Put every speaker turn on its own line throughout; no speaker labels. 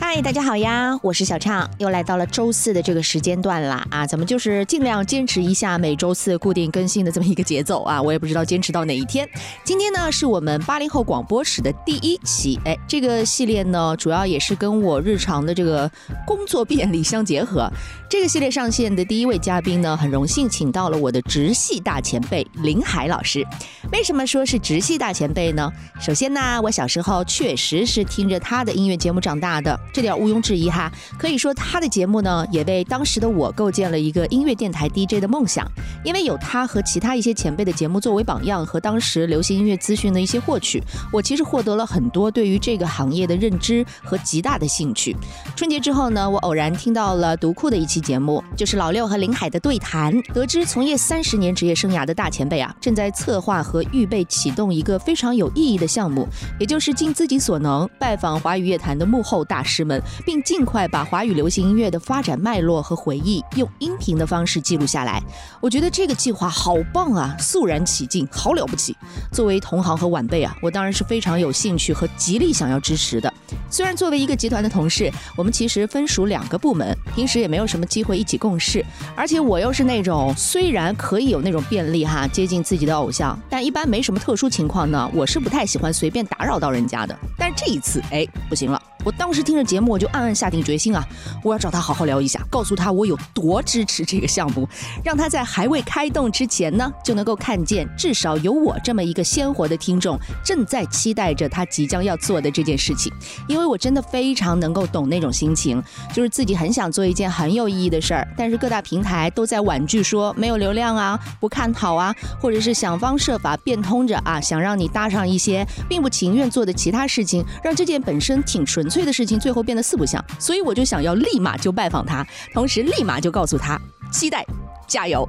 嗨，大家好呀，我是小畅，又来到了周四的这个时间段啦啊，咱们就是尽量坚持一下每周四固定更新的这么一个节奏啊，我也不知道坚持到哪一天。今天呢是我们八零后广播史的第一期，哎，这个系列呢主要也是跟我日常的这个工作便利相结合。这个系列上线的第一位嘉宾呢，很荣幸请到了我的直系大前辈林海老师。为什么说是直系大前辈呢？首先呢，我小时候确实是听着他的音乐节目长大的，这点毋庸置疑哈。可以说他的节目呢，也为当时的我构建了一个音乐电台 DJ 的梦想，因为有他和其他一些前辈的节目作为榜样和当时流行音乐资讯的一些获取，我其实获得了很多对于这个行业的认知和极大的兴趣。春节之后呢，我偶然听到了读库的一期节目，就是老六和林海的对谈，得知从业三十年职业生涯的大前辈啊，正在策划和预备启动一个非常有意义的项目，也就是尽自己所能拜访华语乐坛的幕后大师们，并尽快把华语流行音乐的发展脉络和回忆用音频的方式记录下来。我觉得这个计划好棒啊，肃然起敬，好了不起。作为同行和晚辈啊，我当然是非常有兴趣和极力想要支持的。虽然作为一个集团的同事，我们其实分属两个部门，平时也没有什么机会一起共事。而且我又是那种虽然可以有那种便利哈接近自己的偶像，但一般没什么特殊情况呢，我是不太喜欢随便打扰到人家的。但是这一次，哎，不行了。我当时听着节目，我就暗暗下定决心啊，我要找他好好聊一下，告诉他我有多支持这个项目，让他在还未开动之前呢，就能够看见至少有我这么一个鲜活的听众正在期待着他即将要做的这件事情。因为我真的非常能够懂那种心情，就是自己很想做一件很有意义的事儿，但是各大平台都在婉拒说没有流量啊、不看好啊，或者是想方设法变通着啊，想让你搭上一些并不情愿做的其他事情，让这件本身挺纯粹的事情最后变得四不像。所以我就想要立马就拜访他，同时立马就告诉他期待，加油。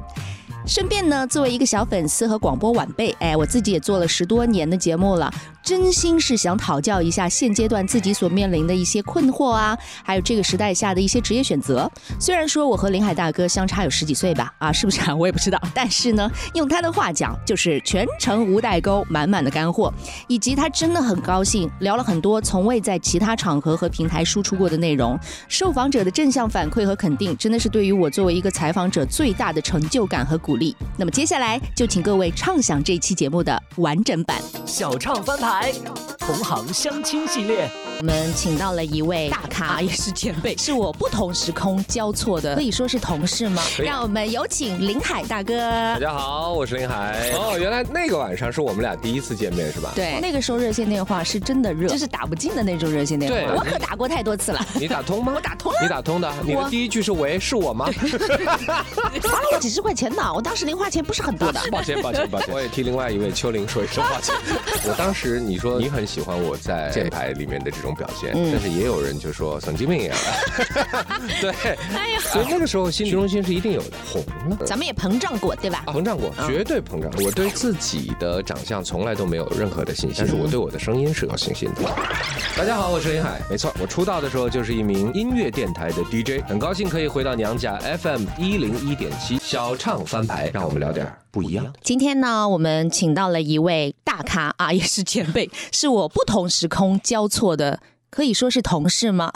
顺便呢，作为一个小粉丝和广播晚辈，哎，我自己也做了十多年的节目了，真心是想讨教一下现阶段自己所面临的一些困惑啊，还有这个时代下的一些职业选择。虽然说我和林海大哥相差有十几岁吧，啊，是不是啊？我也不知道。 但是呢，用他的话讲，就是全程无代沟，满满的干货，以及他真的很高兴，聊了很多从未在其他场合和平台输出过的内容。受访者的正向反馈和肯定，真的是对于我作为一个采访者最大的成就感和鼓励。那么接下来就请各位畅想这期节目的完整版。
小唱翻牌，同行相亲系列，
我们请到了一位大咖，也是前辈，是我不同时空交错的，可以说是同事吗？
可以
让我们有请林海大哥
大。家好，我是林海。哦，原来那个晚上是我们俩第一次见面是 吧？
对，那个时候热线电话是真的热，就是打不进的那种热线电
话对
我可打过太多 次了，
你打通吗？
我打通了
你打通的。你的第一句是“喂，是我吗
花了我几十块钱呢。我当时零花钱不是很多的。？”
抱歉，抱歉，抱歉。我也替另外一位秋玲说一声抱歉。 我当时你说你很喜欢我在键牌里面的这种表现，但是也有人就说神经病一样。对，所以那个时候心理中心是一定有的，红了。
咱们也膨胀过，对吧？
膨胀过，绝对膨胀。我对自己的长相从来都没有任何的信心，但是我对我的声音是有信心的。嗯大家好，我是林海，没错，我出道的时候就是一名音乐电台的 DJ，很高兴可以回到娘家 FM 一零一点七小唱翻牌，让我们聊点不一样的。
今天呢，我们请到了一位大咖啊，也是前辈，是我不同时空交错的，可以说是同事吗？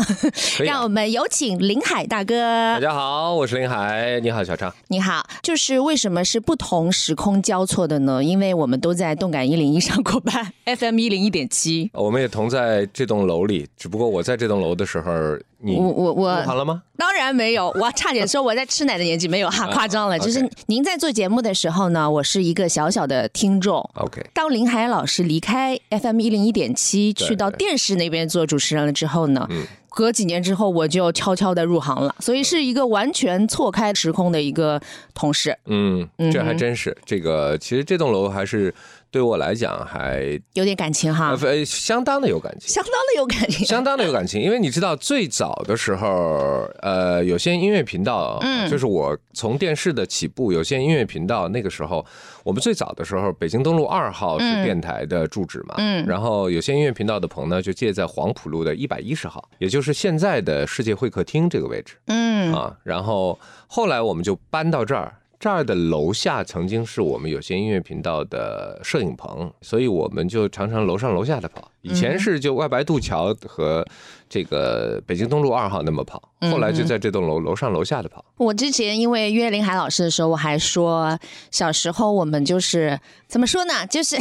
可以啊
让我们有请林海大哥
大。家好，我是林海，你好，小畅。
你好，就是为什么是不同时空交错的呢？因为我们都在动感一零一上过班，FM 一零一点七。
我们也同在这栋楼里，只不过我在这栋楼的时候，你
我我
入行
我
了吗？
当然没有，我差点说我在吃奶的年纪没有哈，夸张了。
啊 OK
就是您在做节目的时候呢，我是一个小小的听众。
OK
当林海老师离开 FM 一零一点七，
对嗯
去到
对
电视那边做主持人了之后呢，隔几年之后我就悄悄的入行了，所以是一个完全错开时空的一个同事，
嗯，这还真是这个。其实这栋楼还是对我来讲还
有点感情哈
呃，非相当的有感情。
相当的有感情。
相当的有感情，因为你知道最早的时候，呃，有线音乐频道，嗯，就是我从电视的起步，有线音乐频道那个时候，我们最早的时候，北京东路二号是电台的住址嘛，嗯，然后有线音乐频道的棚呢就借在黄浦路的一百一十号，也就是现在的世界会客厅这个位置，嗯啊，然后后来我们就搬到这儿。这儿的楼下曾经是我们有线音乐频道的摄影棚，所以我们就常常楼上楼下的跑。以
嗯
前是就外白渡桥和这个北京东路二号那么跑，
嗯
后来就在这栋楼楼上楼下的跑。
我之前因为约林海老师的时候，我还说小时候我们就是怎么说呢，就是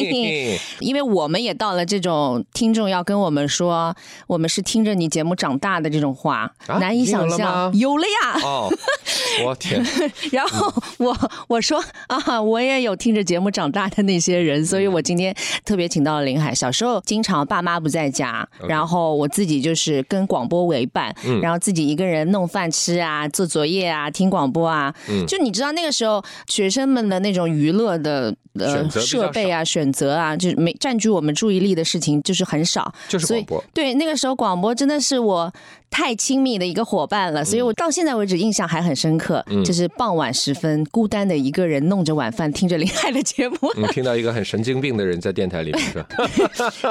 因为我们也到了这种听众要跟我们说我们是听着你节目长大的这种话，
啊
难以想
已经有了吗
象有了呀。
哦，我天，
然后我我说啊，我也有听着节目长大的那些人，所以
嗯
我今天特别请到了林海。小时候经常爸妈不在家，然后我自己就是跟广播为伴，
嗯
然后自己一个人弄饭吃啊，做作业啊，听广播啊。
嗯
就你知道那个时候学生们的那种娱乐的
选
呃
择比较
设备啊、选择啊，就是没占据我们注意力的事情就是很少。
就是
所以
广播。
对，那个时候广播真的是我太亲密的一个伙伴了，所以
嗯
我到现在为止印象还很深刻。就是傍晚时分，孤单的一个人弄着晚饭，听着林海的节 目，
你听到一个很神经病的人在电台里 面是吧？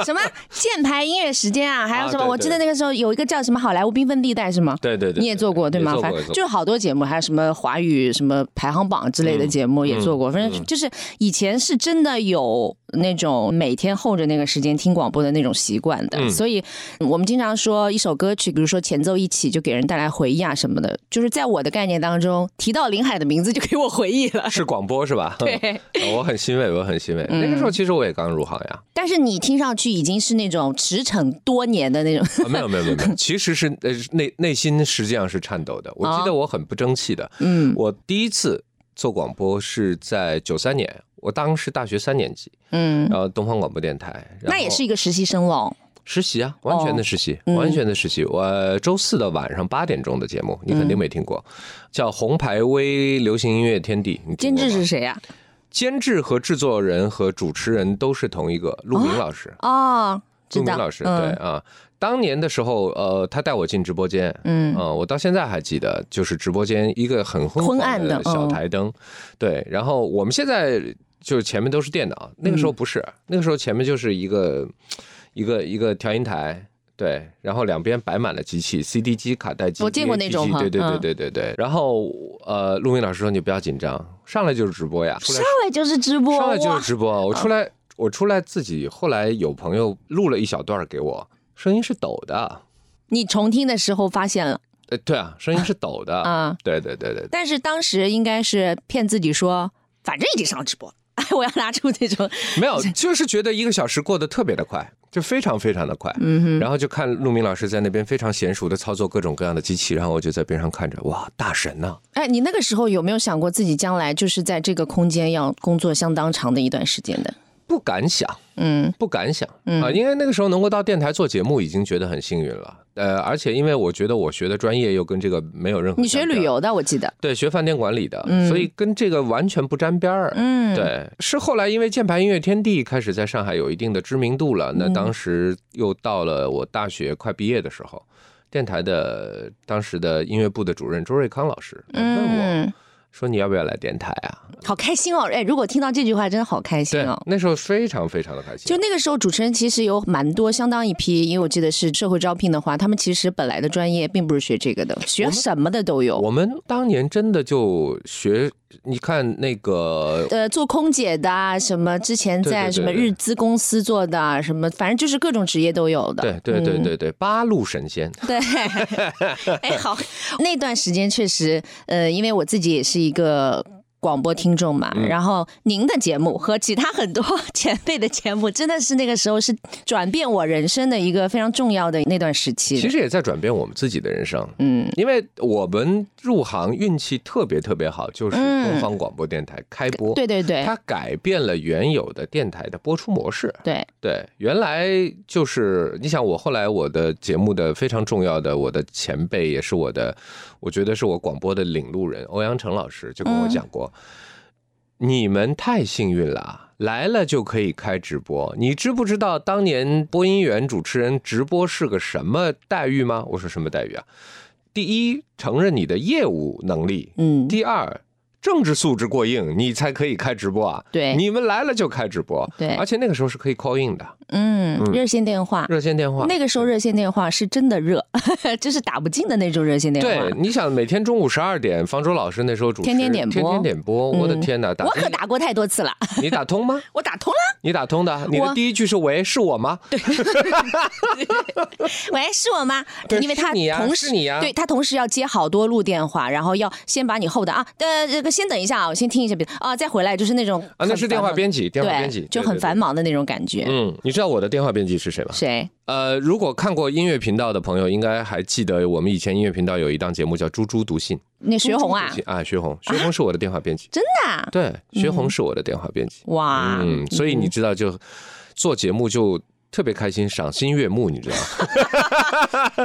什么键盘音乐时间啊，还有什么？
啊对
我记得那个时候有一个叫什么好莱坞缤纷地带是吗？
对对对，
你也做过对吗？
也做
反
过也
正
做
就好多节目，还有什么华语什么排行榜之类的节目也做
嗯
过。反正就是以前是真的有那种每天候着那个时间听广播的那种习惯的，
嗯
所以我们经常说一首歌曲，比如说前奏一起就给人带来回忆啊什么的。就是在我的概念当中，提到林海的名字就给我回忆了
过。是广播是吧？
对， 嗯
我很欣慰，我很欣慰。那个时候其实我也刚入行呀，
但是你听上去已经是那种驰骋多年的那 种，
啊，没有没有没有没有，其实是呃是内内心实际上是颤抖的。我记得我很不争气的，
哦嗯
我第一次做广播是在九三年，我当时大学三年级，
嗯，
然后东方广播电台，然后
那也是一个实习生喽。
实习啊，完全的实习，
嗯
完全的实习。我周四的晚上八点钟的节目，
嗯
你肯定没听过，叫《红牌微流行音乐天地》，你
监
听过
制
吗
是谁啊呀、
监制和制作人和主持人都是同一个陆明老师。
哦，知
陆明
道，
老师，对
嗯
啊，当年的时候，呃，他带我进直播间，
嗯
呃我到现在还记得，就是直播间一个很昏
昏
黄
暗的
的小
嗯
台灯，对，然后我们现在就是前面都是电脑，那个时
嗯
候不是，那个时候前面就是一个一个一个调音台。对，然后两边摆满了机器，CD 机、卡带机，
我见过那种
DAT
哈
机对对
嗯
对对对对。然后呃，陆明老师说你不要紧张，上来就是直播呀，出来
上来就是直播，
上来就
哇嗯
是直播，我出来，我出来自己后来有朋友录了一小段给我，声音是抖的，
你重听的时候发现了
呃，对啊，声音是抖的，
啊、
对对对对对。
但是当时应该是骗自己说，反正已经上直播了， 哎，我要拿出这种，
没有，就是觉得一个小时过得特别的快，就非常非常的快。嗯然后就看陆明老师在那边非常娴熟的操作各种各样的机器，然后我就在边上看着，哇，大神呐、
哎，你那个时候有没有想过自己将来就是在这个空间要工作相当长的一段时间的？
不敢想，
嗯
不敢想啊，因为那个时候能够到电台做节目已经觉得很幸运了。呃，而且因为我觉得我学的专业又跟这个没有任何
你学
相干
旅游的，我记得，
对，学饭店管理的，
嗯
所以跟这个完全不沾边儿。
嗯，，
对，是后来因为键盘音乐天地开始在上海有一定的知名度
嗯
了，那当时又到了我大学快毕业的时候，电台的当时的音乐部的主任周瑞康老师问我
嗯，
说：“你要不要来电台啊
好开心哦！哎，如果听到这句话，真的好开？”心
对
哦，。
那时候非常非常的开心。
就那个时候，主持人其实有蛮多，相当一批，因为我记得是社会招聘的话，他们其实本来的专业并不是学这个的，学什么的都有。
我们当年真的就学，你看那个
呃，做空姐的啊，什么之前
对对
在
对
什么
对
日资公司做的啊，什么反正就是各种职业都有的。
对对对对
嗯
对八路神仙，
对， 哎，好，那段时间确实，呃，因为我自己也是一个。广播听众
嗯
嘛，然后您的节目和其他很多前辈的节目，真的是那个时候是转变我人生的一个非常重要的那段时期。
其，实也在转变我们自己的人生。
嗯，
因为我们入行运气特别特别好，就是
嗯
东方广播电台开播，
对对对
它改变了原有的电台的播出模式。
对，
对，原来就是你想，我后来我的节目的非常重要的我的前辈，也是我的，我觉得是我广播的领路人欧阳成老师就跟我讲过，你们太幸运了啊。来了就可以开直播，你知不知道当年播音员、主持人直播是个什么待遇吗？我说什么待遇啊？第一，承认你的业务能力；
嗯，
第二，政治素质过硬，你才可以开直播啊。
对
你们来了就开直播，
对啊
而且那个时候是可以 call in 的
嗯，热线电话，
热线电话。
那个时候热线电话是真的热， 就是打不进的那种热线电话
对，。你想每天中午十二点，方舟老师那时候主持，
天天点播嗯
天天点播，我的天哪，打
我可打过太多次了，
你打通吗？
我打通了。
你打 通的，你的第一句是喂，是我吗？对，
喂，是我吗？
对
因为他
是你呀
同时
是你呀
对他同时要接好多路电话，然后要先把你后的啊，呃，这个先等一下啊，我先听一下别的啊，再回来就是那种
啊，那是
很
电话
繁忙
编辑，电话
对
编辑
就很。繁
对对对
忙的那种感觉。
嗯，你知道我的电话编辑是谁吗？
谁？
呃，如果看过音乐频道的朋友，应该还记得我们以前音乐频道有一档节目叫《猪猪读信》，
那学红啊
读，信啊，薛红，薛红是我的电话编辑，
真的啊、
对，薛红是我的电话编辑，
哇，
嗯，所以你知道就做节目就特别开心，赏心悦目，你知道吗？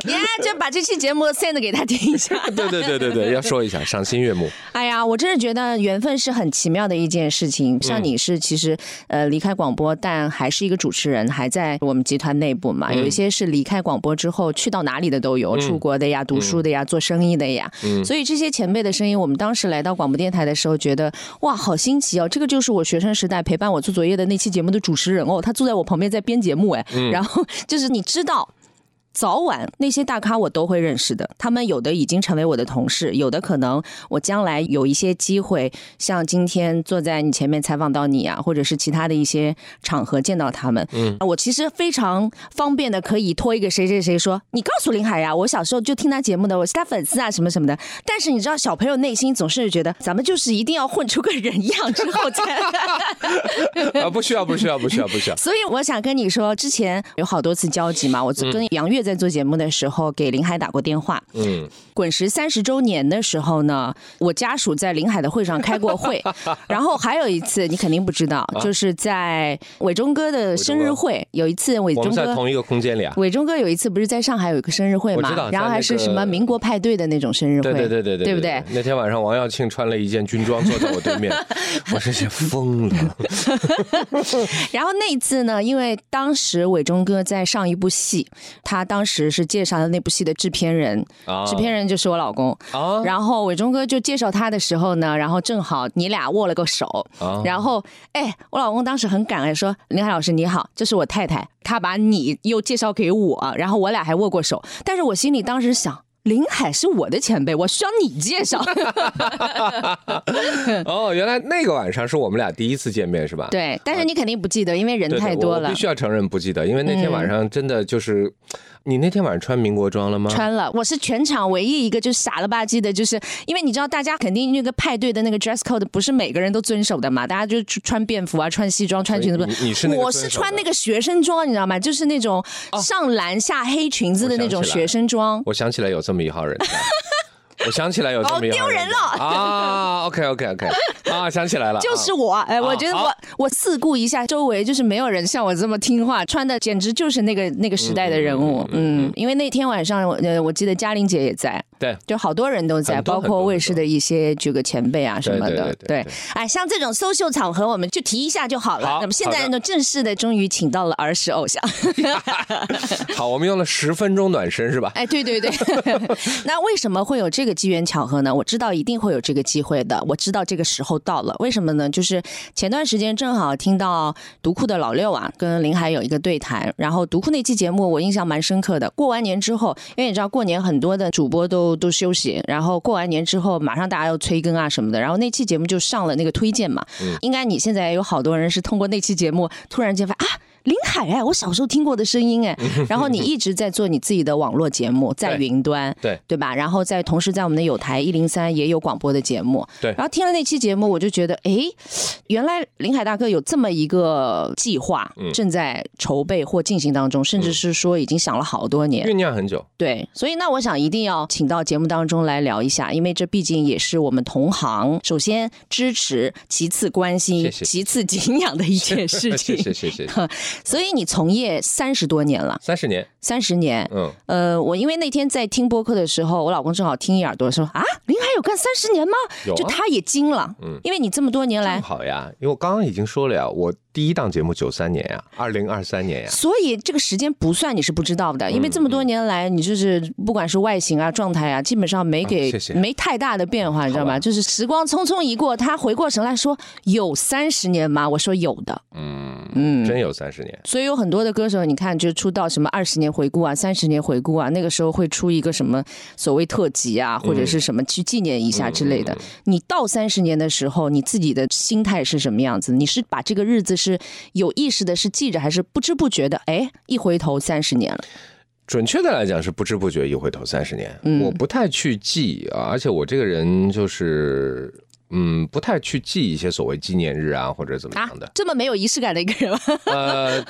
呀，就把这期节目 send 给他听一下。
对对对对对，要说一下，赏心 悦目。
哎呀，我真是觉得缘分是很奇妙的一件事情。像你是其实呃离开广播，但还是一个主持人，还在我们集团内部嘛。有一些是离开广播之后去到哪里的都有，出国的呀、读书的呀、做生意的呀。所以这些前辈的声音，我们当时来到广播电台的时候，觉得哇，好新奇哦！这个就是我学生时代陪伴我做作业的那期节目的主持人哦，他坐在我旁边在编节目哎。然后 就是你知道。早晚那些大咖我都会认识的，他们有的已经成为我的同事，有的可能我将来有一些机会，像今天坐在你前面采访到你啊，或者是其他的一些场合见到他们。嗯，我其实非常方便的可以托一个谁谁谁说，你告诉林海呀、啊我小时候就听他节目的，我是他粉丝啊什么什么的。但是你知道，小朋友内心总是觉得咱们就是一定要混出个人样 之后才。
啊，不需要，不需要，不需要，不需要。
所以我想跟你说，之前有好多次交集嘛，我跟杨越在做节目的时候，给林海打过电话。
嗯，
滚石三十周年的时候呢，我家属在林海的会上开过 会，然后还有一次你肯定不知道，
啊
就是在伟忠哥的生日会，有一次伟
我
忠
们在
哎哥。
同一个空间里啊。
伟忠哥有一次不是在上海有一个生日会
我知道
嘛，然后还是
在那个
什么民国派对的那种生日会，
对对对对对，
对不对
对？？那天晚上，王耀庆穿了一件军装坐在我对面，我真是疯 了。
然后那一次呢，因为当时伟忠哥在上一部戏，他当时是介绍了那部戏的制片人，
啊
制片人就是我老公。
啊
然后伟忠哥就介绍他的时候呢，然后正好你俩握了个手，
啊！
然后哎，我老公当时很感恩说：“林海老师你好，这是我太太，她把你又介绍给我，然后我俩还握过手。”但是我心里当时想。林海是我的前辈，我需要你介 绍。
哦，原来那个晚上是我们俩第一次见面，是吧？
对，但是你肯定不记得，因为人
对。对
太
我
多
我
了嗯
必。须要承认不记得，因为那天晚上真的就是，你那天晚上穿民国装了吗？
穿了，我是全场唯一一个就傻了吧唧的，就是因为你知道，大家肯定那个派对的那个 dress code 不是每个人都遵守的嘛，大家就穿便服啊，穿西装，穿裙子。
所以你你是那个
我
遵
是
守
穿
的
那个学生装，你知道吗？就是那种上蓝下黑裙子的那种
我想起来
学生装。
我想起来有这么一号 人在。我想起来有这么一号
哦丢人
在啊！OK OK OK 啊，想起来了，
就是
啊
我，哎，我
啊
觉得
好
我我四顾一下周围，就是没有人像我这么听话，穿的简直就是那个那个时代的人物，嗯，因为那天晚上，我呃，我记得嘉玲姐也在，
对
就好多人都在，
很多
包括卫视的一些这个前辈啊什么的
对对，对对对
哎，像这种 social 场合，我们就提一下就好了。
好
那么现在
好
呢，正式的终于请到了儿时偶像，
好，我们用了十分钟暖身是吧？
哎，对对对，那为什么会有这个机缘巧合呢？我知道一定会有这个机会的，我知道这个时候到了。为什么呢？就是前段时间正好听到读库的老六啊，跟林海有一个对谈，然后读库那期节目我印象蛮深刻的。过完年之后，因为你知道过年很多的主播都都休息，然后过完年之后马上大家要催更啊什么的，然后那期节目就上了那个推荐嘛。应该你现在也有好多人是通过那期节目突然间发啊。林海哎，我小时候听过的声音哎， 然后你一直在做你自己的网络节目，在
对
云端，
对
对吧？然后在同时在我们的有台一零三也有广播的节目，
对
然后听了那期节目，我就觉得哎，诶原来林海大哥有这么一个计划，
嗯
正在筹备或进行当中，甚至是说已经想了好多年。
酝酿很久，
对，所以那我想一定要请到节目当中来聊一下，因为这毕竟也是我们同行，首先支持，其次关心，
谢谢
其次敬仰的一件事情。
哎 谢谢谢谢，
所以你从业三十多年了，
三十年，
三十年。
嗯，
呃，我因为那天在听播客的时候，我老公正好听一耳朵说啊，林海有干三十年吗？
有啊嗯
就他也惊了，因为你这么多年来
正好呀，因为我刚刚已经说了呀，我第一档节目九三年呀、二零二三年呀、嗯
所以这个时间不算你是不知道的，因为这么多年来，你就是不管是外形啊、状态啊，基本上没给、
啊谢谢
没太大的变化，你知道吧？就是时光匆匆一过，他回过神来说有三十年吗？我说有的，嗯
嗯真有三十年。
所以有很多的歌手，你看就出道什么二十年回顾啊、三十年回顾啊，那个时候会出一个什么所谓特辑啊，
嗯
或者是什么去纪念一下之类的。你到三十年的时候，你自己的心态是什么样子？你是把这个日子是有意识的，是记着，还是不知不觉的？哎，一回头三十年了，
准确的来讲是不知不觉一回头三十年，
嗯
我不太去记啊，而且我这个人就是。嗯，不太去记一些所谓纪念日啊，或者怎么
啊
样的。，
这么没有仪式感的一个 人吗？
呃，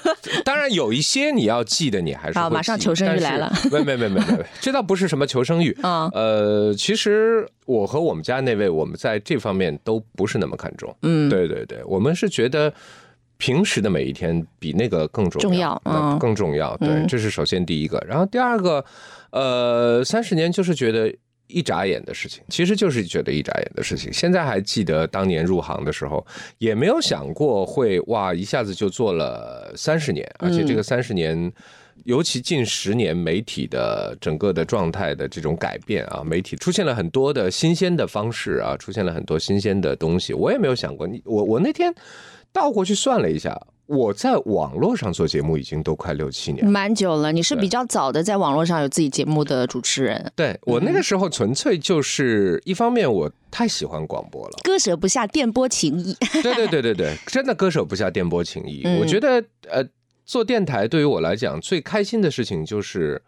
当然有一些你要记的，你还是
好
会
马上
记
求生欲
但是
来了
没没没没没，这倒不是什么求生欲。
啊，
呃，其实我和我们家那位，我们在这方面都不是那么看重。
嗯，
对对对，我们是觉得平时的每一天比那个更重
重要
那
嗯
更重要。对，
嗯
这是首先第一个。然后第二个，呃，三十年就是觉得。一眨眼的事情，其实就是觉得一眨眼的事情。现在还记得当年入行的时候，也没有想过会哇一下子就做了三十年，而且
嗯
这个三十年，尤其近十年媒体的整个的状态的这种改变啊，媒体出现了很多的新鲜的方式啊，出现了很多新鲜的东西。我也没有想过，你我我那天倒过去算了一下，我在网络上做节目已经都快六七年了。
嗯蛮久了。你是
对
比较早的在网络上有自己节目的主持人，
对我那个时候纯粹就是一方面我太喜欢广播了。
割舍不下电波情谊。
对对对对对，真的割舍不下电波情谊。
嗯
我觉得呃，做电台对于我来讲最开心的事情就是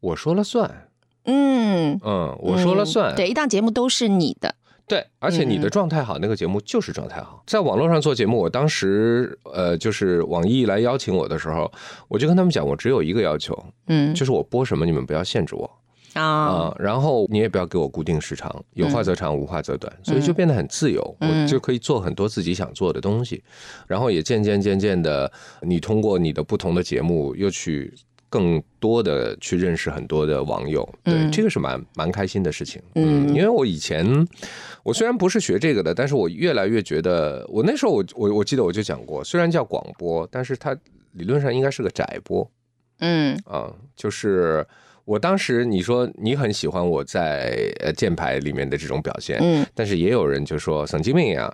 我说了算，
嗯，
嗯，我说了
嗯
算，
对，一档节目都是你的，
对，而且你的状态好，那个节目就是状态好。在网络上做节目，我当时呃，就是网易来邀请我的时候，我就跟他们讲，我只有一个要求，
嗯
就是我播什么你们不要限制我
啊
啊，然后你也不要给我固定时长，有话则长，无话则短，所以就变得很自由，
嗯
我就可以做很多自己想做的东西，然后也渐渐渐渐的，你通过你的不同的节目又去。更多的去认识很多的网友，对，
嗯
这个是蛮蛮开心的事情。
嗯
因为我以前我虽然不是学这个的，但是我越来越觉得，我那时候我我我记得我就讲过，虽然叫广播，但是它理论上应该是个窄播，
嗯
啊，就是我当时你说你很喜欢我在呃键牌里面的这种表现，
嗯，
但是也有人就说神经病 呀，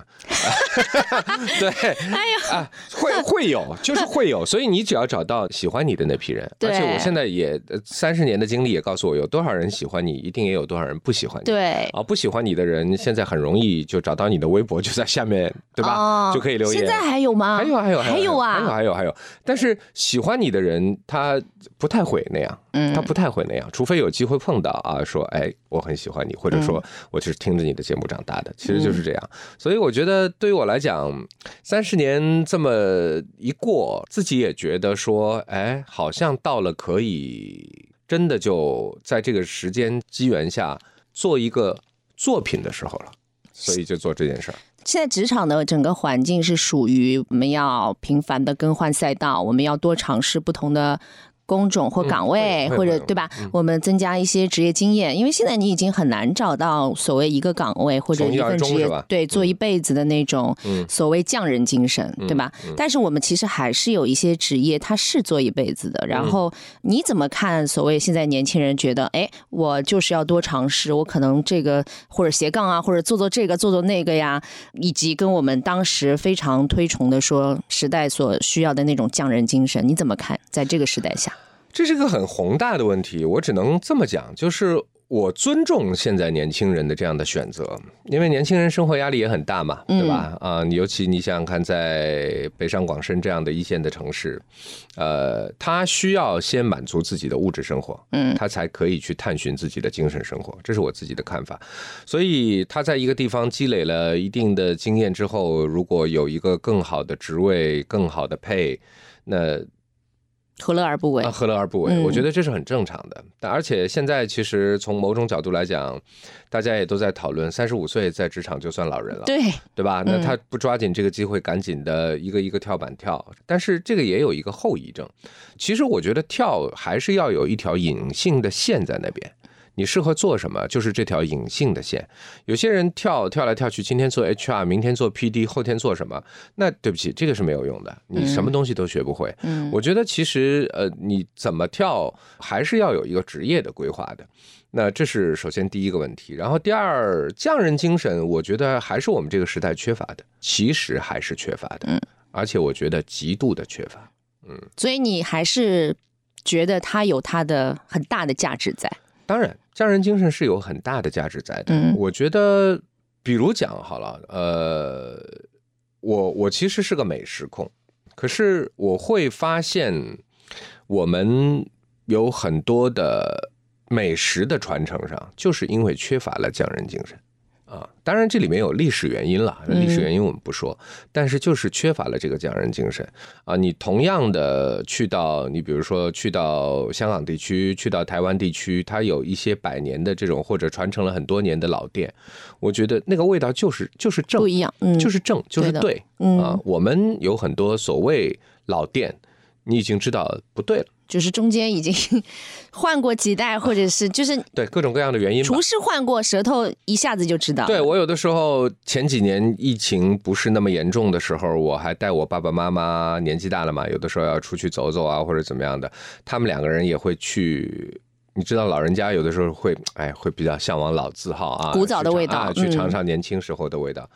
对，哎呀，啊，会会有，就是会有，所以你只要找到喜欢你的那批人，而且
对
我现在也呃三十年的经历也告诉我，有多少人喜欢你，一定也有多少人不喜欢你。
对，
啊，不喜欢你的人现在很容易就找到你的微博，就在下面，对吧？
哦
就可以留言。
现在还有吗？
还有还有
啊还有
还有
啊，
还有还有，但是喜欢你的人他不太会那样，
嗯
他不太会那样，除非有机会碰到啊，说哎我很喜欢你，或者说
嗯
我就是听着你的节目长大的，其实就是这样。所以我觉得对于我来讲，三十年这么一过，自己也觉得说，哎，好像到了可以真的就在这个时间机缘下做一个作品的时候了，所以就做这件事儿。
现在职场的整个环境是属于我们要频繁的更换赛道，我们要多尝试不同的。工种或
嗯
岗
会
位，
会
或
会
者
有
对吧？我们增加一些职业经验，因为现在你已经很难找到所谓一个岗位或者
从一
一
而
份
终
职业
是吧，
对，做一辈子的那种
嗯
所谓匠人精神，对吧？
嗯
但是我们其实还是有一些职业，它是做一辈子的。然
嗯
后你怎么看？所谓现在年轻人觉得，哎，我就是要多尝试，我可能这个或者斜杠啊，或者做做这个，做做那个呀，以及跟我们当时非常推崇的说时代所需要的那种匠人精神，你怎么看？在这个时代下，
这是个很宏大的问题，我只能这么讲，就是我尊重现在年轻人的这样的选择，因为年轻人生活压力也很大嘛，
嗯
对吧？啊、你尤其你想想看，在北上广深这样的一线的城市，呃，他需要先满足自己的物质生活，
嗯
他才可以去探寻自己的精神生活，这是我自己的看法。所以他在一个地方积累了一定的经验之后，如果有一个更好的职位、更好的配，那
何乐而不为
啊，？何乐而不为？
嗯
我觉得这是很正常的。但而且现在其实从某种角度来讲，大家也都在讨论，三十五岁在职场就算老人了，
对，嗯
对吧？那他不抓紧这个机会，赶紧的一个一个跳板跳。但是这个也有一个后遗症，其实我觉得跳还是要有一条隐性的线在那边。你适合做什么，就是这条隐性的线。有些人跳跳来跳去，今天做 HR，明天做 PD，后天做什么？那对不起，这个是没有用的，你什么东西都学不会。
嗯
我觉得其实呃，你怎么跳，还是要有一个职业的规划的。那这是首先第一个问题，然后第二，匠人精神，我觉得还是我们这个时代缺乏的，其实还是缺乏的，
嗯，
而且我觉得极度的缺乏。
所以你还是觉得它有它的很大的价值在。
当然，匠人精神是有很大的价值在的。
嗯
我觉得，比如讲好了，呃，我我其实是个美食控，可是我会发现，我们有很多的美食的传承上，就是因为缺乏了匠人精神。啊，当然这里面有历史原因了，历史原因我们不说，但是就是缺乏了这个匠人精神啊。你同样的去到你比如说去到香港地区，去到台湾地区，它有一些百年的这种或者传承了很多年的老店，我觉得那个味道就是就是正
不一样嗯
就是正，就是
对的
对
嗯
啊。我们有很多所谓老店，你已经知道不对了，
就是中间已经 换过几代，或者是就是
对各种各样的原因吧。
厨师换过，舌头一下子就知道。
对，我有的时候前几年疫情不是那么严重的时候，我还带我爸爸妈妈，年纪大了嘛，有的时候要出去走走啊，或者怎么样的，他们两个人也会去。你知道，老人家有的时候会，哎，会比较向往老字号啊，
古早的
去尝
味道
啊，去尝
嗯
尝年轻时候的味道。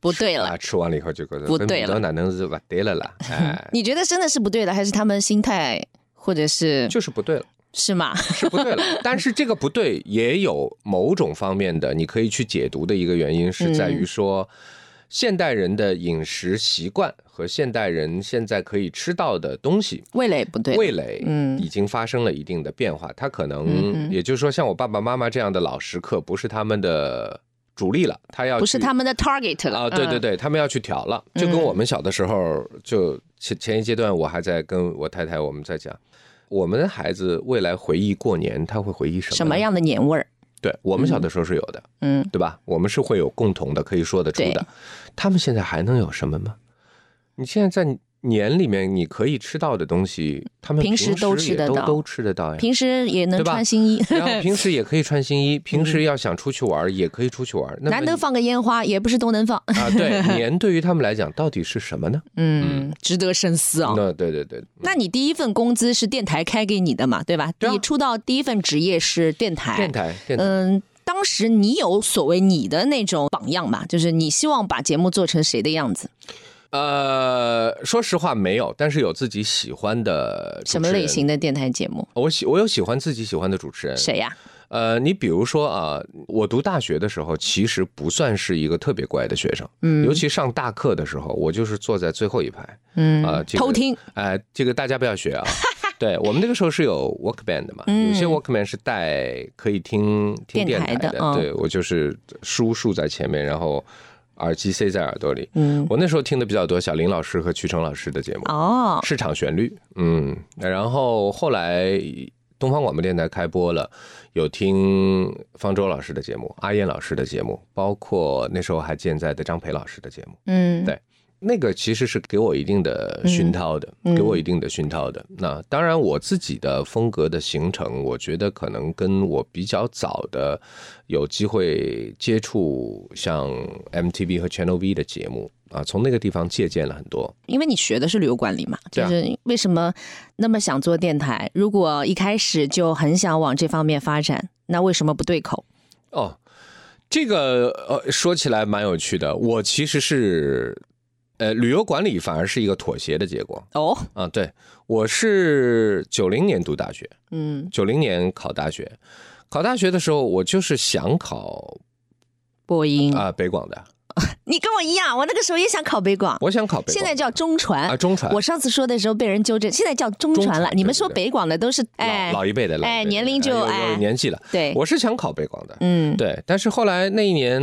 不对了
啊，，吃完了以后就觉得
不对了，
哪能是不对了啦？哎
你觉得真的是不对的，还是他们心态，或者是
就是不对了。
是吗？
是不对了。但是这个不对也有某种方面的，你可以去解读的一个原因是在
嗯
于说，现代人的饮食习惯和现代人现在可以吃到的东西。
味蕾不对，
味蕾
嗯
已经发生了一定的变化，他可
嗯
能
哼
也就是说，像我爸爸妈妈这样的老食客不是他们的主力了，他要
不是
去
他们的 target 了嗯
啊，对对，对，他们要去调了，就跟我们小的时候，就前前一阶段，我还在跟我太太我们在讲，我们的孩子未来回忆过年，他会回忆什
嗯
么？
什么？样的年味儿？
对我们小的时候是有的，
嗯，
对吧？我们是会有共同的可以说得出
对
的，他们现在还能有什么吗？你现在在年里面你可以吃到的东西，他们
平时
时
都吃
也
得
都
到
都吃得到呀。
平时也能
对吧
穿新衣，
然后平时也可以穿 新衣，平时要想出去玩儿也可以出去玩儿。那么
难得放个烟花，也不是都能放。
啊，对年对于他们来讲到底是什么呢？
嗯，值得深思啊、
那对对对，
那你第一份工资是电台开给你的嘛，对吧？
嗯对啊
你出道第一份职业是电台，
电台，电台，
哎嗯，当时你有所谓你的那种榜样吧，就是你希望把节目做成谁的样子？
呃，说实话没有，但是有自己喜欢的主持
什
人呃
么类型？的电台节目？
我喜我有喜欢自己喜欢的主持人。
谁呀、
呃，你比如说啊，我读大学的时候，其实不算是一个特别乖的学生，
嗯
尤其上大课的时候，我就是坐在最后一排，
嗯，
啊这个
偷听，
哎、这个大家不要 学啊。对我们那个时候是有 Walkman 的嘛，
嗯
有些 Walkman 是带可以听
电
听电
台
台的，
的嗯
对我就是书竖在前面，然后耳机塞在耳朵里。
嗯，
我那时候听的比较多，小林老师和曲成老师的节目。
哦，
市场旋律，嗯，然后后来东方广播电台开播了，有听方舟老师的节目、阿燕老师的节目，包括那时候还健在的张培老师的节目，
嗯，
对那个其实是给我一定的熏陶的，
嗯嗯
给我一定的熏陶的。那当然，我自己的风格的形成，我觉得可能跟我比较早的有机会接触像 MTV 和 Channel V 的节目啊，从那个地方借鉴了很多。
因为你学的是旅游管理嘛，就
对啊
是为什么那么想做电台？如果一开始就很想往这方面发展，那为什么不对口？
哦，这个呃，说起来蛮有趣的。我其实是，呃，旅游管理反而是一个妥协的结果
哦，
啊。对，我是九零年读大学，
嗯，
九零年考大学。考大学的时候，我就是想考
播音，
啊、北广的，
你跟我一样，我那个时候也想考北广，
我想考北广。
现在叫中传
啊中传
我上次说的时候被人纠正，现在叫中传了
中。传
你们说
对对对
北广的都是
老
哎，
老一辈的，老一
哎
辈的
年龄就
有
哎
有年纪了。
对，
我是想考北广的，
嗯，
对，但是后来那一年，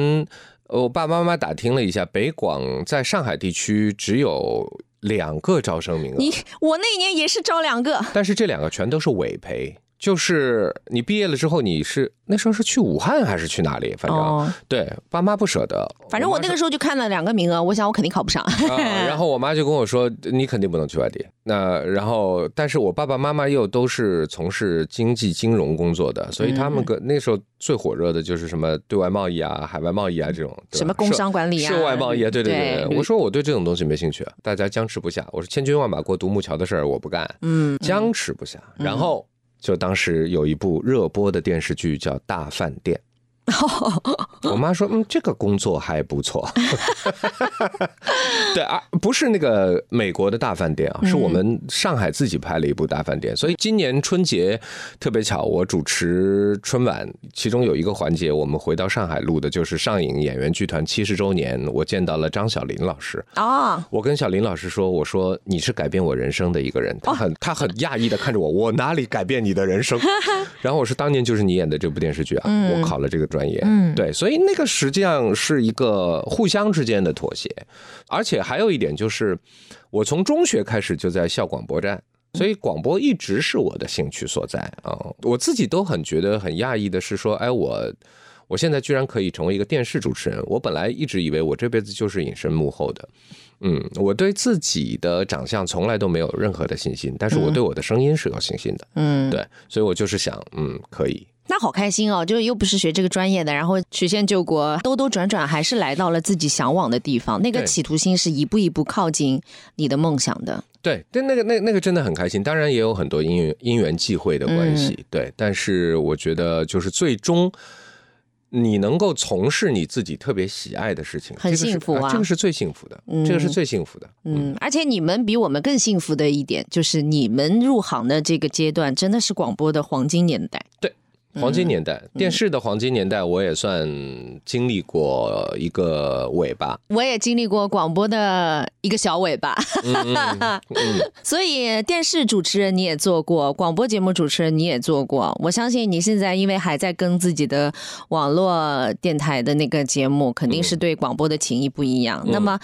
呃我爸爸妈妈打听了一下，北广在上海地区只有两个招生名额。
你我那一年也是招两个，
但是这两个全都是委培，就是你毕业了之后，你是那时候是去武汉还是去哪里？反正、
哦
对爸妈不舍得。
反正我那个时候就看了两个名额，我想我肯定考不上。
啊，然后我妈就跟我说：“你肯定不能去外地。”那然后，但是我爸爸妈妈又都是从事经济金融工作的，所以他
嗯
们跟、那时候最火热的就是什么对外贸易啊、海外贸易啊这种，对吧
什么工商管理啊
涉涉外贸易啊，对对
对嗯
对。我说我对这种东西没兴趣，大家僵持不下。我说千军万马过独木桥的事儿我不干，
嗯，
僵持不下。然后就当时有一部热播的电视剧叫《大饭店》。我妈说：“嗯，这个工作还不错。”对啊，不是那个美国的大饭店啊，是我们上海自己拍了一部大饭店。所以今年春节特别巧，我主持春晚，其中有一个环节，我们回到上海录的就是上影演员剧团七十周年，我见到了张小林老师。
哦，
我跟小林老师说：“我说你是改变我人生的一个人。”他很他很讶异的看着我，我哪里改变你的人生？然后我说：“当年就是你演的这部电视剧啊，我考了这个专业。”对，所以那个实际上是一个互相之间的妥协，而且还有一点就是，我从中学开始就在校广播站。所以广播一直是我的兴趣所在啊、我自己都很觉得很讶异的是说，哎，我我现在居然可以成为一个电视主持人。我本来一直以为我这辈子就是隐身幕后的，嗯，我对自己的长相从来都没有任何的信心，但是我对我的声音是有信心的，
嗯，
对，所以我就是想，嗯，可以，
那好开心哦，就是又不是学这个专业的，然后曲线救国，兜兜转转还是来到了自己向往的地方。那个
对
企图心是一步一步靠近你的梦想的。
对，但那个那那个真的很开心，当然也有很多因缘因缘际会的
嗯
关系，对，但是我觉得就是最终。你能够从事你自己特别喜爱的事情，
很
这个是
幸福啊
这个是最幸福的，这个是最幸福的。
嗯，而且你们比我们更幸福的一点，就是你们入行的这个阶段真的是广播的黄金年代。嗯
黄金年代，电视的黄金年代，我也算经历过一个尾巴。
我也经历过广播的一个小尾巴， 所以电视主持人你也做过，广播节目主持人你也做过。我相信你现在因为还在跟自己的网络电台的那个节目，肯定是对广播的情谊不一样。那么。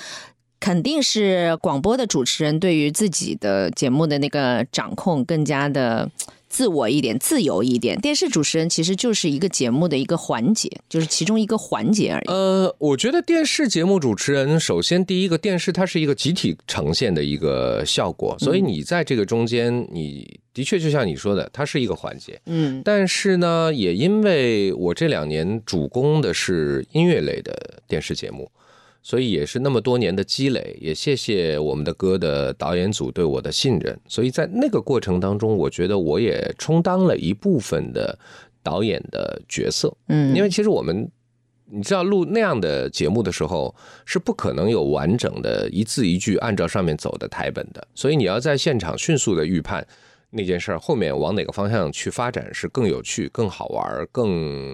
肯定是广播的主持人对于自己的节目的那个掌控更加的自我一点、自由一点。电视主持人其实就是一个节目的一个环节，就是其中一个环节而已。
呃，我觉得电视节目主持人，首先第一个，电视它是一个集体呈现的一个效果，所以你在这个中间，你的确就像你说的，它是一个环节。
嗯
但是呢，也因为我这两年主攻的是音乐类的电视节目，所以也是那么多年的积累，也谢谢我们的歌的导演组对我的信任。所以在那个过程当中，我觉得我也充当了一部分的导演的角色，
嗯，
因为其实我们。你知道录那样的节目的时候，是不可能有完整的一字一句按照上面走的台本的，所以你要在现场迅速的预判那件事儿后面往哪个方向去发展是更有趣、更好玩儿、更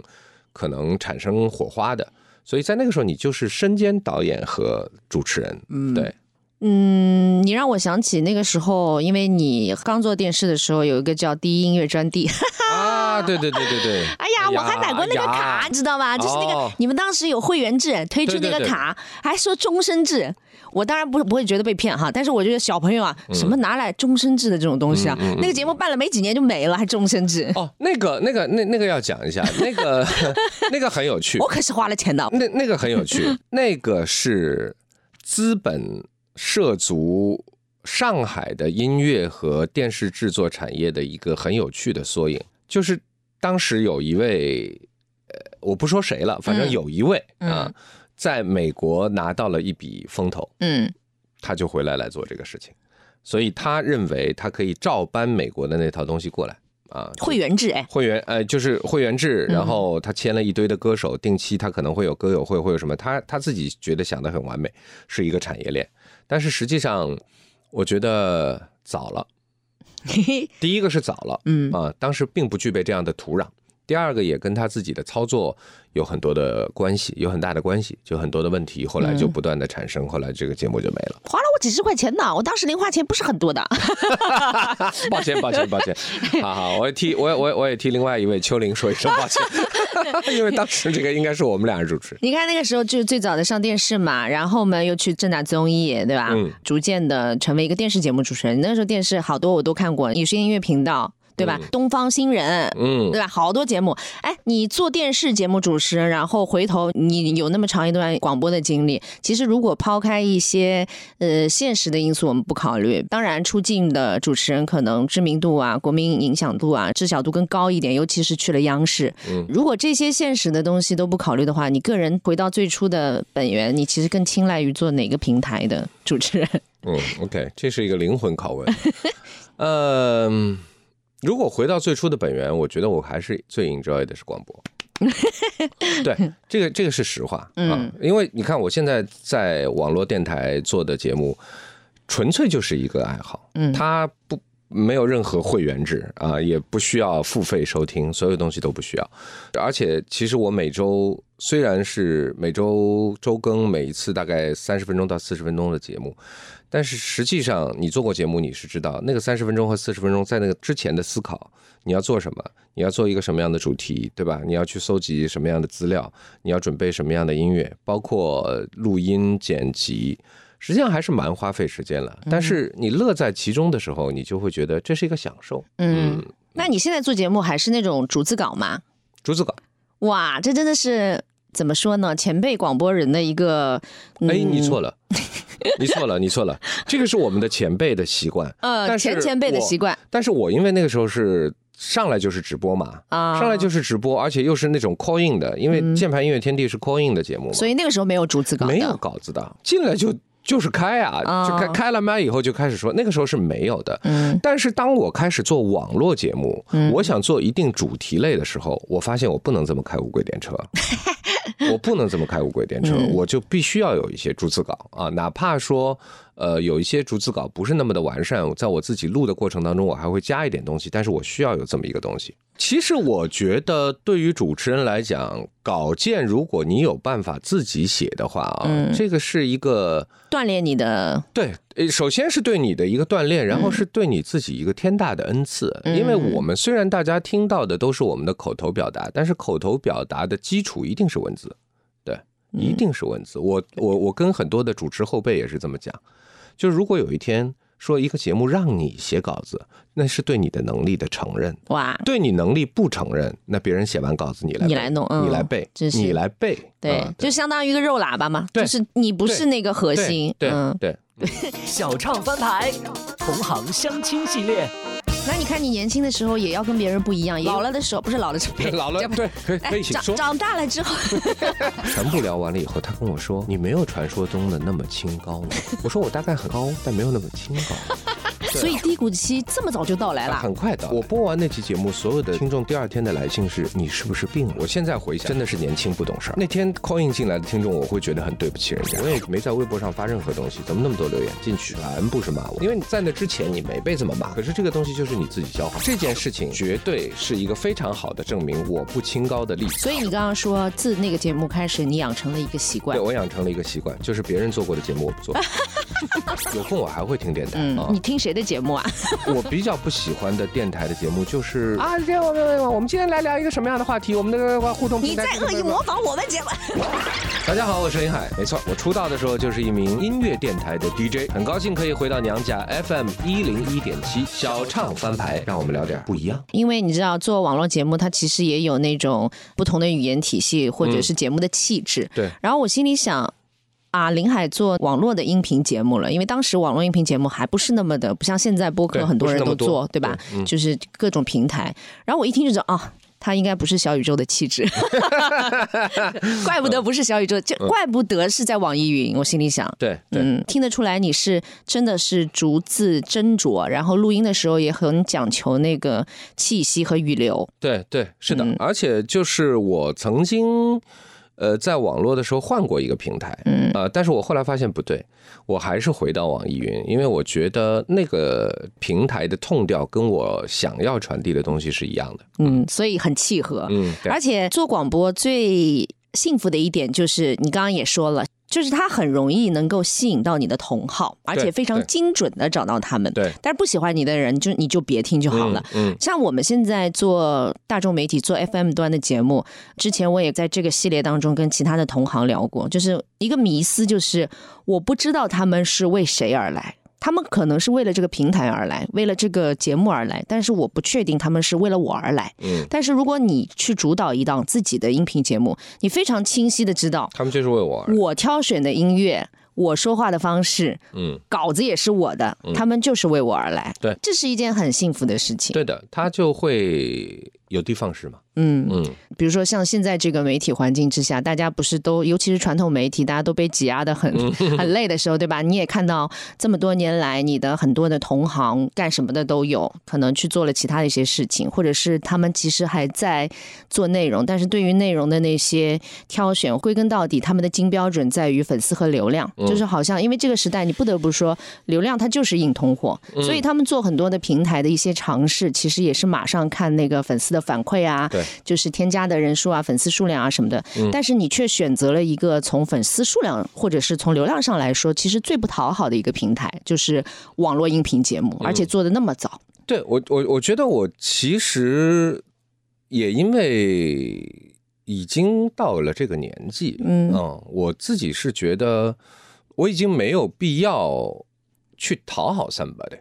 可能产生火花的。所以在那个时候，你就是身兼导演和主持人，嗯，对，
嗯，你让我想起那个时候，因为你刚做电视的时候，有一个叫第一音乐专递。
啊，对对对对对，
哎呀，我还买过那个卡，
哎呀
你知道吗？就是那个、
哦
你们当时有会员制推出那
对
个
对对
卡，还说终身制。我当然不不会觉得被骗哈，但是我觉得小朋友啊，什
嗯
么拿来终身制的这种东西啊，那个节目办了没几年就没了，还终身制。
哦，那个那个那那个要讲一下，那个 那个很有趣
我，可是花了钱的，
那那个很有 趣，那个是资本涉足上海的音乐和电视制作产业的一个很有趣的缩影。就是当时有一位，呃，我不说谁了，反正
嗯
有一位
嗯
啊，在美国拿到了一笔风投，
嗯
他就回来来做这个事情，所以他认为他可以照搬美国的那套东西过来啊，就
会员制哎，
会员，呃，就是会员制，然后他签了一堆的歌手，定期他可能会有歌友会，会有什么，他他自己觉得想的很完美，是一个产业链，但是实际上，我觉得早了。第一个是早了，
嗯
啊，当时并不具备这样的土壤。第二个也跟他自己的操作有很多的关系，有很大的关系，就很多的问题，后来就不断的产生，后来这个节目就没 了。
花了我几十块钱呢，我当时零花钱不是很多的。
抱歉，抱歉，抱歉。好好，我也替我也我也我也替另外一位秋玲说一声抱歉， 因为当时这个应该是我们俩人主持。
你看那个时候就是最早的上电视嘛，然后我们又去正大综艺，对吧？
嗯
逐渐的成为一个电视节目主持人。那时候电视好多我都看过，有些音乐频道。对吧？东方新人，
嗯
对吧？好多节目，哎，你做电视节目主持人，然后回头你有那么长一段广播的经历，其实如果抛开一些呃现实的因素，我们不考虑，当然出镜的主持人可能知名度啊、国民影响度啊、知晓度更高一点，尤其是去了央视。
嗯
如果这些现实的东西都不考虑的话，你个人回到最初的本源，你其实更青睐于做哪个平台的主持人？
嗯，OK，这是一个灵 魂拷问。嗯，如果回到最初的本源，我觉得我还是最 enjoy 的是广 播。对，这个这个是实话啊，
嗯
因为你看我现在在网络电台做的节目，纯粹就是一个爱好，
嗯
它不没有任何会员制啊，也不需要付费收听，所有东西都不需要。而且其实我每周虽然是每周周更，每一次大概三十分钟到四十分钟的节目，但是实际上你做过节目，你是知道那个三十分钟和四十分钟在那个之前的思考，你要做什么，你要做一个什么样的主题，对吧？你要去搜集什么样的资料，你要准备什么样的音乐，包括呃录音、剪辑。实际上还是蛮花费时间了，但是你乐在其中的时候，你就会觉得这是一个享受。
嗯，那你现在做节目还是那种逐字稿吗？
竹子稿，
哇，这真的是怎么说呢？前辈广播人的一个，嗯、
哎，你错了，你错了，你错了，这个是我们的前辈的习惯。
呃，
但是
前前辈的
我
习惯
但是我因为那个时候是上来就是直播嘛，
啊，嗯
上来就是直播，而且又是那种 call in 的，因为键盘音乐天地是 call in 的节目嘛，
所以那个时候没有逐字稿的，
没有稿子的，进来就就是开啊，
啊
就开开了麦以后就开始说，那个时候是没有的。
嗯
但是当我开始做网络节目，我想做一定主题类的时候，我发现我不能这么开无轨电车，我不能这么开无轨电车，我就必须要有一些逐字稿啊，哪怕说呃有一些逐字稿不是那么的完善，在我自己录的过程当中，我还会加一点东西，但是我需要有这么一个东西。其实我觉得，对于主持人来讲，稿件如果你有办法自己写的话啊，这个是一个
锻炼你的，
对，呃，首先是对你的一个锻炼，
嗯
然后是对你自己一个天大的恩赐。因为我们虽然大家听到的都是我们的口头表达，但是口头表达的基础一定是文字，对，
嗯
一定是文字。我我我跟很多的主持后辈也是这么讲，就如果有一天说一个节目让你写稿子，那是对你的能力的承认。
哇，
对你能力不承认，那别人写完稿子你来
你
背
来弄嗯
你来背
真，是
你来背，
对，
嗯
就相当于一个肉喇叭嘛，
对
就是你不是那个核
对
心，
对
嗯。
对，
小唱翻牌，同行相亲系列，
那你看你年轻的时候也要跟别人不一样，老了的时候不是老了之后，
老了
这不
对可以可以
哎，
请
长
说
长大了之 后，
全部聊完了以后，他跟我 说：“你没有传说中的那么清高呢。”我说：“我大概很 高，但没有那么清 高。啊
所以低谷期这么早就到来”了
很。快的，我播完那期节目，所有的听众第二天的来信是：“你是不是病了？”我现在回想，真的是年轻不懂事儿。那天 call in 进来的听众，我会觉得很对不起人家。我也没在微博上发任何东西，怎么那么多留言？进去全部是骂我，因为你在那之前你没被这么骂。可是这个东西就是你自己消化。这件事情绝对是一个非常好的证明我不清高的例子。
所以你刚刚说，自那个节目开始，你养成了一个习惯
对，。我养成了一个习惯，就是别人做过的节目我不 做。有空我还会听电台啊
嗯，。你听谁的节 目啊？
我比较不喜欢的电台的节目就是啊，这样我们我们今天来聊一个什么样的话题？我们的互动
你在恶意模仿我们节目。
大家好，我是林海，没错，我出道的时候就是一名音乐电台的 DJ，很高兴可以回到娘家 FM 一零一点七小唱翻牌，让我们聊点不一样。
因为你知道做网络节目，它其实也有那种不同的语言体系或者是节目的气质。
对
然后我心里想。啊，林海做网络的音频节目了，因为当时网络音频节目还不是那么的，不像现在播
对
客很多人
不
都
是那么多
做，对吧？
对嗯
就是各种平台。然后我一听就知道啊，他应该不是小宇宙的气 质， 怪不得不是小宇宙，就
嗯
怪不得是在网易云。我心里想，
对对，
嗯，听得出来你是真的是逐字斟酌，然后录音的时候也很讲求那个气息和语流。
对对，是的，
嗯
而且就是我曾经。呃，在网络的时候换过一个平台，嗯，呃，但是我后来发现不对，我还是回到网易云，因为我觉得那个平台的痛调跟我想要传递的东西是一样的，
嗯，所以很契合。
嗯，对
而且做广播最幸福的一点就是，你刚刚也说了，就是它很容易能够吸引到你的同好，而且非常
对
精准的找到他们。
对
但是不喜欢你的人就你就别听就好了。
嗯，
像我们现在做大众媒体、做 FM 端的节目，之前我也在这个系列当中跟其他的同行聊过，就是一个迷思，就是我不知道他们是为谁而来。他们可能是为了这个平台而来，为了这个节目而来，但是我不确定他们是为了我而来。
嗯，
但是如果你去主导一档自己的音频节目，你非常清晰的知道
他们就是为我而来，
我挑选的音乐。我说话的方式，
嗯，
稿子也是我的，他们就是为我而来。
对
这是一件很幸福的事情。
对的，他就会有的放矢嘛，
嗯，
嗯，
比如说像现在这个媒体环境之下，大家不是都，尤其是传统媒体，大家都被挤压的很很累的时候，对吧？你也看到这么多年来，你的很多的同行干什么的都有，可能去做了其他的一些事情，或者是他们其实还在做内容，但是对于内容的那些挑选，归根到底，他们的金标准在于粉丝和流量，就是好像因为这个时代，你不得不说流量它就是硬通货，所以他们做很多的平台的一些尝试，其实也是马上看那个粉丝的反馈啊，
对
就是添加的人数啊、粉丝数量啊什么的，但是你却选择了一个从粉丝数量或者是从流量上来说，其实最不讨好的一个平台，就是网络音频节目，而且做的那么早。
对我我我觉得我其实也因为已经到了这个年纪，
嗯
我自己是觉得我已经没有必要去讨好 somebody，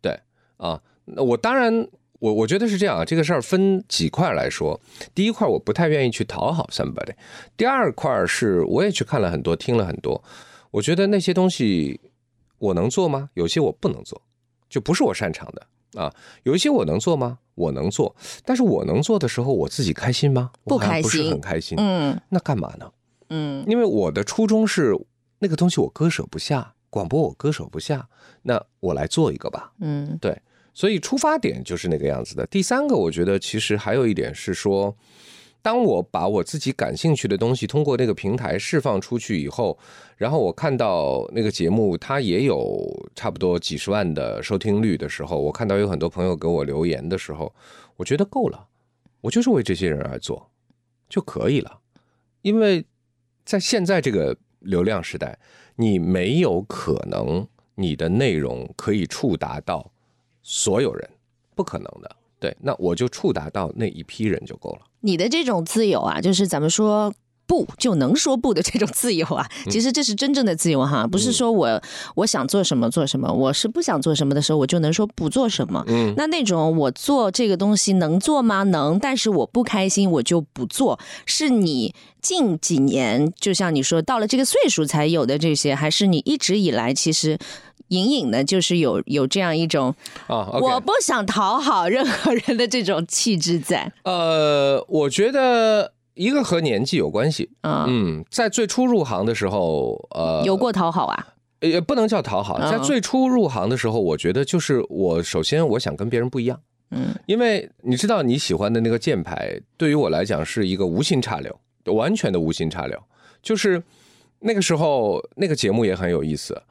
对啊，那我当然。我我觉得是这样啊，这个事儿分几块来说。第一块，我不太愿意去讨好 somebody；第二块是，我也去看了很多，听了很多，我觉得那些东西我能做吗？有些我不能做，就不是我擅长的啊。有一些我能做吗？我能做，但是我能做的时候，我自己开心吗？
不
我好像
开
不是
心
很开心。
嗯
那干嘛呢？
嗯
因为我的初衷是那个东西我割舍不下，广播我割舍不下，那我来做一个吧。
嗯
所以出发点就是那个样子的。第三个，我觉得其实还有一点是说，当我把我自己感兴趣的东西通过那个平台释放出去以后，然后我看到那个节目它也有差不多几十万的收听率的时候，我看到有很多朋友给我留言的时候，我觉得够了，我就是为这些人而做就可以了，因为在现在这个流量时代，你没有可能你的内容可以触达到。所有人，不可能的。对，那我就触达到那一批人就够了。
你的这种自由啊，就是咱们说。不就能说不的这种自由啊，
嗯
其实这是真正的自由哈，不是说我我想做什么做什么，我是不想做什么的时候，我就能说不做什么。
嗯，
那那种我做这个东西能做吗？能，但是我不开心，我就不做。是你近几年，就像你说，到了这个岁数才有的这些，还是你一直以来其实隐隐的，就是有有这样一种
啊
我
，OK，
不想讨好任何人的这种气质在
呃，我觉得一个和年纪有关系。
啊。
嗯，在最初入行的时候，呃，
有过讨好啊，
也不能叫讨好，
嗯
在最初入行的时候，我觉得就是我首先我想跟别人不一样，
嗯，
因为你知道你喜欢的那个键牌，对于我来讲是一个无心插柳，完全的无心插柳。就是那个时候那个节目也很有意思，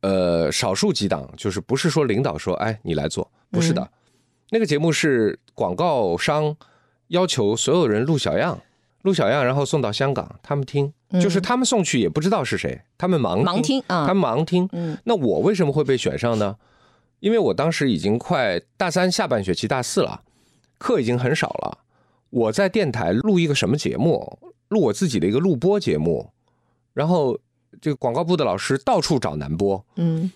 呃，少数几档就是不是说领导说哎你来做，不是的，
嗯
那个节目是广告商要求所有人录小样，录小样然后送到香港，他们听，就是他们送去也不知道是谁，他们盲
嗯盲听啊
他们盲听，
嗯
那我为什么会被选上呢？因为我当时已经快大三下半学期大四了，课已经很少了。我在电台录一个什么节目？录我自己的一个录播节目，然后这个广告部的老师到处找男播，
嗯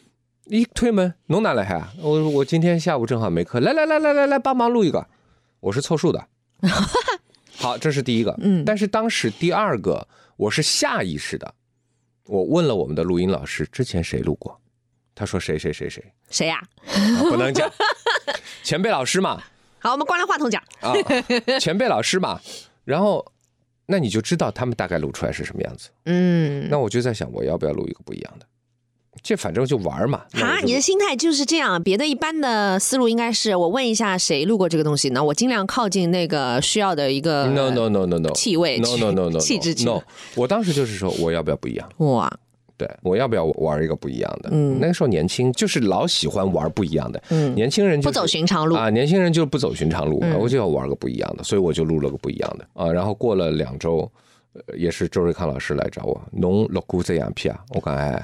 一推门，侬哪来呀？我我今天下午正好没课，来来来来来来，帮忙录一个，我是凑数的。 好，这是第一个。
嗯
但是当时第二个，我是下意识的，我问了我们的录音老师，之前谁录过？他说谁谁谁谁，
谁呀、
啊不能 讲，前辈老师嘛，
好，我们关了话筒讲。
啊，前辈老师嘛。然后，那你就知道他们大概录出来是什么样子。
嗯，
那我就在想，我要不要录一个不一样的？这反正就玩儿嘛。那我
哈，
就
你的心态就是这样。别的一般的思路应该是，我问一下谁录过这个东西呢？我尽量靠近那个需要的一个
no no no no no
呃气味
no no no no
气质
no，我当时就是说我要不要不一样，
哇，
对我要不要玩一个不一样的？
嗯
那个时候年轻，就是老喜欢玩不一样的，
嗯，
年轻人就是
不走寻常路。
啊，年轻人就不走寻常路，
嗯
我就要玩个不一样的，所以我就录了个不一样的啊。然后过了两周，呃也是周瑞康老师来找我，侬录过这样片啊？我 讲哎，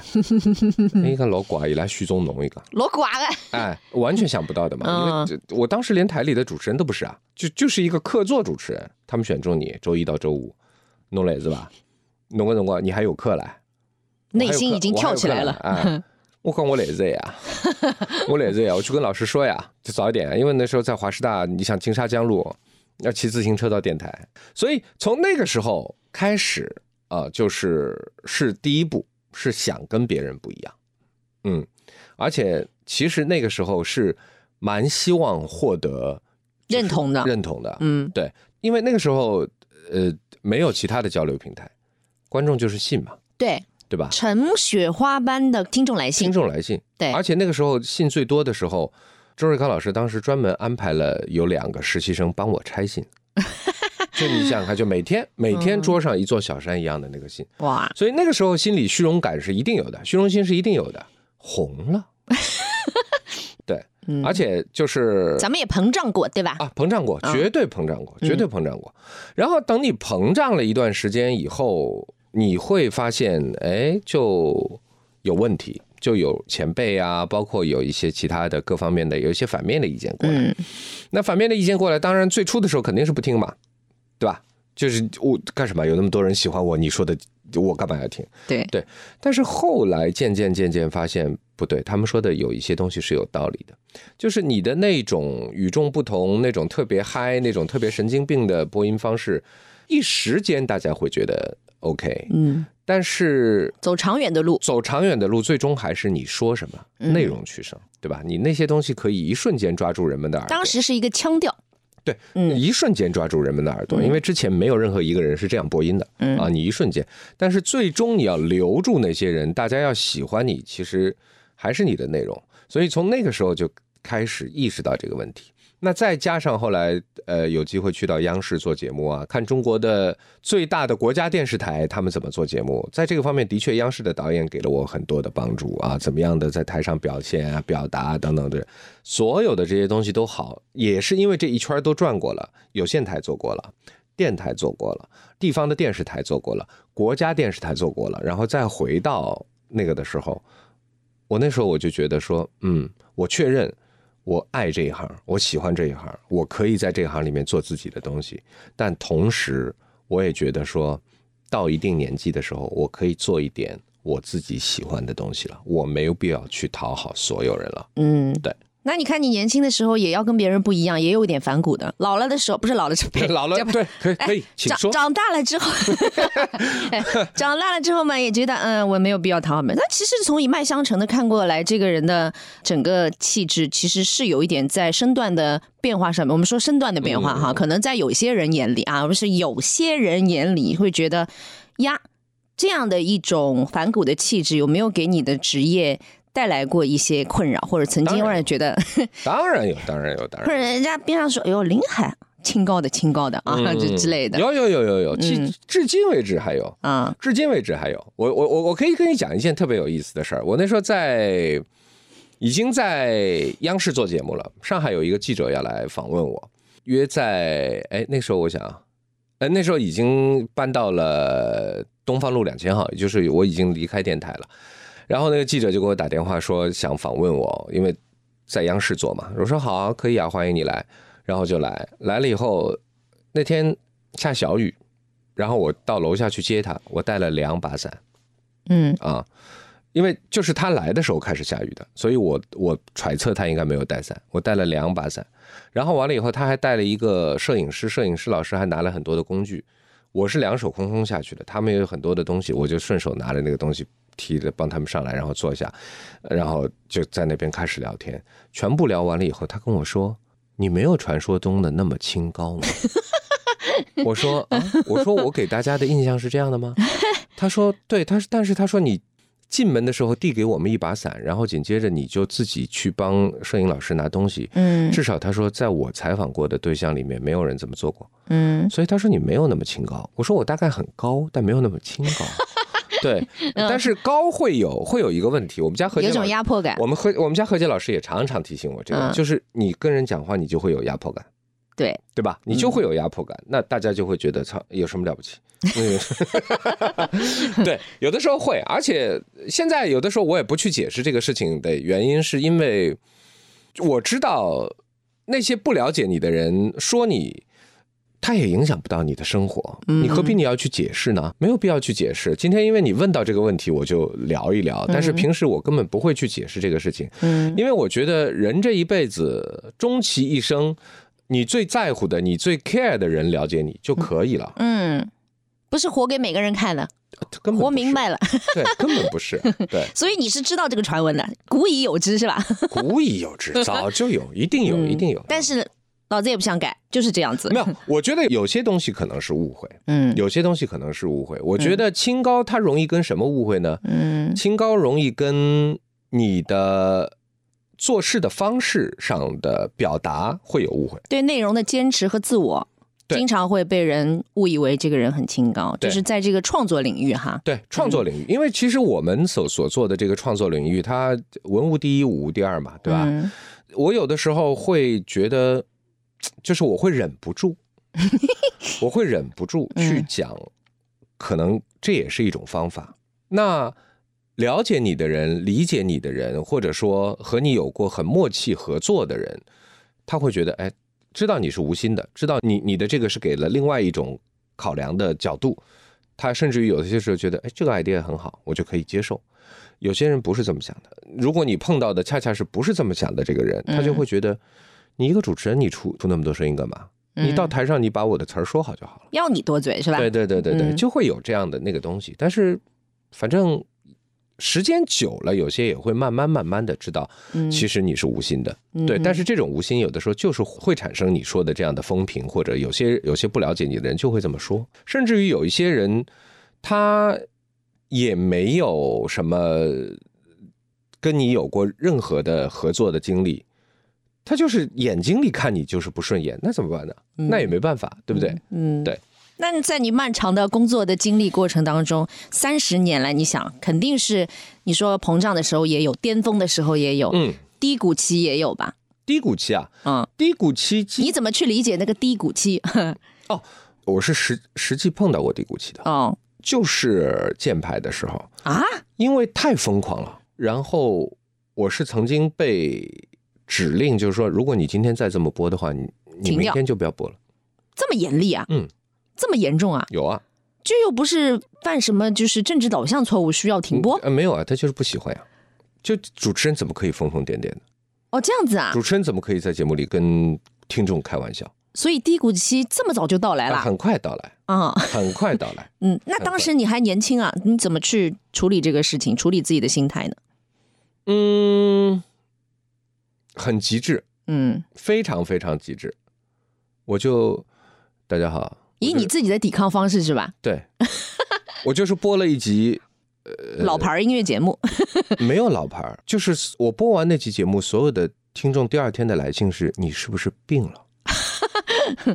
应该老怪伊拉徐中侬一个，
罗寡了，
哎，完全想不到的嘛，
嗯
因为这我当时连台里的主持人都不是啊，就就是一个客座主持人，他们选中你，周一到周五，弄来是吧？弄个弄个，你还有课来，
内心已经跳起来了。
哎， 我讲我累着 呀，我累着呀，我去跟老师说呀，就早一点，啊因为那时候在华师大，你想金沙江路要骑自行车到电台，所以从那个时候开始啊、就是是第一步是想跟别人不一样，嗯，而且其实那个时候是蛮希望获得
认同的，
认同的，
嗯
对，因为那个时候呃没有其他的交流平台，观众就是信嘛，
对，
对吧？
陈雪花般的听众来
听
信，
众来信，
对
而且那个时候信最多的时候，周瑞康老师当时专门安排了有两个实习生帮我拆 信，就你想想看，就每天每
嗯
天桌上一座小山一样的那个信，
哇，
所以那个时候心里虚荣感是一定有的，虚荣心是一定有的，红 了，对，
嗯
而且就是
咱们也膨胀过，对吧？
啊，膨胀过，
嗯
绝对膨胀过，绝对膨胀过。然后等你膨胀了一段时间以后，你会发现，哎，就有问题，就有前辈啊，包括有一些其他的各方面的，有一些反面的意见过来。
嗯，
那反面的意见过来，当然最初的时候肯定是不听嘛，对吧？就是我干什么？有那么多人喜欢我，你说的我干嘛要听？
对，
但是后来渐渐渐渐发现不对，他们说的有一些东西是有道理的，就是你的那种与众不同、那种特别嗨、那种特别神经病的播音方式，一时间大家会觉得 OK，
嗯，
但是
走长远的路，
走长远的路，最终还是你说什么内容取胜，对吧？你那些东西可以一瞬间抓住人们的耳朵，
当时是一个腔调，
对，
嗯
一瞬间抓住人们的耳朵，因为之前没有任何一个人是这样播音的
嗯
啊，你一瞬间，但是最终你要留住那些人，大家要喜欢你，其实还是你的内容，所以从那个时候就开始意识到这个问题。那再加上后来，呃，有机会去到央视做节目啊，看中国的最大的国家电视台他们怎么做节目，在这个方面的确，央视的导演给了我很多的帮助啊，怎么样的在台上表现啊、表达啊等等的，所有的这些东西都好，也是因为这一圈都转过了，有线台做过了，电台做过了，地方的电视台做过了，国家电视台做过了，然后再回到那个的时候，我那时候我就觉得说，嗯，我确认我爱这一行，我喜欢这一行，我可以在这行里面做自己的东西，但同时我也觉得说，到一定年纪的时候，我可以做一点我自己喜欢的东西了，我没有必要去讨好所有人了。
嗯，
对。
那你看，你年轻的时候也要跟别人不一样，也有点反骨的。老了的时候，不是老了之后，呸
老了
这不
对，可以可以
哎，
请
长
说。
长大了之后， 长大了之后嘛，也觉得嗯，我没有必要讨好别人。那其实从一脉相承的看过来，这个人的整个气质其实是有一点在身段的变化上面。我们说身段的变
嗯
化哈，可能在有些人眼里啊，不是有些人眼里会觉得呀，这样的一种反骨的气质，有没有给你的职业？带来过一些困扰，或者曾经
当
让
然
人觉得，
当然有，当然有，当
或者
然有。
人家边上说：“哎呦，林海清高的清高的 啊，就之类的。
嗯有有有有有，至
嗯
至今为止还有，”
啊，
至今为止还有。我我我我可以跟你讲一件特别有意思的事儿。我那时候在已经在央视做节目了，上海有一个记者要来访问我，约在哎那时候我想啊，呃那时候已经搬到了东方路两千号，也就是我已经离开电台了。然后那个记者就给我打电话说想访问我，因为在央视做嘛。我说好啊、可以啊，欢迎你来。然后就来，来了以后那天下小雨，然后我到楼下去接他，我带了两把伞
嗯
啊，因为就是他来的时候开始下雨的，所以我我揣测他应该没有带伞，我带了两把伞，然后完了以后他还带了一个摄影师，摄影师老师还拿了很多的工具，我是两手空空下去的，他们也有很多的东西，我就顺手拿了那个东西提着帮他们上来，然后坐下，然后就在那边开始聊天，全部聊完了以后，他跟我说：“你没有传说中的那么清高吗？” 我说、啊：“我说我给大家的印象是这样的吗？”他说：“对，他是，但是他说你。”进门的时候递给我们一把伞，然后紧接着你就自己去帮摄影老师拿东西。
嗯
至少他说，在我采访过的对象里面，没有人这么做过。
嗯
所以他说你没有那么清高。我说我大概很高，但没有那么清 高。对，但是高会有会有一个问题，我们家何
嗯
洁
有
老
种压迫感
我，们何我们家何洁老师也常常提醒我这个，
嗯
就是你跟人讲话，你就会有压迫感。
对，
对吧？你就会有压迫感，那大家就会觉得操，有什么了不起？嗯对，有的时候会，而且现在有的时候我也不去解释这个事情的原因，是因为我知道那些不了解你的人说你它也影响不到你的生活，你何必你要去解释呢？没有必要去解释。今天因为你问到这个问题，我就聊一聊，但是平时我根本不会去解释这个事情，
嗯
因为我觉得人这一辈子，终其一生，你最在乎的、你最 care 的人了解你就可以了，
嗯，不是活给每个人看的，
根本
嗯
不
活
是
明，白了。
对，根本不是，对，
所以你是知道这个传闻的，古已有之是吧？
古已有之，早就有，一定有，一定有。
嗯但是老子也不想改，就是这样子。
没有，我觉得有些东西可能是误会，
嗯
有些东西可能是误会。我觉得清高它容易跟什么误会呢？
嗯
清高容易跟你的做事的方式上的表达会有误会。
对内容的坚持和自我，
对
经常会被人误以为这个人很清高，
对
就是在这个创作领域哈。
对创作领域，因为其实我们所所做的这个创作领域，它文无第一，武无第二嘛，对吧？
嗯
我有的时候会觉得，就是我会忍不住，我会忍不住去讲，可能这也是一种方法。那了解你的人、理解你的人，或者说和你有过很默契合作的人，他会觉得，哎，知道你是无心的，知道你你的这个是给了另外一种考量的角度。他甚至于有些时候觉得，哎，这个 idea 很好，我就可以接受。有些人不是这么想的。如果你碰到的恰恰是不是这么想的这个人，他就会觉得，你一个主持人，你出出那么多声音干嘛？你到台上，你把我的词儿说好就好了。
要你多嘴嗯是吧？
对对对对对，
嗯
就会有这样的那个东西。但是，反正时间久了，有些也会慢慢慢慢的知道，
嗯
其实你是无心的。对，但是这种无心，有的时候就是会产生你说的这样的风评，或者有些有些不了解你的人就会这么说，甚至于有一些人，他也没有什么跟你有过任何的合作的经历。他就是眼睛里看你就是不顺眼，那怎么办呢？那也没办法，对不对？
嗯，
对。
那在你漫长的工作的经历过程当中，三十年来，你想肯定是你说膨胀的时候也有，巅峰的时候也有，
嗯，
低谷期也有吧？
低谷期啊，
嗯，
低谷期基
你怎么去理解那个低谷期？
我是实实际碰到过低谷期的，
哦
就是箭牌的时候，
啊，
因为太疯狂了。然后我是曾经被指令，就是说，如果你今天再这么播的话，你你
停
明
掉
天就不要播了。
这么严厉啊？
嗯，
这么严重啊？
有啊，
这又不是犯什么就是政治导向错误需要停播
呃，没有啊，他就是不喜欢呀、就主持人怎么可以疯疯癫癫的？
哦，这样子啊？
主持人怎么可以在节目里跟听众开玩笑？
所以低谷期这么早就到来
啊
了
很快到来，
啊？
很快到来。
嗯，那当时你还年轻啊，你怎么去处理这个事情，处理自己的心态呢？
嗯，很极致，
嗯，
非常非常极致。我就大家好，
以你自己的抵抗方式是吧？
对，我就是播了一集，呃
老牌儿音乐节目，
没有老牌儿，就是我播完那期节目，所有的听众第二天的来信是：你是不是病了？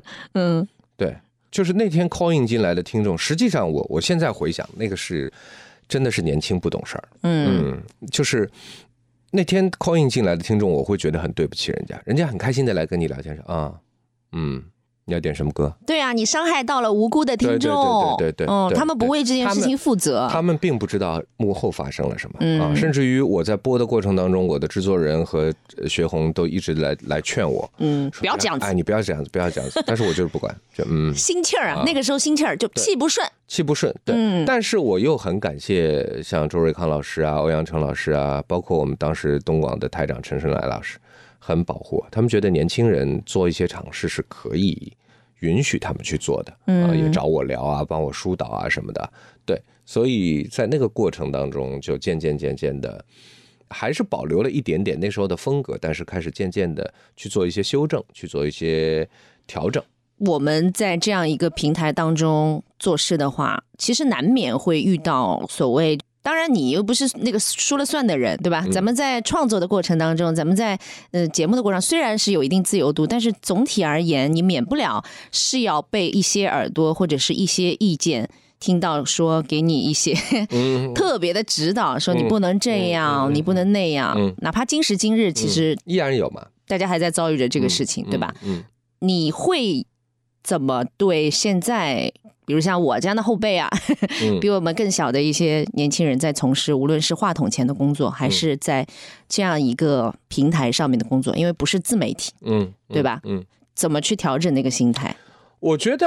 嗯
对，就是那天 call in 进来的听众，实际上我我现在回想，那个是真的是年轻不懂事儿，
嗯
嗯，就是。那天 call in 进来的听众，我会觉得很对不起人家，人家很开心的来跟你聊天说啊，嗯，你要点什么歌？
对啊，你伤害到了无辜的听众，
对对对对对
嗯，
对
他们不为这件事情负责，
他们并不知道幕后发生了什么、
啊嗯
啊，甚至于我在播的过程当中，我的制作人和呃学红都一直来来劝我，
嗯，
说
不要这样子
哎，，你不要这样子，不要这样子。但是我就是不管，就嗯，
心气儿啊
啊，
那个时候心气儿就气不顺，
气不顺。对，
嗯
但是我又很感谢像周瑞康老师啊、欧阳成老师啊，包括我们当时东广的台长陈胜来老师，很保护我。他们觉得年轻人做一些尝试是可以允许他们去做的，啊，
嗯
也找我聊啊，帮我疏导啊什么的。对，所以在那个过程当中，就渐渐渐渐的。还是保留了一点点那时候的风格，但是开始渐渐的去做一些修正，去做一些调整。
我们在这样一个平台当中做事的话，其实难免会遇到所谓。当然，你又不是那个说了算的人，对吧？咱们在创作的过程当中，咱们在呃节目的过程，虽然是有一定自由度，但是总体而言，你免不了是要被一些耳朵或者是一些意见听到，说 给你一些
嗯，
特别的指导，说你
嗯
不能这样，
嗯嗯
你不能那样。
嗯
哪怕今时今日，其实
依然有嘛
大家还在遭遇着这
这
个事情，对吧？？
嗯，嗯
你会怎么对现在，比如像我这样的后辈啊，
嗯
比我们更小的一些年轻人，在从事无论是话筒前的工作，还
嗯
是在这样一个平台上面的工作，因为不是自媒体，
嗯，
对吧
嗯，
怎么去调整那个心态？
我觉得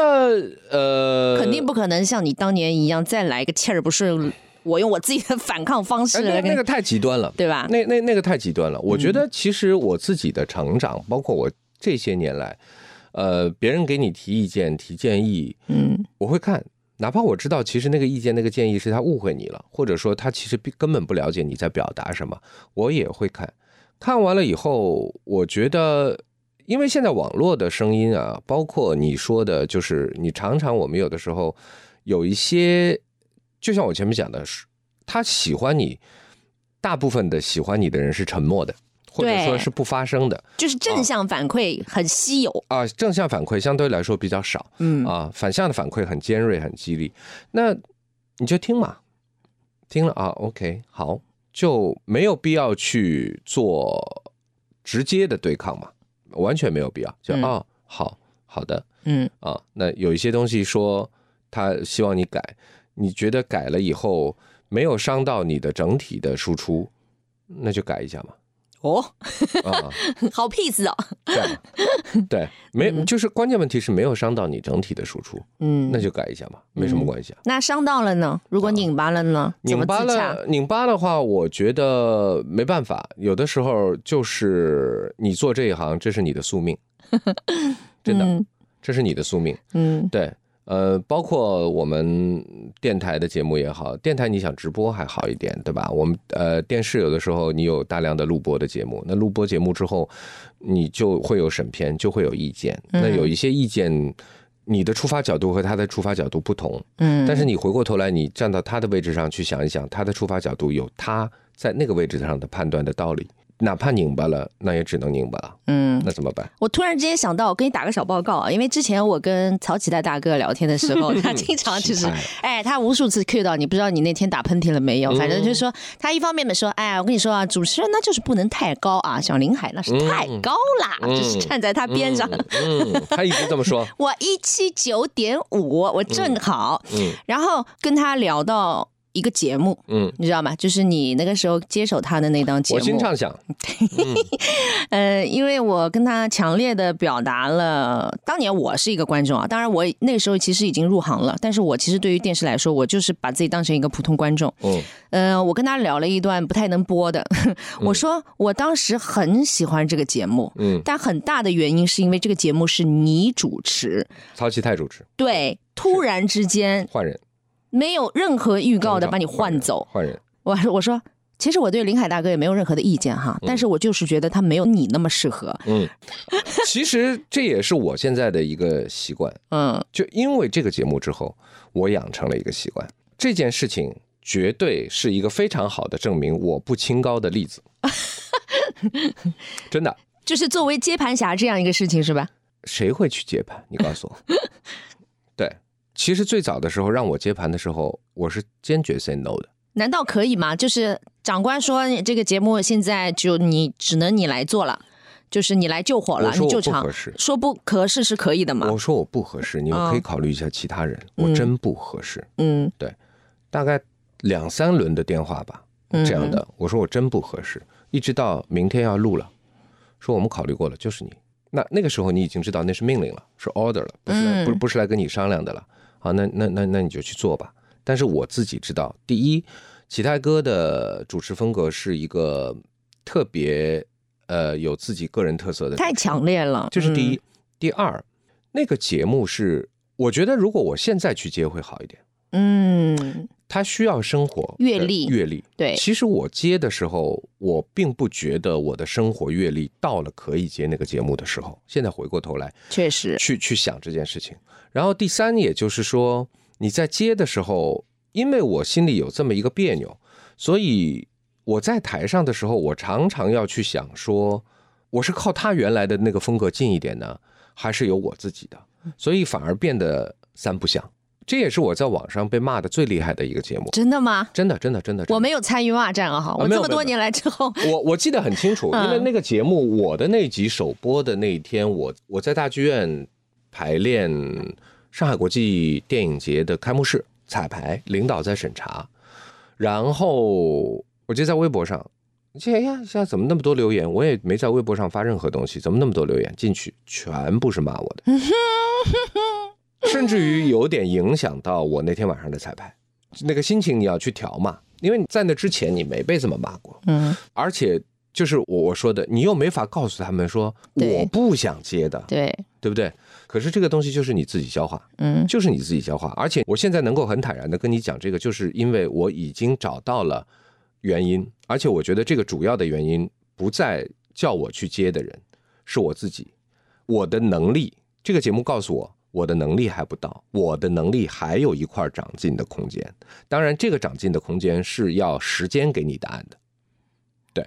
呃，
肯定不可能像你当年一样再来一个锲而不顺，我用我自己的反抗方式
哎那
来
个那
跟
个太极端了，
对吧？
那那那个太极
嗯
端了。我觉得其实我自己的成长，包括我这些年来，呃，别人给你提意见、提建议，
嗯
我会看，哪怕我知道其实那个意见、那个建议是他误会你了，或者说他其实并根本不了解你在表达什么，我也会看。看完了以后，我觉得，因为现在网络的声音啊，包括你说的，就是你常常我们有的时候有一些，就像我前面讲的，是他喜欢你，大部分的喜欢你的人是沉默的，或者
对
说是不发声的
就是正向反馈很稀有，
啊，正向反馈相对来说比较少。
嗯
啊，反向的反馈很尖锐，很激励。那你就听嘛，听了啊，OK，好，就没有必要去做直接的对抗嘛，完全没有必要。就啊、
嗯
好好的
嗯
啊，那有一些东西说他希望你改，你觉得改了以后没有伤到你的整体的输出，那就改一下嘛。
哦，
啊，
好 peace 哦，
对嘛对，没就是关键问题是没有伤到你整体的输出，
嗯，
那就改一下嘛，没什么关系啊。
那伤到了呢？如果拧巴了呢？怎
啊拧
么
巴
自洽？
了，拧巴的话，我觉得没办法，有的时候就是你做这一行，这是你 的宿命，真的，
嗯
这是你的宿命。
嗯
对，呃，包括我们电台的节目也好，电台你想直播还好一点，对吧？我们呃电视有的时候你有大量的录播的节目，那录播节目之后，你就会有审片，就会有意见，那
嗯
有一些意见。你的出发角度和他的出发角度不同，
嗯，
但是你回过头来，你站到他的位置上去想一想，他的出发角度有他在那个位置上的判断的道理。哪怕拧巴了，那也只能拧巴了，
嗯，
那怎么办？
我突然之间想到，我跟你打个小报告啊，因为之前我跟曹启泰大哥聊天的时 候，他经常就是
启泰，
哎，他无数次 cue 到你，不知道你那天打喷嚏了没
嗯
有？反正就是说，他一方面说，哎，我跟你说啊，主持人那就是不能太高啊，小林海那是太高啦，
嗯
就是站在他边上。。
嗯，嗯他一直这么说
我一七九点五，我正好，
嗯
然后跟他聊到一个节目，
嗯，
你知道吗？就是你那个时候接手他的那档节
我
目，
经常想，
呃，因为我跟他强烈的表达了，当年我是一个观众啊，当然我那个时候其实已经入行了，但是我其实对于电视来说，我就是把自己当成一个普通观众。
嗯
呃，我跟他聊了一段不太能播的， 我说我当时很喜欢这个节目，
嗯，
但很大的原因是因为这个节目是你主持，
曹启泰主持，
对，突然之间
换人，
没有任何预告的
中场
把你换走，
换人，
我说我说。其实我对林海大哥也没有任何的意见哈，但是我就是觉得他没有你那么适合，
嗯，其实这也是我现在的一个习惯，
嗯
就因为这个节目之后，我养成了一个习惯，这件事情绝对是一个非常好的证明我不清高的例 子，真的，
就是作为接盘侠这样一个事情是吧？
谁会去接盘？你告诉 我。对，其实最早的时候让我接盘的时候，我是坚决 say no 的。
难道可以吗？就是长官说这个节目现在就你只能你来做了，就是你来救火
我
了，
说
你救
我不
场
合。适，
说不合适是可以的嘛
我？说我不合适，你们可以考虑一下其他人，我真不合适。
嗯
大概两三轮的电话吧，
嗯
这样的，我说我真不合适，一直到明天要录了，说我们考虑过了，就是你。那那个时候你已经知道那是命令了，是 order 了，不是来
嗯
不是不是来跟你商量的了。好，那那那那你就去做吧。但是我自己知道，第一，启泰哥的主持风格是一个特别呃有自己个人特色的，
嗯太强烈了。
这是第
嗯
一。第二，那个节目是我觉得如果我现在去接会好一点。
嗯，
他需要生活
阅
的
历
阅历。
对
其实我接的时候，我并不觉得我的生活阅历到了可以接那个节目的时候。现在回过头来
确实，
去去想这件事情。然后第三，也就是说你在接的时候，因为我心里有这么一个别扭，所以我在台上的时候，我常常要去想说，我是靠他原来的那个风格近一点呢，还是有我自己的，所以反而变得三不像。这也是我在网上被骂的最厉害的一个节目，
真的吗？
真的，真的，真的。真的
我没有参与骂战啊，哈，我
没
这
有
么
没
多
有没有
年来之后，
我我记得很清楚，
嗯
因为那个节目我的那集首播的那一天，我我在大剧院排练上海国际电影节的开幕式彩排，领导在审查，然后我就在微博上。这哎呀，现在怎么那么多留言？我也没在微博上发任何东西，怎么那么多留言？进去全部是骂我的，甚至于有点影响到我那天晚上的彩排，那个心情你要去调嘛，因为你在那之前你没被这么骂过，
嗯，
而且就是我我说的，你又没法告诉他们说
对
我不想接的，
对，
对不对？可是这个东西就是你自己消化，
嗯
就是你自己消化。而且我现在能够很坦然的跟你讲这个，就是因为我已经找到了原因，而且我觉得这个主要的原因不在叫我去接的人，是我自己，我的能力。这个节目告诉我，我的能力还不到，我的能力还有一块长进的空间。当然，这个长进的空间是要时间给你答案的，对，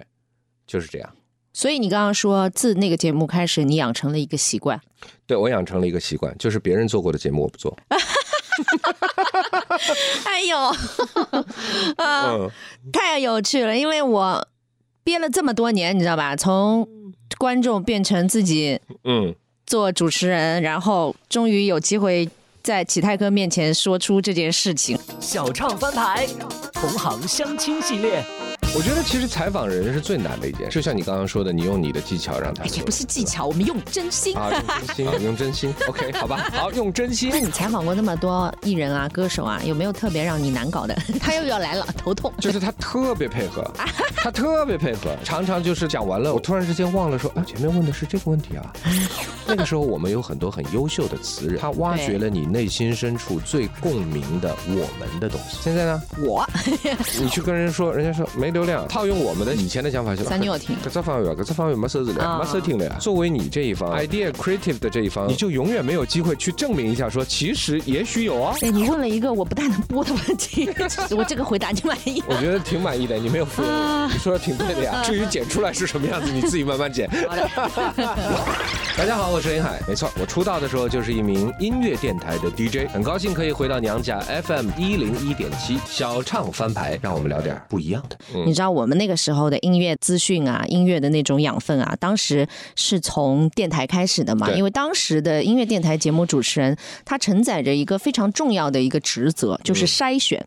就是这样。
所以你刚刚说，自那个节目开始，你养成了一个习惯，
对我养成了一个习惯，就是别人做过的节目我不做。
哎呦， 啊，
嗯，
太有趣了！因为我憋了这么多年，你知道吧？从观众变成自己
嗯，
做主持人，然后终于有机会在启泰哥面前说出这件事情。
小唱翻牌，同行相亲系列，
我觉得其实采访人是最难的一件，就像你刚刚说的，你用你的技巧让他
哎，也不是技巧，我们用真心。
啊，用真心，啊用真心，OK，好吧，好，用真心
那。你采访过那么多艺人啊、歌手啊，有没有特别让你难搞的？ 他又要来了，头痛。
就是他特别配合，他特别配合，常常就是讲完了，我突然之间忘了说，啊，前面问的是这个 问题啊。那个时候我们有很多很优秀的词人，他挖掘了你内心深处最共鸣的我们的东西。现在呢，
我
你去跟人说，人家说没流量，套用我们的以前的想法就是
三女友听
搿只方面搿只方面没收入
啊
了，没收听了呀。作为你这一方 idea creative 的这一方，你就永远没有机会去证明一下，说其实也许有啊。
哎，你问了一个我不大能播的问题， 我这个回答你满意？
我觉得挺满意的，你没有敷衍
啊
我，你说的挺对的呀。至于剪出来是什么样子，你自己慢慢剪。 大家好，我是林海，没错，我出道的时候就是一名音乐电台的 DJ，很高兴可以回到娘家 FM 一零一点七小唱翻牌，让我们聊点不一样的。
你知道我们那个时候的音乐资讯啊，音乐的那种养分啊，当时是从电台开始的嘛，
对
因为当时的音乐电台节目主持人，他承载着一个非常重要的一个职责，
嗯
就是筛选。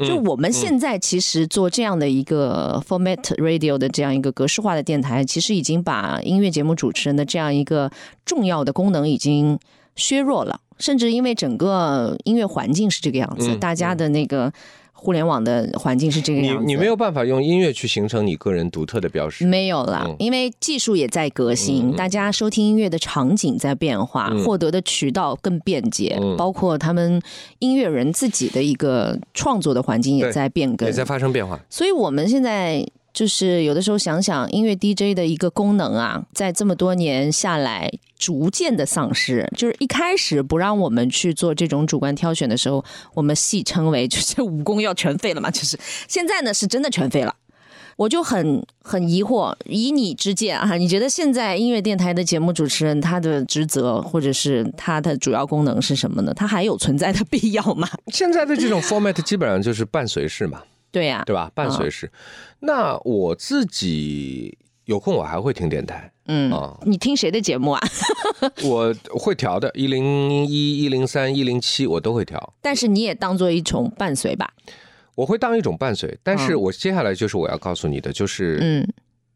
就我们现在其实做这样的一
嗯
个 format radio 的这样一个格式化的电台，其实已经把音乐节目主持人的这样一个重要的功能已经削弱了，甚至因为整个音乐环境是这个样子，
嗯
大家的那个互联网的环境是这个
你
样子。
你没有办法用音乐去形成你个人独特的标识。
没有啦，
嗯
因为技术也在革新，大家收听音乐的场景在变化，
嗯
获得的渠道更便捷，
嗯
包括他们音乐人自己的一个创作的环境也
对
在变更
也，在发生变化，
所以我们现在。就是有的时候想想，音乐 DJ 的一个功能啊，在这么多年下来，逐渐的丧失。就是一开始不让我们去做这种主观挑选的时候，我们戏称为 就是武功要全废了嘛。就是现在呢，是真的全废了。我就很很疑惑，以你之见啊，你觉得现在音乐电台的节目主持人他的职责或者是他的主要功能是什么呢？他还有存在的必要吗？
现在的这种 format 基本上就是伴随式嘛，
对啊呀、
对吧？伴随式。那我自己有空我还会听电 台，
嗯，
啊
你听谁的节目啊？
我会调的，一零一、一零三、一零七我都会调。
但是你也当做一种伴随吧。
我会当一种伴随，但是
嗯
我接下来就是我要告诉你的，就是
嗯，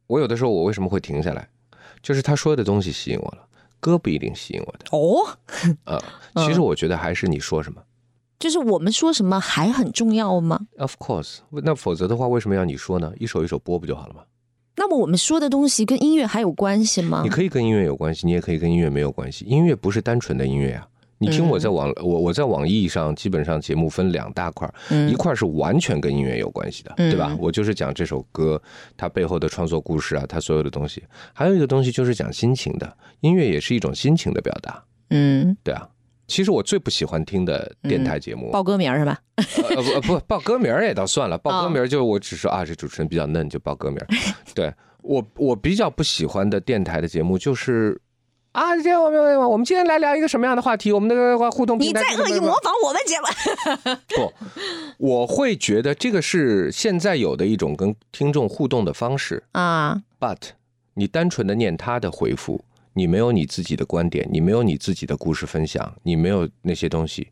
我有的时候我为什么会停下来，就是他说的东西吸引我了，歌不一定吸引我的
哦，
啊。
嗯
其实我觉得还是你说什么
就是我们说什么还很重要吗？
，of course，那否则的话为什么要你说呢？一首一首播不就好了吗？
那么我们说的东西跟音乐还有关系吗
你？可以跟音乐有关系，你也可以跟音乐没有关系。音乐不是单纯的音乐啊。你听
嗯
我在网，我我在网易上基本上节目分两大块儿，
嗯
一块儿是完全跟音乐有关系的，
嗯
对吧？我就是讲这首歌它背后的创作故事啊，它所有的东西。还有一个东西就是讲心情的，音乐也是一种心情的表达，
嗯，
对啊。其实我最不喜欢听的电台节目，
报歌名儿是吧？
呃不呃不报歌名儿也倒算了，报
嗯
歌名儿就我只说啊，这主持人比较嫩，就报歌名儿。对我我比较不喜欢的电台的节目就是。啊，今天我们我们今天来聊一个什么样的话题？我们的互动
你
平台
在
是什么
恶意模仿我们节目？
不，我会觉得这个是现在有的一种跟听众互动的方式。
啊，
But 你单纯的念他的回复，你没有你自己的观点，你没有你自己的故事分享，你没有那些东西，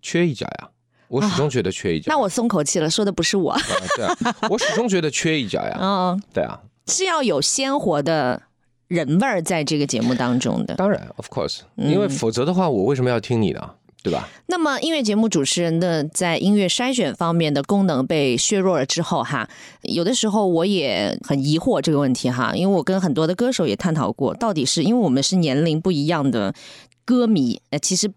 缺一角呀。我始终觉得缺一角。
啊那我松口气了，说的不是我。
啊，对啊，我始终觉得缺一角呀。
嗯，
对啊，
是要有鲜活的人味儿在这个节目当中的。
当然，of course，
嗯
因为否则的话，我为什么要听你呢？对吧？
那么音乐节目主持人的在音乐筛选方面的功能被削弱了之后，哈，有的时候我也很疑惑这个问题哈，因为我跟很多的歌手也探讨过，到底是因为我们是年龄不一样的歌迷，呃，其实。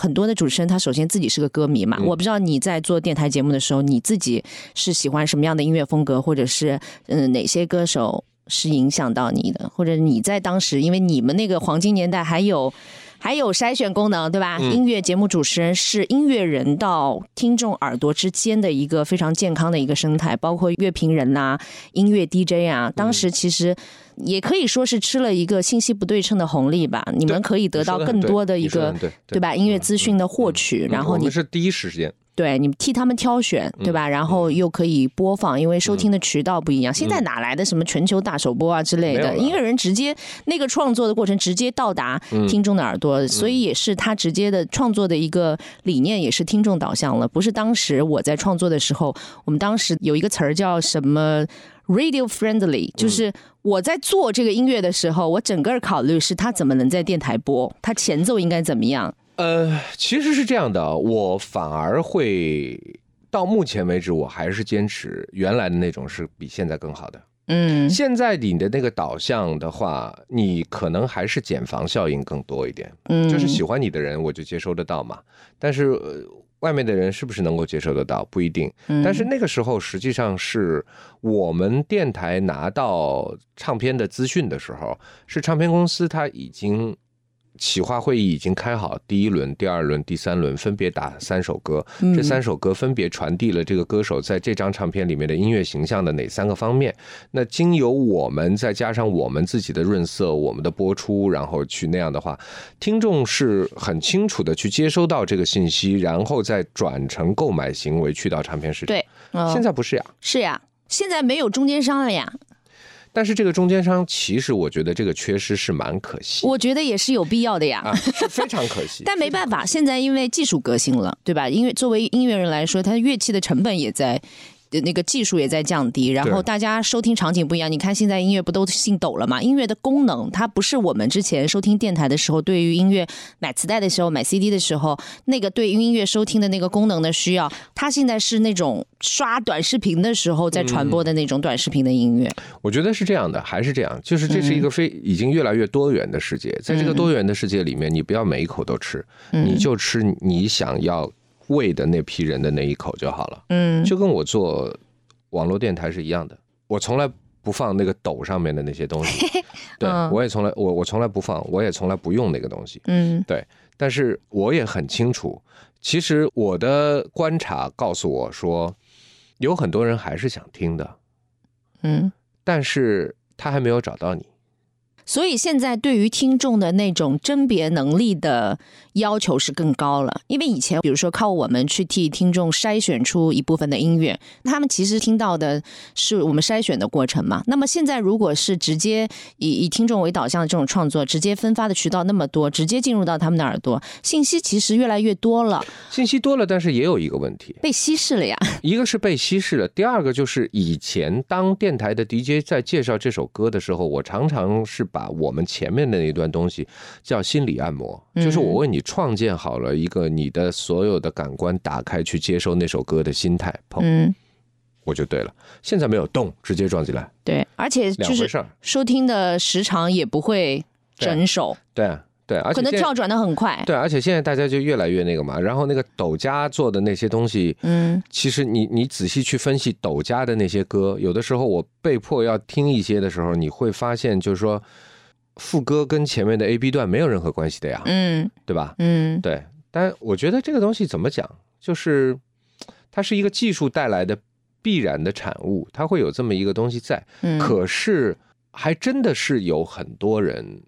很多的主持人，他首先自己是个歌迷嘛，我不知道你在做电台节目的时候，你自己是喜欢什么样的音乐风格，或者是嗯哪些歌手是影响到你的，或者你在当时，因为你们那个黄金年代还有还有筛选功能，对吧？音乐节目主持人是音乐人到听众耳朵之间的一个非常健康的一个生态，包括乐评人呐、音乐 DJ 啊，
嗯
当时其实。也可以说是吃了一个信息不对称的红利吧，你们可以得到更多的一
你说得
个
很对对嗯
对吧音乐资讯的获取，然后
我
你
们是第一时间，
对你替他们挑选对
嗯
吧，然后又可以播放，因为收听的渠道不一样。现在哪来的什么全球大首播啊之类
嗯没有
的，
了
音乐人直接那个创作的过程直接到达
嗯
听众的耳朵，所以也是他直接的创作的一个理念，也是听众导向了，不是当时我在创作的时候，我们当时有一个词儿叫什么？Radio friendly，就是
嗯
我在做这个音乐的时候，我整个考虑是它怎么能在电台播，它前奏应该怎么样。
呃，其实是这样的，我反而会到目前为止，我还是坚持原来的那种是比现在更好的。
嗯
现在你的那个导向的话，你可能还是茧房效应更多一点，
嗯，
就是喜欢你的人我就接收得到嘛，但是。呃外面的人是不是能够接受得到？不一定。
嗯，
但是那个时候，实际上是我们电台拿到唱片的资讯的时候，是唱片公司它已经企划会议已经开好，第一轮、第二轮、第三轮分别打三首歌，
嗯
这三首歌分别传递了这个歌手在这张唱片里面的音乐形象的哪三个方面。那经由我们再加上我们自己的润色、我们的播出，然后去那样的话，听众是很清楚的去接收到这个信息，然后再转成购买行为去到唱片市场。
对，嗯
现在不是呀。
是呀，现在没有中间商了呀，
但是这个中间商，其实我觉得这个缺失是蛮可 惜
我觉得也是有必要的呀。
啊，是非常可惜。
但没办法，现在因为技术革新了，对吧？因为作为音乐人来说，他乐器的成本也在。呃那个技术也在降低，然后
对
大家收听场景不一样。你看现在音乐不都姓抖了嘛？音乐的功能，它不是我们之前收听电台的时候，对于音乐买磁带的时候、买 CD 的时候，那个对于音乐收听的那个功能的需要，它现在是那种刷短视频的时候在
嗯
传播的那种短视频的音乐。
我觉得是这样的，还是这样，就是这
嗯
是一个非已经越来越多元的世界，在这个多元的世界里面，你不要每一口都吃，
嗯
你就吃你想要喂的那批人的那一口就好了。
嗯
就跟我做网络电台是一样的，我从来不放那个抖上面的那些 东西，对
嗯
我也从来我我从来不放，我也从来不用那个东西。
嗯
对，但是我也很清楚，其实我的观察告诉我说，有很多人还是想听的，
嗯。
但是他还没有找到你。
所以现在对于听众的那种甄别能力的要求是更高了，因为以前比如说靠我们去替听众筛选出一部分的音乐，他们其实听到的是我们筛选的过程嘛。那么现在如果是直接以以听众为导向的这种创作，直接分发的渠道那么多，直接进入到他们的耳朵，信息其实越来越多了，
信息多了，但是也有一个问题，
被稀释了呀。
一个是被稀释了，第二个就是以前当电台的 DJ 在介绍这首歌的时候，我常常是把我们前面的那一段东西叫心理按摩，
嗯
就是我为你创建好了一个你的所有的感官打开去接收那首歌的心态，砰，
嗯，
我就对了。现在没有动，直接撞进来，
对，而且
两
就
回
是
事儿。
收听的时长也不会整首，
对啊对，而且
可能
现在
跳转的很快。
对，而且现在大家就越来越那个嘛，然后那个抖家做的那些东西，
嗯。
其实你你仔细去分析抖家的那些歌，有的时候我被迫要听一些的时候，你会发现就是说，副歌跟前面的 A B 段没有任何关系的呀，
嗯
对吧？
嗯
对，但我觉得这个东西怎么讲，就是它是一个技术带来的必然的产物，它会有这么一个东西在，
嗯，
可是还真的是有很多人，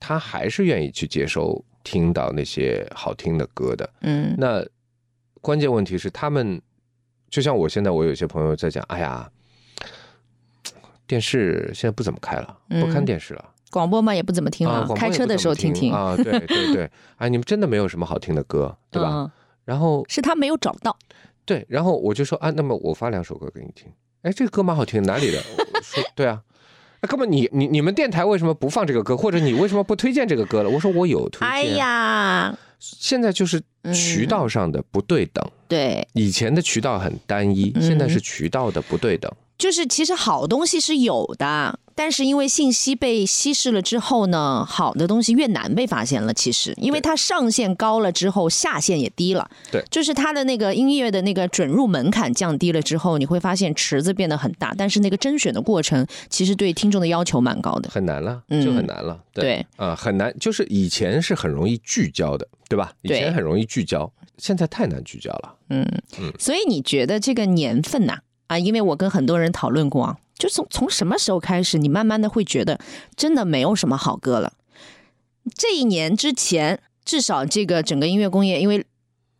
他还是愿意去接收听到那些好听的歌的。
嗯
那关键问题是，他们就像我现在，我有些朋友在讲，哎呀，电视现在不怎么开了，不看
嗯
电视了、
广播嘛也不怎么听
啊
了，，
广播
开
也
车
不
的
怎
时候
么
听嗯
听啊，对 对对，哎，你们真的没有什么好听的歌，对吧？
嗯
然后
是他没有找到，
对，然后我就说啊，那么我发两首歌给你听。哎，这个歌蛮好听，哪里的？我 说对啊。那哥们，你你你们电台为什么不放这个歌，或者你为什么不推荐这个歌了？我说我有推荐，啊
哎哎呀，嗯
现在就是渠道上的不对等，
对，
以前的渠道很单一，
嗯
现在是渠道的不对等。
就是其实好东西是有的，但是因为信息被稀释了之后呢，好的东西越难被发现了。其实，因为它上限高了之后，下限也低了。
对
就是它的那个音乐的那个准入门槛降低了之后，你会发现池子变得很大，但是那个甄选的过程其实对听众的要求蛮高的。
很难了，
嗯
就很难了。
对
啊、很难，就是以前是很容易聚焦的，对吧？以
对
前很容易聚焦，现在太难聚焦了。嗯
所以你觉得这个年份呐、啊？因为我跟很多人讨论过啊，就从从什么时候开始，你慢慢的会觉得真的没有什么好歌了。这一年之前，至少这个整个音乐工业，因为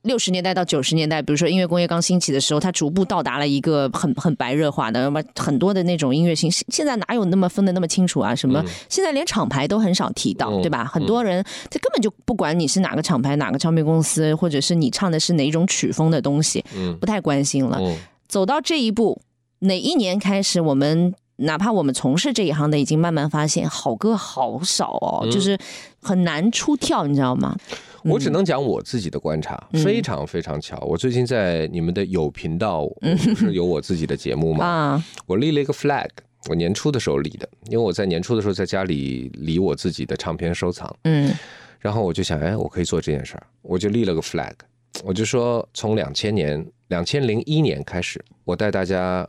六十年代到九十年代，比如说音乐工业刚兴起的时候，它逐步到达了一个很很白热化的，那么很多的那种音乐性，现现在哪有那么分的那么清楚啊？什么、现在连厂牌都很少提到，
嗯
对吧？很多人他根本就不管你是哪个厂牌、哪个唱片公司，或者是你唱的是哪一种曲风的东西，
嗯
不太关心了。
嗯，
走到这一步，哪一年开始，我们哪怕我们从事这一行的，已经慢慢发现好歌好少哦，
嗯
就是很难出跳，你知道吗？
我只能讲我自己的观察，
嗯
非常非常巧。我最近在你们的有频道，我不是有我自己的节目吗？
啊，
我立了一个 flag，我年初的时候立的，因为我在年初的时候在家里理我自己的唱片收藏，
嗯
然后我就想，哎，我可以做这件事儿，我就立了个 flag，我就说从两千年、两千零一年开始，我带大家，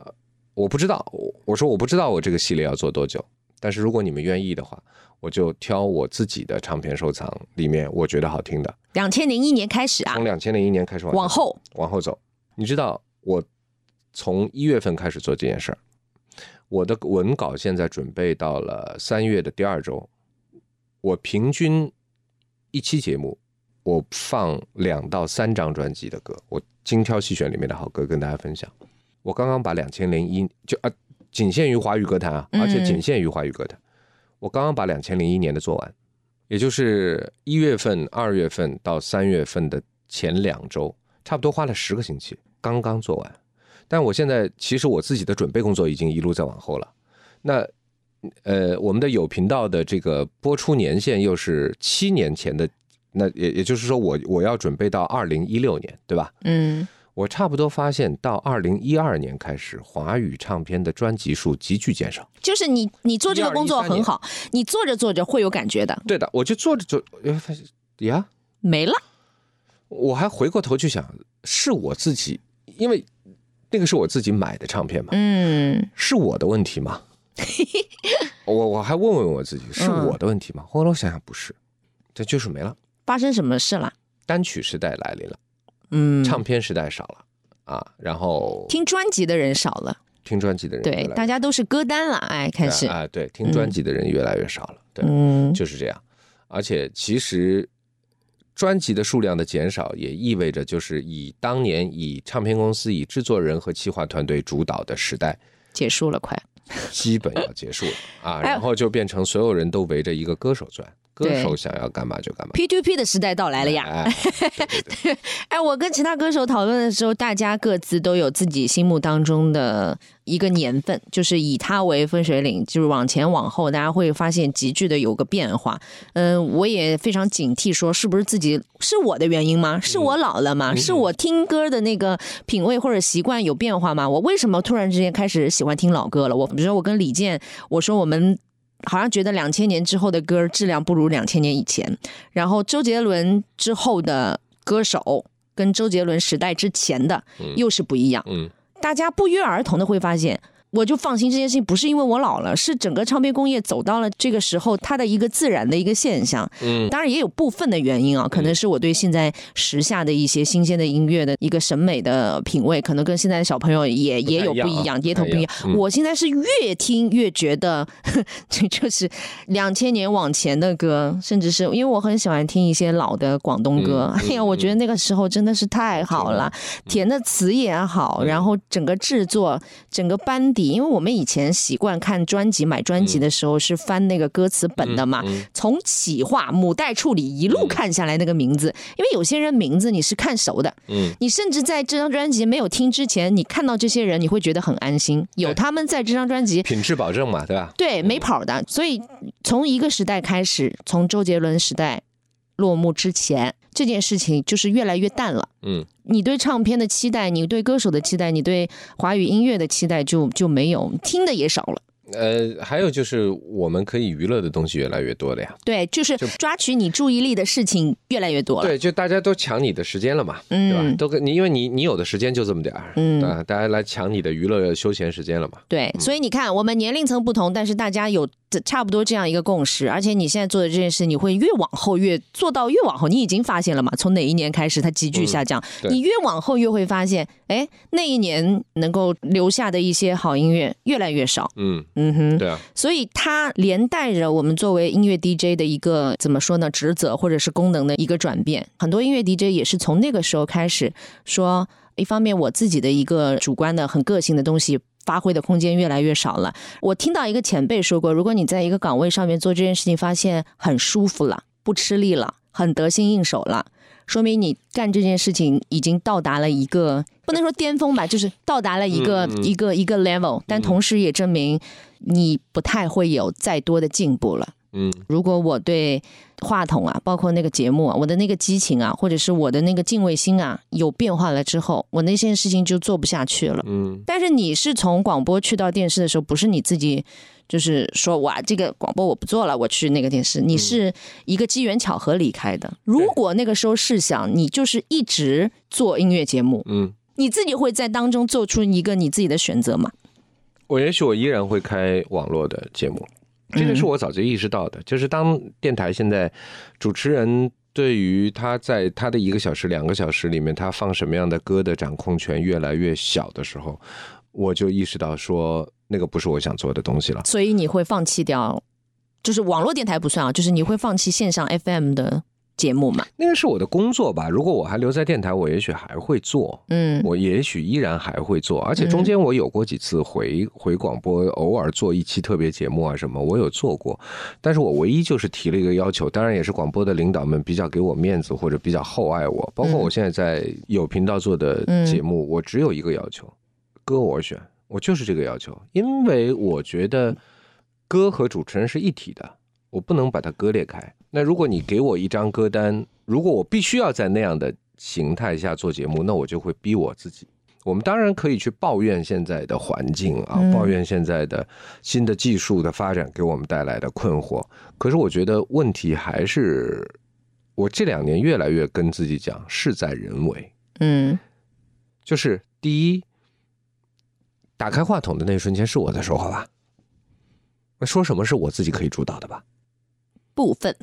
我不知道，我我说我不知道我这个系列要做多久，但是如果你们愿意的话，我就挑我自己的唱片收藏里面我觉得好听的，
两千零一年开始啊
从，两千零一年开始往
往
下
后
往后走，你知道我从一月份开始做这件事儿，我的文稿现在准备到了三月的第二周，我平均一期节目我放两到三张专辑的歌，我精挑细选里面的好歌跟大家分享。我刚刚把两千零一就啊，仅限于华语歌坛啊，
嗯
而且仅限于华语歌坛。我刚刚把两千零一年的做完，也就是一月份、二月份到三月份的前两周，差不多花了十个星期，刚刚做完。但我现在其实我自己的准备工作已经一路在往后了。那呃，我们的有频道的这个播出年限又是七年前的，那也也就是说我，我要准备到二零一六年，对吧？
嗯，
我差不多发现，到二零一二年开始，华语唱片的专辑数急剧减少。
就是你你做这个工作
1213
很好，你做着做着会有感觉的，
对的，我就做着做，哎发现呀，
没了，
我还回过头去想，是我自己，因为那个是我自己买的唱片嘛，
嗯
是我的问题 吗？我我还问问我自己，是
嗯
我的问题吗？后来我想想，不是，这就是没了。
发生什么事了？
单曲时代来临了，
嗯，
唱片时代少了、啊，然后
听专辑的人少了，
听专辑的人
对
越，来
大家都是歌单了，哎，开
越
始，
啊，对，听专辑的人越来越少了，对，啊
嗯，
就是这样。而且其实专辑的数量的减少，也意味着就是以当年以唱片公司、以制作人和企划团队主导的时代，
结束了，快。
基本要 结束了啊，
哎
然后就变成所有人都围着一个歌手转，歌
对
手想要干嘛就干嘛。
P to P 的时代到来了呀！
哎，对对对
哎，我跟其他歌手讨论的时候，大家各自都有自己心目当中的一个年份，就是以它为分水岭，就是往前往后，大家会发现急剧的有个变化。嗯，我也非常警惕，说是不是自己是我的原因吗？是我老了吗？是我听歌的那个品味或者习惯有变化吗？我为什么突然之间开始喜欢听老歌了？我比如说我跟李健，我说我们。好像觉得两千年之后的歌质量不如两千年以前，然后周杰伦之后的歌手跟周杰伦时代之前的又是不一样。
嗯，
大家不约而同的会发现，我就放心这件事情不是因为我老了，是整个唱片工业走到了这个时候，它的一个自然的一个现象。
嗯，
当然也有部分的原因啊，可能是我对现在时下的一些新鲜的音乐的一个审美的品味，可能跟现在的小朋友也
不太
也有
一样
不
啊
一样，也头不
不太
一
一
样
样。嗯
我现在是越听越觉得， 这就是两千年往前的歌，甚至是因为我很喜欢听一些老的广东歌，
嗯嗯
哎呀，我觉得那个时候真的是太好了，填的词也
嗯
好，然后整个制作、整个班底，因为我们以前习惯看专辑、买专辑的时候是翻那个歌词本的嘛，
嗯
从企划、母带处理一路看下来那个名字，因为有些人名字你是看熟的，
嗯，
你甚至在这张专辑没有听之前，你看到这些人，你会觉得很安心，有
对
他们在这张专辑。
品质保证嘛，对吧？
对，没跑的。所以从一个时代开始，从周杰伦时代、落幕之前，这件事情就是越来越淡了。
嗯，
你对唱片的期待，你对歌手的期待，你对华语音乐的期待就就没有，听的也少了。
呃，还有就是我们可以娱乐的东西越来越多了呀。
对，就是抓取你注意力的事情越来越多了。
对，就大家都抢你的时间了嘛，对吧？
嗯，
都跟你，因为你你有的时间就这么点儿，
嗯
啊，大家来抢你的娱乐休闲时间了嘛。
对，所以你看，我们年龄层不同，但是大家有这差不多这样一个共识。而且你现在做的这件事，你会越往后越做到越往后，你已经发现了嘛？从哪一年开始它急剧下降？
对
你越往后越会发现，哎，那一年能够留下的一些好音乐越来越少。
嗯，
嗯哼，
对啊，
所以它连带着我们作为音乐 DJ 的一个怎么说呢，职责或者是功能的一个转变。很多音乐 DJ 也是从那个时候开始说，一方面我自己的一个主观的很个性的东西。发挥的空间越来越少了。我听到一个前辈说过，如果你在一个岗位上面做这件事情，发现很舒服了，不吃力了，很得心应手了，说明你干这件事情已经到达了一个不能说巅峰吧，就是到达了一个、
嗯嗯嗯
一个一个 level，但同时也证明你不太会有再多的进步了。
嗯，
如果我对话筒啊，包括那个节目啊，我的那个激情啊，或者是我的那个敬畏心啊，有变化了之后，我那件事情就做不下去了。
嗯，
但是你是从广播去到电视的时候，不是你自己就是说哇，这个广播我不做了，我去那个电视，你是一个机缘巧合离开的。如果那个时候试想，你就是一直做音乐节目，
嗯，
你自己会在当中做出一个你自己的选择嘛？
我也许我依然会开网络的节目，这个是我早就意识到的，就是当电台现在主持人。对于他在他的一个小时、两个小时里面，他放什么样的歌的掌控权越来越小的时候，我就意识到说，那个不是我想做的东西了。
所以你会放弃掉，就是网络电台不算啊，就是你会放弃线上 FM 的节目嘛？
那个是我的工作吧。如果我还留在电台，我也许还会做，
嗯
我也许依然还会做。而且中间我有过几次回回广播，偶尔做一期特别节目啊什么，我有做过。但是我唯一就是提了一个要求，当然也是广播的领导们比较给我面子或者比较厚爱我。包括我现在在有频道做的节目，我只有一个要求，歌我选，我就是这个要求，因为我觉得歌和主持人是一体的。我不能把它割裂开。那如果你给我一张歌单，如果我必须要在那样的形态下做节目，那我就会逼我自己。我们当然可以去抱怨现在的环境啊
嗯，
抱怨现在的新的技术的发展给我们带来的困惑。可是我觉得问题还是，我这两年越来越跟自己讲，事在人为。
嗯
就是第一，打开话筒的那一瞬间是我在说话吧？那说什么是我自己可以主导的吧？
部分，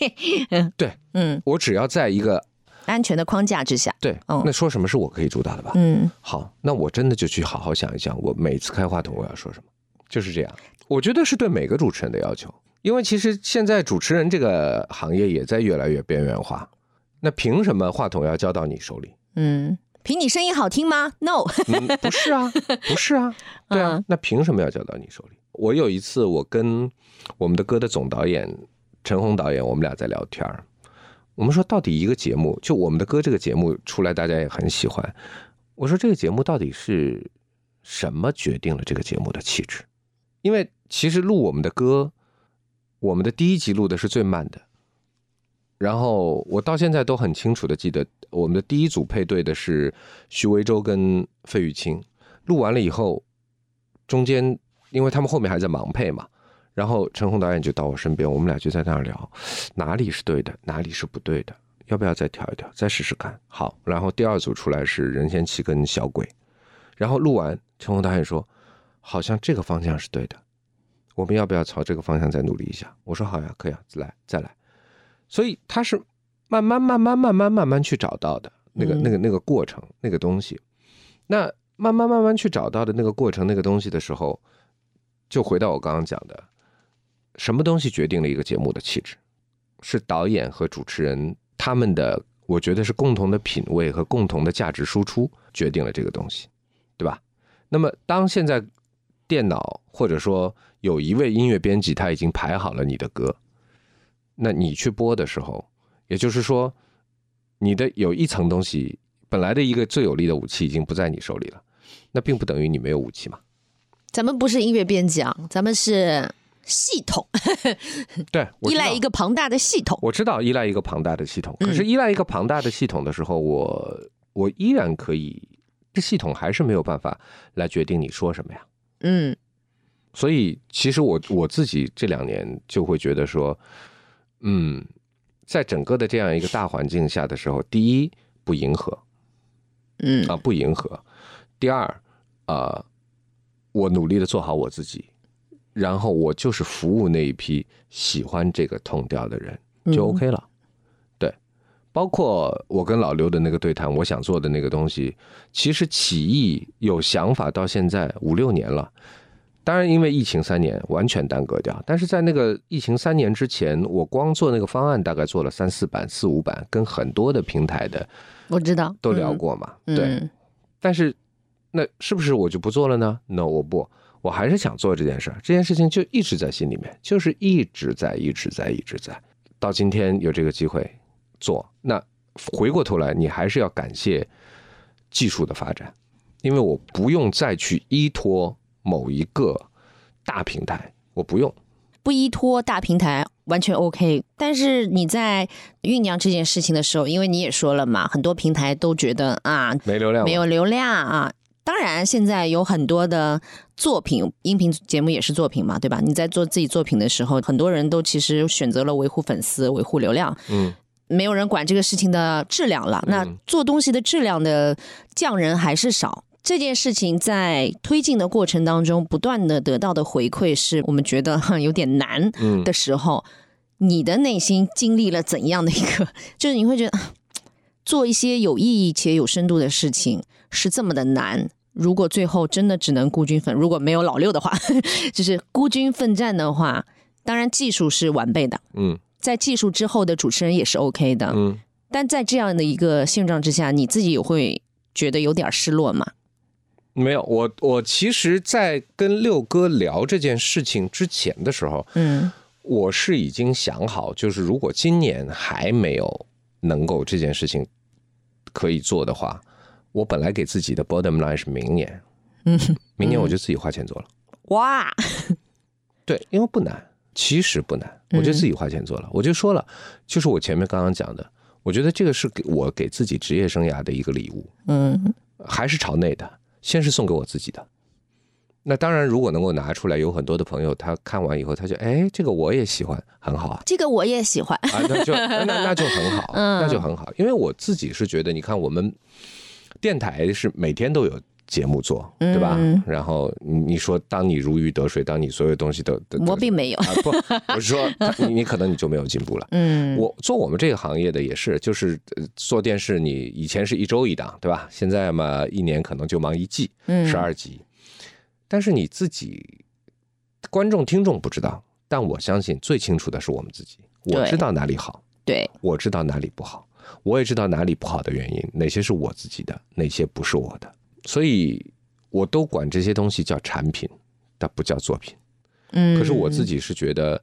对
嗯，
我只要在一个
安全的框架之下，
对，
嗯
那说什么是我可以主导的吧？
嗯，
好，那我真的就去好好想一想，我每次开话筒我要说什么，就是这样。我觉得是对每个主持人的要求，因为其实现在主持人这个行业也在越来越边缘化。那凭什么话筒要交到你手里？
嗯，凭你声音好听吗？No，
嗯，不是啊，不是啊，对啊
嗯，
那凭什么要交到你手里？我有一次，我跟我们的歌的总导演陈红导演，我们俩在聊天儿，我们说到底一个节目，就我们的歌这个节目出来，大家也很喜欢。我说这个节目到底是什么决定了这个节目的气质？因为其实录我们的歌，我们的第一集录的是最慢的，然后我到现在都很清楚的记得，我们的第一组配对的是徐维洲跟费玉清，录完了以后，中间因为他们后面还在盲配嘛，然后陈红导演就到我身边，我们俩就在那儿聊，哪里是对的，哪里是不对的，要不要再调一调，再试试看。好，然后第二组出来是任贤齐跟小鬼，然后录完，陈红导演说，好像这个方向是对的，我们要不要朝这个方向再努力一下？我说好呀，可以啊，再来，再来。所以他是慢慢、慢慢、慢慢、慢慢去找到的那个、
嗯
那个、那个过程、那个东西。那慢慢、慢慢去找到的那个过程、那个东西的时候，就回到我刚刚讲的，什么东西决定了一个节目的气质？是导演和主持人他们的，我觉得是共同的品味和共同的价值输出决定了这个东西，对吧？那么当现在电脑或者说有一位音乐编辑他已经排好了你的歌，那你去播的时候，也就是说，你的有一层东西，本来的一个最有力的武器已经不在你手里了，那并不等于你没有武器嘛。
咱们不是音乐编辑啊，咱们是
系统，
对，
嗯
我
依
知
赖
道
一个庞大的系统。
我知道依赖一个庞大的系统，
嗯
可是依赖一个庞大的系统的时候，我我依然可以，这系统还是没有办法来决定你说什么呀。
嗯
所以其实我我自己这两年就会觉得说，嗯，在整个的这样一个大环境下的时候，第一不迎合
嗯
啊、不迎合；第二啊、呃我努力的做好我自己，然后我就是服务那一批喜欢这个痛调的人
嗯
就 OK 了。对，包括我跟老刘的那个对谈，我想做的那个东西，其实起义有想法到现在五六年了。当然，因为疫情三年完全耽搁掉，但是在那个疫情三年之前，我光做那个方案大概做了三四版、四五版，跟很多的平台的
我知道
都聊，过嘛。
嗯
对，
嗯
但是那是不是我就不做了呢？No，我不，我还是想做这件事儿。这件事情就一直在心里面，就是一直在，一直在，一直在。到今天有这个机会做，那回过头来，你还是要感谢技术的发展，因为我不用再去依托某一个大平台，我不用。
不依托大平台完全 OK，但是你在酝酿这件事情的时候，因为你也说了嘛，很多平台都觉得啊
没流量，
没有流量啊。当然，现在有很多的作品，音频节目也是作品嘛，对吧？你在做自己作品的时候，很多人都其实选择了维护粉丝、维护流量，
嗯，
没有人管这个事情的质量了。那做东西的质量的匠人还是少。这件事情在推进的过程当中，不断的得到的回馈是我们觉得 哼有点难
嗯
的时候，你的内心经历了怎样的一个？ 就是你会觉得啊做一些有意义且有深度的事情是这么的难。如果最后真的只能孤军奋，如果没有老六的话， 就是孤军奋战的话，当然技术是完备的，
嗯
在技术之后的主持人也是 OK 的，
嗯，
但在这样的一个现状之下，你自己也会觉得有点失落嘛？
没有。我我其实，在跟六哥聊这件事情之前的时候，
嗯
我是已经想好，就是如果今年还没有能够这件事情可以做的话，我本来给自己的 bottom line 是明年，
嗯，
明年我就自己花钱做了。
哇，
对，因为不难，其实不难，我就自己花钱做了。我就说了，就是我前面刚刚讲的，我觉得这个是给我给自己职业生涯的一个礼物。
嗯
还是朝内的，先是送给我自己的。那当然，如果能够拿出来，有很多的朋友他看完以后，他就哎，这个我也喜欢，很好啊，
这个我也喜欢，
啊，那就那那那就很好，
嗯
那就很好。因为我自己是觉得，你看我们电台是每天都有节目做，对吧？
嗯
然后你你说，当你如鱼得水，当你所有东西都都
我并没有
啊，不，我是说你你可能你就没有进步了。
嗯
我做我们这个行业的也是，就是呃做电视，你以前是一周一档，对吧？现在嘛，一年可能就忙一季，
嗯
十二集。但是你自己，观众听众不知道，但我相信最清楚的是我们自己。我
对
知道哪里好，
对，
我知道哪里不好，我也知道哪里不好的原因，哪些是我自己的，哪些不是我的，所以我都管这些东西叫产品，但不叫作品。
嗯
可是我自己是觉得，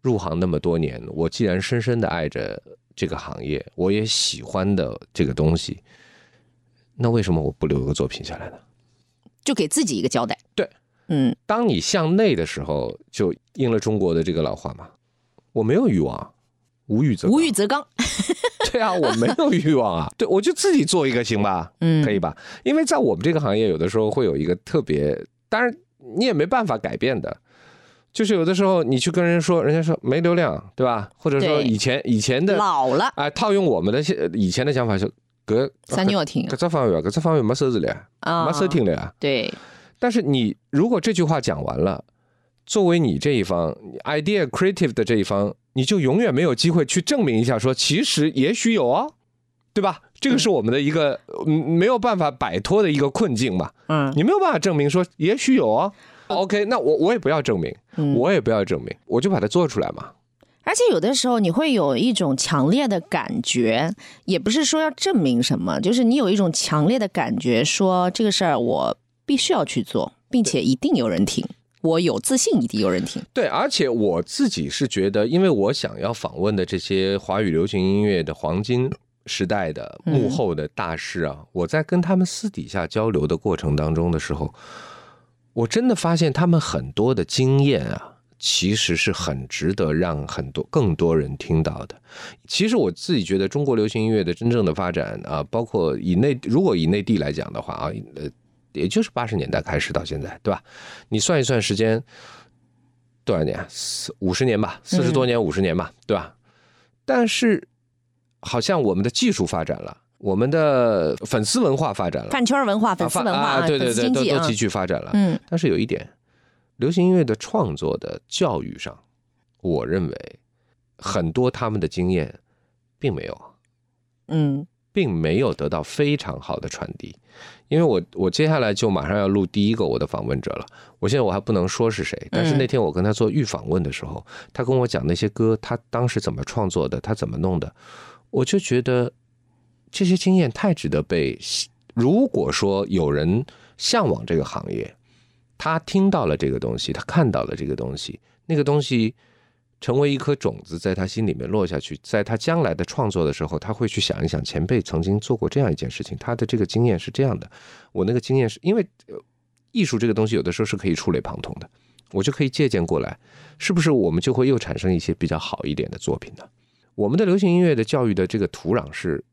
入行那么多年，我既然深深的爱着这个行业，我也喜欢的这个东西，那为什么我不留个作品下来呢？
就给自己一个交代，
对，
嗯
当你向内的时候，就应了中国的这个老话嘛，我没有欲望，啊无欲则刚
无欲则刚，
对啊，我没有欲望啊，对我就自己做一个行吧，
嗯
可以吧？因为在我们这个行业，有的时候会有一个特别，当然你也没办法改变的，就是有的时候你去跟人说，人家说没流量，对吧？或者说
对
以前以前的，
老了，
哎，套用我们的现以前的想法是，搿
三妞听
搿只方面搿只方面没收入了呀，
啊，
没收，听了呀。
对，
但是你如果这句话讲完了，作为你这一方你，idea creative 的这一方，你就永远没有机会去证明一下说，其实也许有啊，对吧？这个是我们的一个嗯没有办法摆脱的一个困境嘛，
嗯
你没有办法证明说也许有啊。OK，那我我也不要证明，
嗯，
我也不要证明，我就把它做出来嘛。
而且有的时候你会有一种强烈的感觉，也不是说要证明什么，就是你有一种强烈的感觉，说这个事儿我必须要去做，并且一定有人听，我有自信一定有人听。
对，而且我自己是觉得，因为我想要访问的这些华语流行音乐的黄金时代的幕后的大师啊，我在跟他们私底下交流的过程当中的时候，我真的发现他们很多的经验啊，其实是很值得让很多更多人听到的。其实我自己觉得，中国流行音乐的真正的发展啊，包括以内，如果以内地来讲的话啊，呃，也就是八十年代开始到现在，对吧？你算一算时间，多少年啊？四五十年吧，四十
嗯
多年，五十年吧，对吧？但是，好像我们的技术发展了，我们的粉丝文化发展了，
饭圈文化、粉丝
啊
文化、
啊，对对
粉丝
对，
经
都
济
都
啊
急剧发展了。
嗯
但是有一点，流行音乐的创作的教育上，我认为很多他们的经验并没有，
嗯
并没有得到非常好的传递。因为我我接下来就马上要录第一个我的访问者了，我现在我还不能说是谁，但是那天我跟他做预访问的时候，他跟我讲那些歌，他当时怎么创作的，他怎么弄的，我就觉得这些经验太值得被。如果说有人向往这个行业，他听到了这个东西，他看到了这个东西，那个东西成为一颗种子，在他心里面落下去，在他将来的创作的时候，他会去想一想前辈曾经做过这样一件事情，他的这个经验是这样的，我那个经验是因为、呃艺术这个东西有的时候是可以触类旁通的，我就可以借鉴过来，是不是我们就会又产生一些比较好一点的作品呢？我们的流行音乐的教育的这个土壤是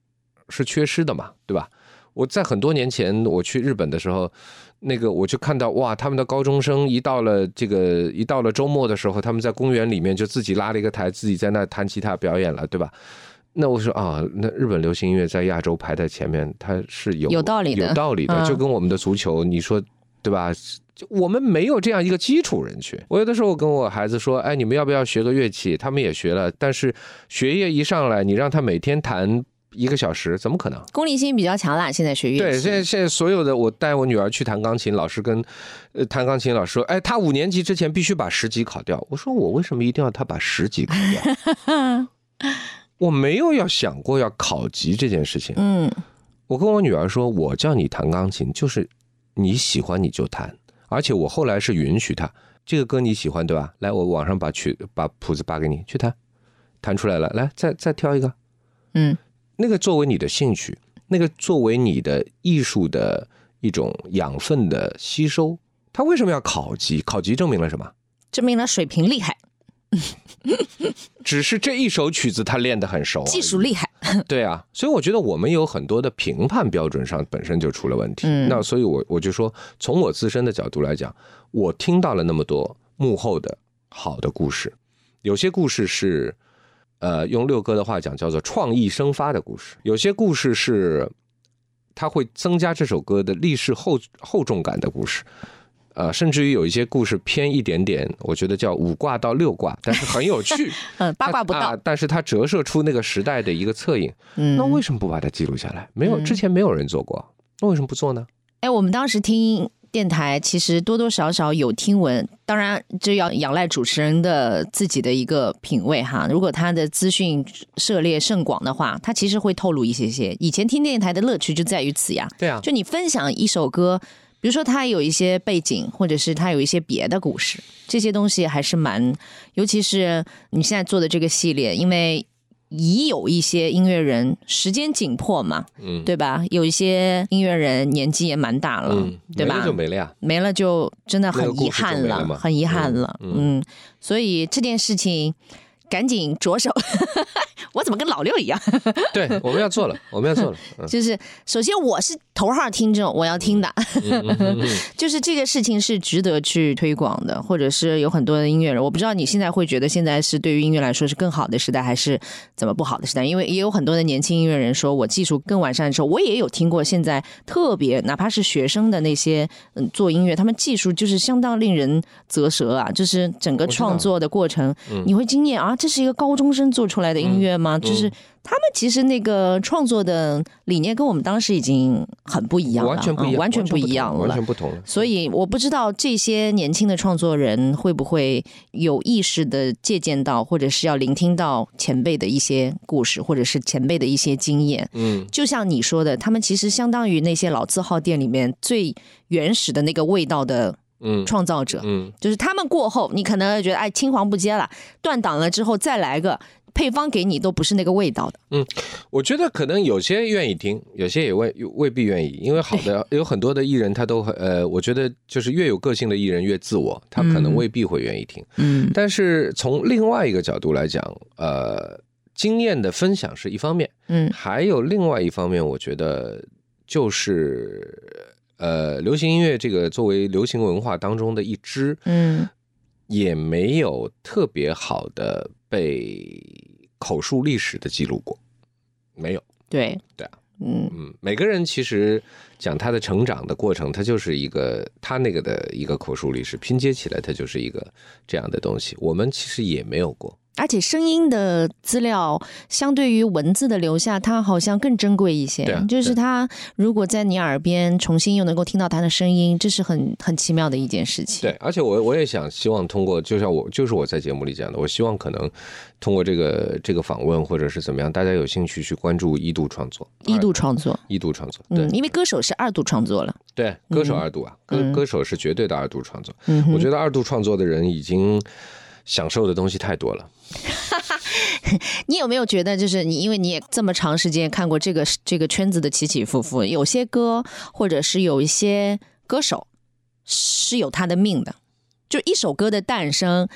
是缺失的嘛，对吧？我在很多年前我去日本的时候，那个我就看到哇，他们的高中生一到了这个一到了周末的时候，他们在公园里面就自己拉了一个台，自己在那弹吉他表演了，对吧？那我说啊，那日本流行音乐在亚洲排在前面，它是有
有道理的
有道理的，
嗯
就跟我们的足球，你说对吧？就我们没有这样一个基础人群。我有的时候跟我孩子说，哎，你们要不要学个乐器？他们也学了，但是学业一上来，你让他每天弹一个小时，怎么可能？
功利心比较强啦，现在学乐
对，
器
现在现在所有的，我带我女儿去弹钢琴，老师跟呃弹钢琴老师说，哎，她五年级之前必须把十级考掉。我说我为什么一定要她把十级考掉？我没有要想过要考级这件事情。
嗯
我跟我女儿说，我叫你弹钢琴，就是你喜欢你就弹，而且我后来是允许她，这个歌你喜欢对吧？来，我网上把曲把谱子扒给你，去弹，弹出来了，来再再挑一个，
嗯
那个作为你的兴趣，那个作为你的艺术的一种养分的吸收，它为什么要考级？考级证明了什么？
证明了水平厉害，
只是这一首曲子他练得很熟而已，
技术厉害。
对啊，所以我觉得我们有很多的评判标准上本身就出了问题。
嗯
那所以我，我就说，从我自身的角度来讲，我听到了那么多幕后的好的故事，有些故事是，呃，用六哥的话讲叫做创意生发的故事，有些故事是呃它会增加这首歌的历史厚厚重感的故事。呃，甚至于有一些故事偏一点点，我觉得叫五卦到六卦，但是很有趣，
嗯， 八卦不
它
到
啊，，但是它折射出那个时代的一个侧影。
嗯，
那为什么不把它记录下来？没有，之前没有人做过，那为什么不做呢？
哎，我们当时听电台，其实多多少少有听闻，当然这要仰赖主持人的自己的一个品味哈。如果他的资讯涉猎甚广的话，他其实会透露一些些。以前听电台的乐趣就在于此呀，
对啊，
就你分享一首歌，比如说它有一些背景，或者是它有一些别的故事，这些东西还是蛮，尤其是你现在做的这个系列，因为。已有一些音乐人时间紧迫嘛，
嗯，
对吧？有一些音乐人年纪也蛮大了，
嗯，
对
没
吧
了？就没了呀。
没了就真的很遗憾
那个故事就没了嘛
很遗憾了。
嗯
嗯，所以这件事情赶紧着手。 我怎么跟老六一样？
对，我们要做了，我们要做了。嗯
就是首先我是头号听众，我要听的，
嗯嗯嗯
就是这个事情是值得去推广的，或者是有很多的音乐人，我不知道你现在会觉得现在是对于音乐来说是更好的时代，还是怎么不好的时代？因为也有很多的年轻音乐人说，我技术更完善的时候，我也有听过现在特别哪怕是学生的那些嗯做音乐，他们技术就是相当令人啧舌啊，就是整个
知道
创作的过程，你会惊艳啊，这是一个高中生做出来的音乐吗？
嗯
就是他们其实那个创作的理念跟我们当时已经很不一样
嗯
了，
完全不
嗯
一样，
完全不一样
完
了
全。不同了。
所以我不知道这些年轻的创作人会不会有意识的借鉴到，或者是要聆听到前辈的一些故事，或者是前辈的一些经验。
嗯，
就像你说的，他们其实相当于那些老字号店里面最原始的那个味道的
嗯
创造者。
嗯，
就是他们过后，你可能觉得哎，青黄不接了，断档了之后再来个，配方给你都不是那个味道的。
我觉得可能有些愿意听，有些也未未必愿意，因为好 的有很多的艺人他都很呃，我觉得就是越有个性的艺人越自我，他可能未必会愿意听。
嗯
但是从另外一个角度来讲，呃，经验的分享是一方面，
嗯
还有另外一方面，我觉得就是呃，流行音乐这个作为流行文化当中的一支，
嗯
也没有特别好的被口述历史的记录过，没有。
对
对啊，
嗯
嗯，每个人其实讲他的成长的过程，他就是一个他那个的一个口述历史拼接起来，它就是一个这样的东西。我们其实也没有过，
而且声音的资料相对于文字的留下，它好像更珍贵一些。
对啊
就是
对
它如果在你耳边重新又能够听到它的声音，这是很很奇妙的一件事情。
对，，而且我我也想希望通过，就像我就是我在节目里讲的，我希望可能通过这个这个访问或者是怎么样，大家有兴趣去关注一度创作，
一度
二
创作，
一度创作，对、
嗯，因为歌手是二度创作了。
对，歌手二度啊，
嗯
歌歌手是绝对的二度创作，
嗯哼
我觉得二度创作的人已经享受的东西太多了。
你有没有觉得，就是你因为你也这么长时间看过这个这个圈子的起起伏伏，有些歌或者是有一些歌手是有他的命的，就一首歌的诞生，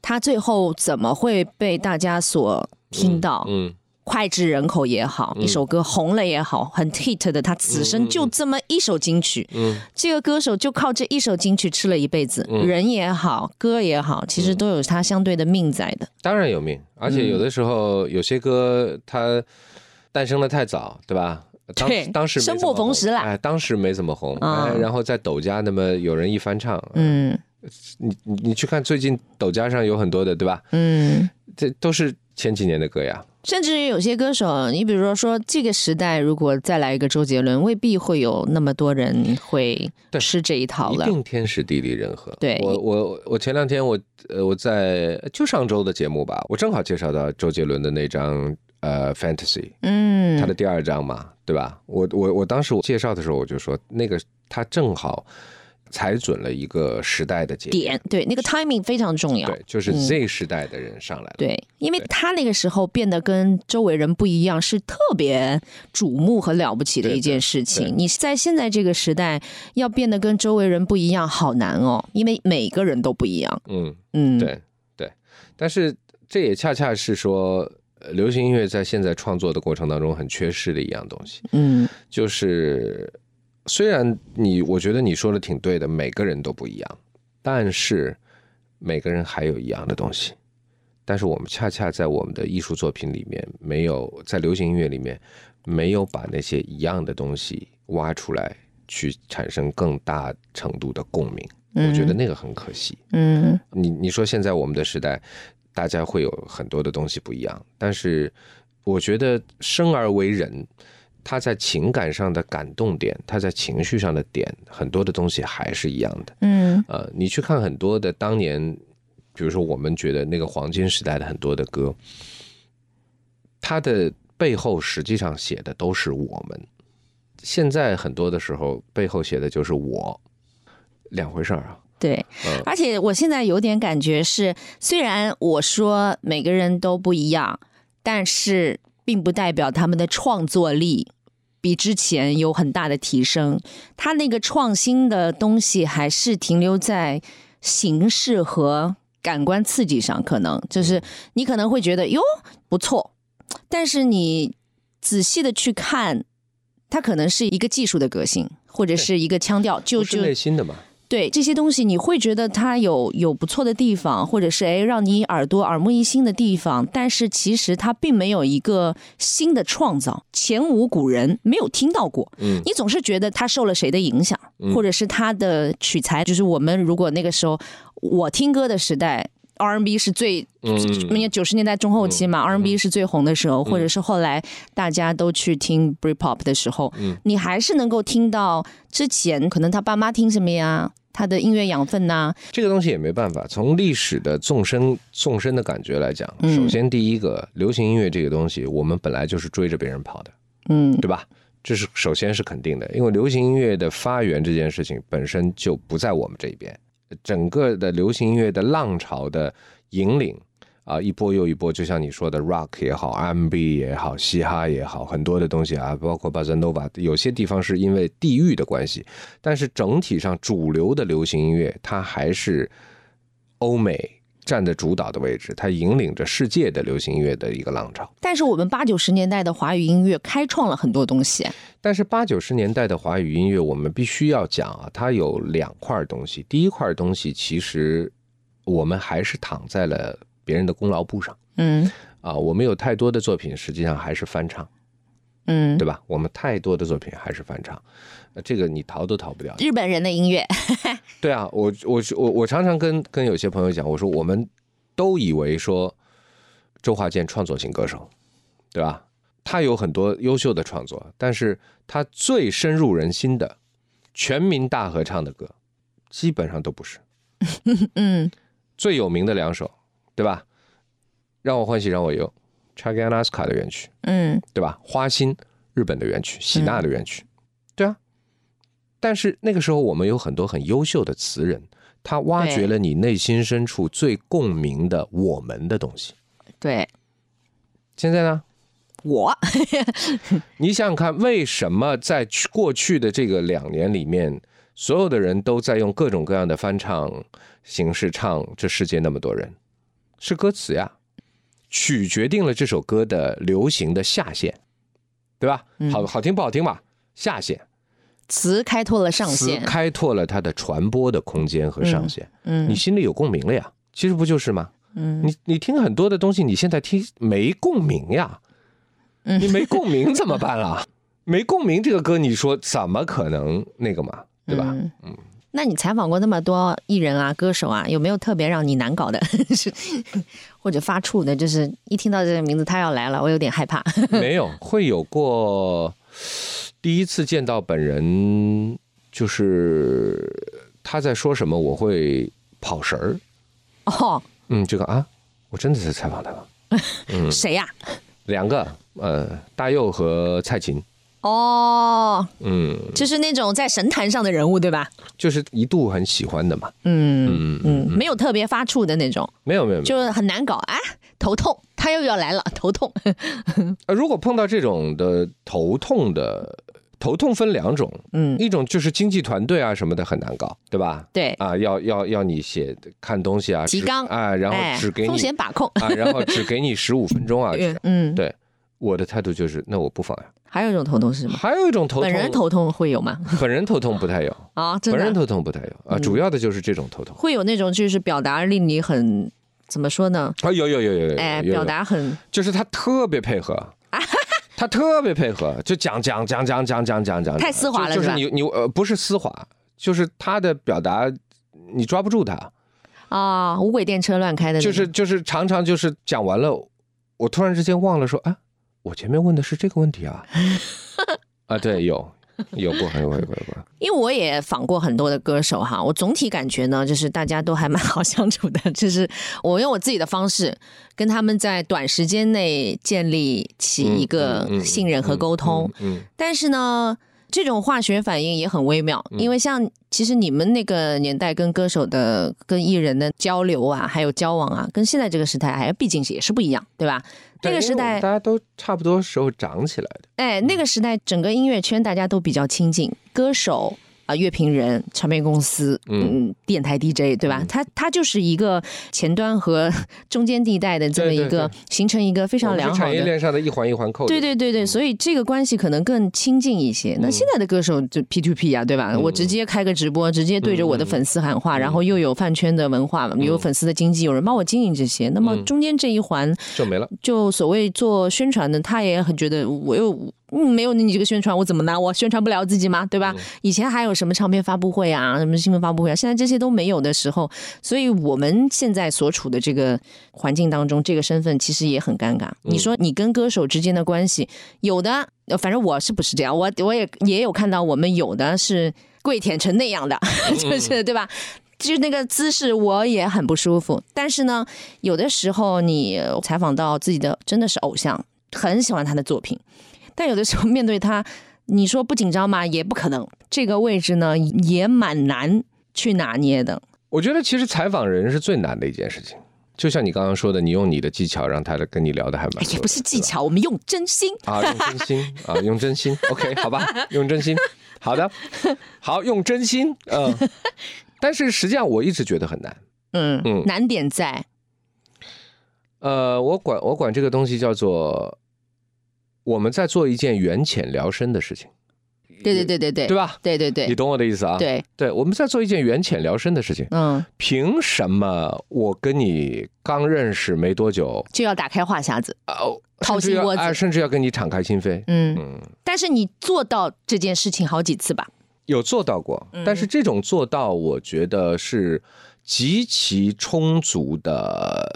他最后怎么会被大家所听到？
嗯，
脍炙人口也好，一首歌红了也好，很 hit 的，他此生就这么一首金曲，
嗯
这个歌手就靠这一首金曲吃了一辈子，
嗯
人也好，歌也好，其实都有他相对的命在的。
当然有命，而且有的
嗯
时候有些歌它诞生的太早，对吧？当
对
当时没
生
怎么
不逢时
红
啦
哎，当时没怎么红，
啊
哎，然后在抖家，那么有人一翻唱，
嗯
你你你去看最近抖加上有很多的，对吧？
嗯。
这都是前几年的歌呀。
甚至于有些歌手，你比如说说这个时代，如果再来一个周杰伦，未必会有那么多人会
对
吃这一套
一
了。
定天时地利人和。
对
我我我前两天我呃我在就上周的节目吧，我正好介绍到周杰伦的那张呃 Fantasy，
嗯，
他的第二章嘛，对吧？我我我当时我介绍的时候我就说，那个他正好踩准了一个时代的节点，
点对那个 timing 非常重要。
对，就是
嗯
Z 时代的人上来了，
对，因为
对
他那个时候变得跟周围人不一样，是特别瞩目和了不起的
对
一件事
对
情。你在现在这个时代，要变得跟周围人不一样，好难哦，因为每个人都不一样。
嗯，
嗯，
对对，但是这也恰恰是说，呃流行音乐在现在创作的过程当中很缺失的一样东西，
嗯
就是虽然你我觉得你说的挺对的，每个人都不一样，但是每个人还有一样的东西。但是我们恰恰在我们的艺术作品里面，没有在流行音乐里面，没有把那些一样的东西挖出来，去产生更大程度的共鸣。我觉得那个很可惜。
嗯，
你你说现在我们的时代，大家会有很多的东西不一样，但是我觉得生而为人，他在情感上的感动点，他在情绪上的点，很多的东西还是一样的。
嗯
呃，你去看很多的当年，比如说我们觉得那个黄金时代的很多的歌，它的背后实际上写的都是我们。现在很多的时候，背后写的就是我，两回事儿啊。
对。
嗯
而且我现在有点感觉是，虽然我说每个人都不一样，但是并不代表他们的创作力比之前有很大的提升。他那个创新的东西还是停留在形式和感官刺激上，可
嗯
能就是你可能会觉得哟不错，但是你仔细的去看，它可能是一个技术的革新。或者是一个腔调，就
不是
就
内心的嘛。
对这些东西，你会觉得它有有不错的地方，或者是哎让你耳朵耳目一新的地方，但是其实它并没有一个新的创造，前无古人，没有听到过。
嗯
你总是觉得它受了谁的影响，
嗯
或者是它的取材，就是我们如果那个时候我听歌的时代。R&B 是最，
嗯
因为九十年代中后期嘛、r b 是最红的时候，或者是后来大家都去听 Britpop 的时候，
嗯
你还是能够听到之前可能他爸妈听什么呀，他的音乐养分呐、
这个东西也没办法。从历史的纵深纵深的感觉来讲，
嗯
首先第一个，流行音乐这个东西，我们本来就是追着别人跑的，
嗯
对吧？这是首先是肯定的，因为流行音乐的发源这件事情本身就不在我们这一边，整个的流行音乐的浪潮的引领，啊、一波又一波，就像你说的 rock 也好，R&B 也好，嘻哈也好，很多的东西啊，包括 b a z a n o v a 有些地方是因为地域的关系，但是整体上主流的流行音乐，它还是欧美占着主导的位置，它引领着世界的流行音乐的一个浪潮。
但是我们八九十年代的华语音乐开创了很多东西，
但是八九十年代的华语音乐，我们必须要讲啊，它有两块东西。第一块东西，其实我们还是躺在了别人的功劳簿上
嗯
啊，我们有太多的作品实际上还是翻唱，
嗯，
对吧？我们太多的作品还是翻唱，呃这个你逃都逃不掉。
日本人的音乐，
对啊，我我我我常常跟跟有些朋友讲，我说我们都以为说周华健创作型歌手，对吧？他有很多优秀的创作，但是他最深入人心的全民大合唱的歌，基本上都不是
嗯
最有名的两首，对吧？让我欢喜让我忧 c h a g a n a s k a 的原曲，
嗯
对吧？花心日本的原曲，喜纳的原曲，对啊。但是那个时候我们有很多很优秀的词人，他挖掘了你内心深处最共鸣的我们的东西。
对
现在呢，
我，
你想想看，为什么在去过去的这个两年里面，所有的人都在用各种各样的翻唱形式唱《这世界那么多人》？是歌词呀，曲决定了这首歌的流行的下限，对吧？好好听不好听吧？下限。
词开拓了上
词
限，
开拓了它的传播的空间和上限。
嗯
你心里有共鸣了呀，其实不就是吗？
嗯
你你听很多的东西，你现在听没共鸣呀，
嗯
你没共鸣怎么 办啦？没共鸣这个歌，你说怎么可能那个嘛，对吧？
嗯 那你采访过那么多艺人啊、歌手啊，有没有特别让你难搞的， 是或者发怵的？就是一听到这个名字，他要来了，我有点害怕。
没有，会有过第一次见到本人，就是他在说什么，我会跑神儿。
哦，
嗯，这个啊，我真的在采访他吗？嗯
谁呀、
两个，呃，大佑和蔡琴。
哦，
嗯，
就是那种在神坛上的人物，对吧？
就是一度很喜欢的嘛。
嗯嗯，没有特别发怵的那种，
没有没有，没有
就是很难搞啊，头痛，他又要来了， 头痛。
呃如果碰到这种的头痛的，头痛分两种，
嗯，
一种就是经济团队啊什么的很难搞，对吧？
对，
啊，要要要你写看东西啊，
提
只
纲
啊，然
哎
后只给
风
你
险把控。
啊，然后只给你十五 分钟啊。
嗯，
对，我的态度就是，那我不妨呀。
还有一种头痛是什么？
还有一种头痛，
本人头痛会有吗？
本人头痛不太有，
啊， 真
本
的嗯
人头痛不太有啊，主要的就是这种头痛
会有那种就是表达令你很怎么说呢？
啊，有有有有有，
哎，
有
表达很
就是他特别配 合。他特别配合，就讲讲讲讲讲讲讲讲，
太丝滑了
就就是是
吧
你你呃不是丝滑，就是他的表达你抓不住他，
啊，无轨电车乱开的那种，
就是就是常常就是讲完了，我突然之间忘了说啊，我前面问的是这个问 题啊，啊对有有过有过有过有过，
因为我也访过很多的歌手哈，我总体感觉呢，就是大家都还蛮好相处的，就是我用我自己的方式跟他们在短时间内建立起一个
嗯嗯嗯
信任和沟通，
嗯，嗯
但是呢。这种化学反应也很微妙，因为像其实你们那个年代跟歌手的、跟艺人的交流啊，还有交往啊，跟现在这个时代还毕竟也是不一样，对吧？那
对
个
因
时
为我
代
们大家都差不多时候长起来的，
哎，那个时代整个音乐圈大家都比较亲近，歌手啊、乐评人、唱片公司，
嗯
嗯，电台 DJ，对吧？他他就是一个前端和 中间地带的这么
对
一
对
个
对
形成一个非
我
常
们
良
是
好
产业
的。
链嗯上的一环一环扣
对
的，
对对对，所以这个关系可能更亲近一些。
嗯
那现在的歌手就 P to P 啊，对吧？我直接开个直播，直接对着我
嗯
的粉丝喊话，然后又有饭圈的文化，有粉丝的经济，有人帮我经营这些。那么
嗯
中间这一环，
就没了。
就所谓做宣传的，他也很觉得我又、嗯、没有你这个宣传，我怎么拿？我宣传不了自己吗？对吧？以前还有什么唱片发布会啊，什么新闻发布会啊，现在这些都没有的时候，所以我们现在所处的这个环境当中，这个身份其实也很尴尬。你说你跟歌手之间的关系，有的呃反正我是不是这样？我我也也有看到我们有的是跪舔成那样的， 就是对吧？就是那个姿势，我也很不舒服。但是呢，有的时候你采访到自己的真的是偶像，很喜欢他的作品，但有的时候面对他，你说不紧张吗？也不可能。这个位置呢，也蛮难去拿捏的。
我觉得其实采访人是最难的一件事情，就像你刚刚说的，你用你的技巧让他跟你聊的还蛮多的
哎也不是技巧，我们用真心。
啊，用真心啊，用真心，OK，好吧，用真心，好的，好，用真心，嗯、但是实际上我一直觉得很难，
嗯
嗯
难点在
呃，我管我管这个东西叫做我们在做一件缘浅聊深的事情，
对对对对对
对吧？
对对
你
对
懂我的意思啊？，
对，
对，我们在做一件缘浅聊深的事情，
嗯，
凭什么我跟你刚认识没多久，
就要打开话匣子，
哦，
掏
甚至
心
要
窝子
啊甚至要跟你敞开心扉？
嗯，
嗯，
但是你做到这件事情好几次吧？
有做到过，
嗯
但是这种做到，我觉得是极其充足的，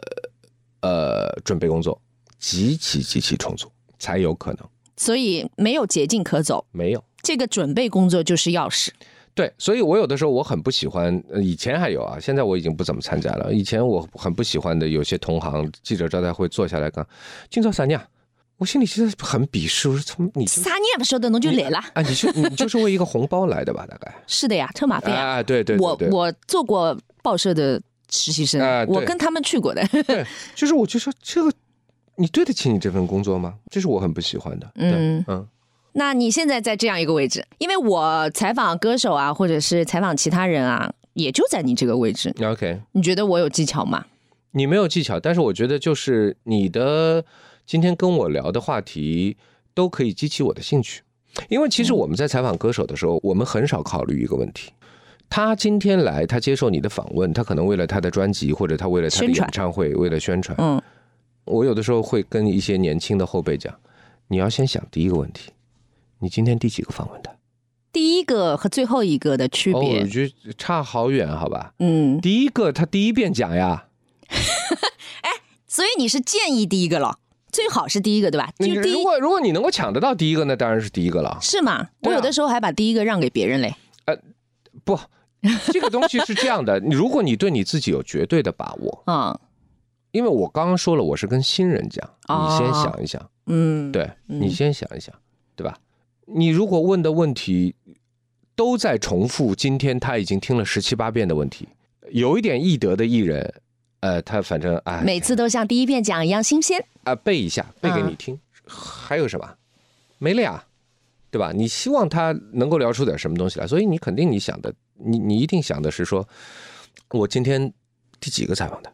呃，准备工作，极其极其充足才有可能
所以没有捷径可走，
没有。
这个准备工作就是钥匙。
对，所以我有的时候我很不喜欢，呃以前还有啊，现在我已经不怎么参加了。以前我很不喜欢的，有些同行记者招待会坐下来讲，今朝啥呢？我心里其实很鄙视，我说怎么你就
啥你也不晓得，侬就来了。
啊？你就你就是为一个红包来的吧？大概
是的呀，车马费啊。
啊，对对对
我
对，
我做过报社的实习生
啊，对
我跟他们去过 的。
就是我就说这个，你对得起你这份工作吗？这是我很不喜欢的。对
嗯
嗯
那你现在在这样一个位置，因为我采访歌手啊，或者是采访其他人啊，也就在你这个位置。
，OK，
你觉得我有技巧吗？
你没有技巧，但是我觉得就是你的今天跟我聊的话题都可以激起我的兴趣，因为其
嗯
实我们在采访歌手的时候，我们很少考虑一个问题。他今天来，他接受你的访问，他可能为了他的专辑，或者他为了他的
宣传
演唱会，为了宣传。
嗯，
我有的时候会跟一些年轻的后辈讲，你要先想第一个问题，你今天第几个访问的？
第一个和最后一个的区
哦，
别，
我觉得差好远，好吧？
嗯，
第一个他第一遍讲呀，
所以你是建议第一个了，最好是第一个对吧？
那
就
你
第
如
一
果如果你能够抢得到第一个，那当然是第一个 了。
是吗？我
对啊
有的时候还把第一个让给别人嘞。
不，这个东西是这样的，你如果你对你自己有绝对的把握，
嗯
因为我刚刚说了，我是跟新人讲，
哦
你先想一想，
嗯，
对你先想一想，对吧？你如果问的问题都在重复，今天他已经听了十七八遍的问题，有一点易得的艺人，呃，他反正哎，
每次都像第一遍讲一样新鲜。
啊，背一下，背给
嗯
你听。还有什么？没了呀，对吧？你希望他能够聊出点什么东西来，所以你肯定你想的，你你一定想的是说，我今天第几个采访的？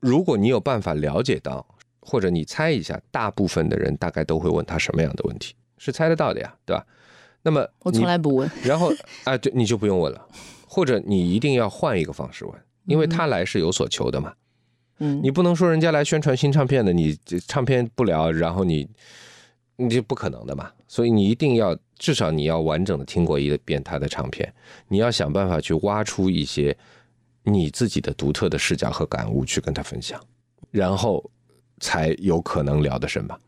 如果你有办法了解到，或者你猜一下，大部分的人大概都会问他什么样的问题，是猜得到的呀，对吧？那么
我
你
从来不问，
然后啊，对，你就不用问了，或者你一定要换一个方式问，因为他来是有所求的嘛。
嗯
你不能说人家来宣传新唱片的，你这唱片不聊，然后你你这不可能的嘛。所以你一定要至少你要完整的听过一遍他的唱片，你要想办法去挖出一些你自己的独特的视角和感悟去跟他分享，然后才有可能聊得深吧，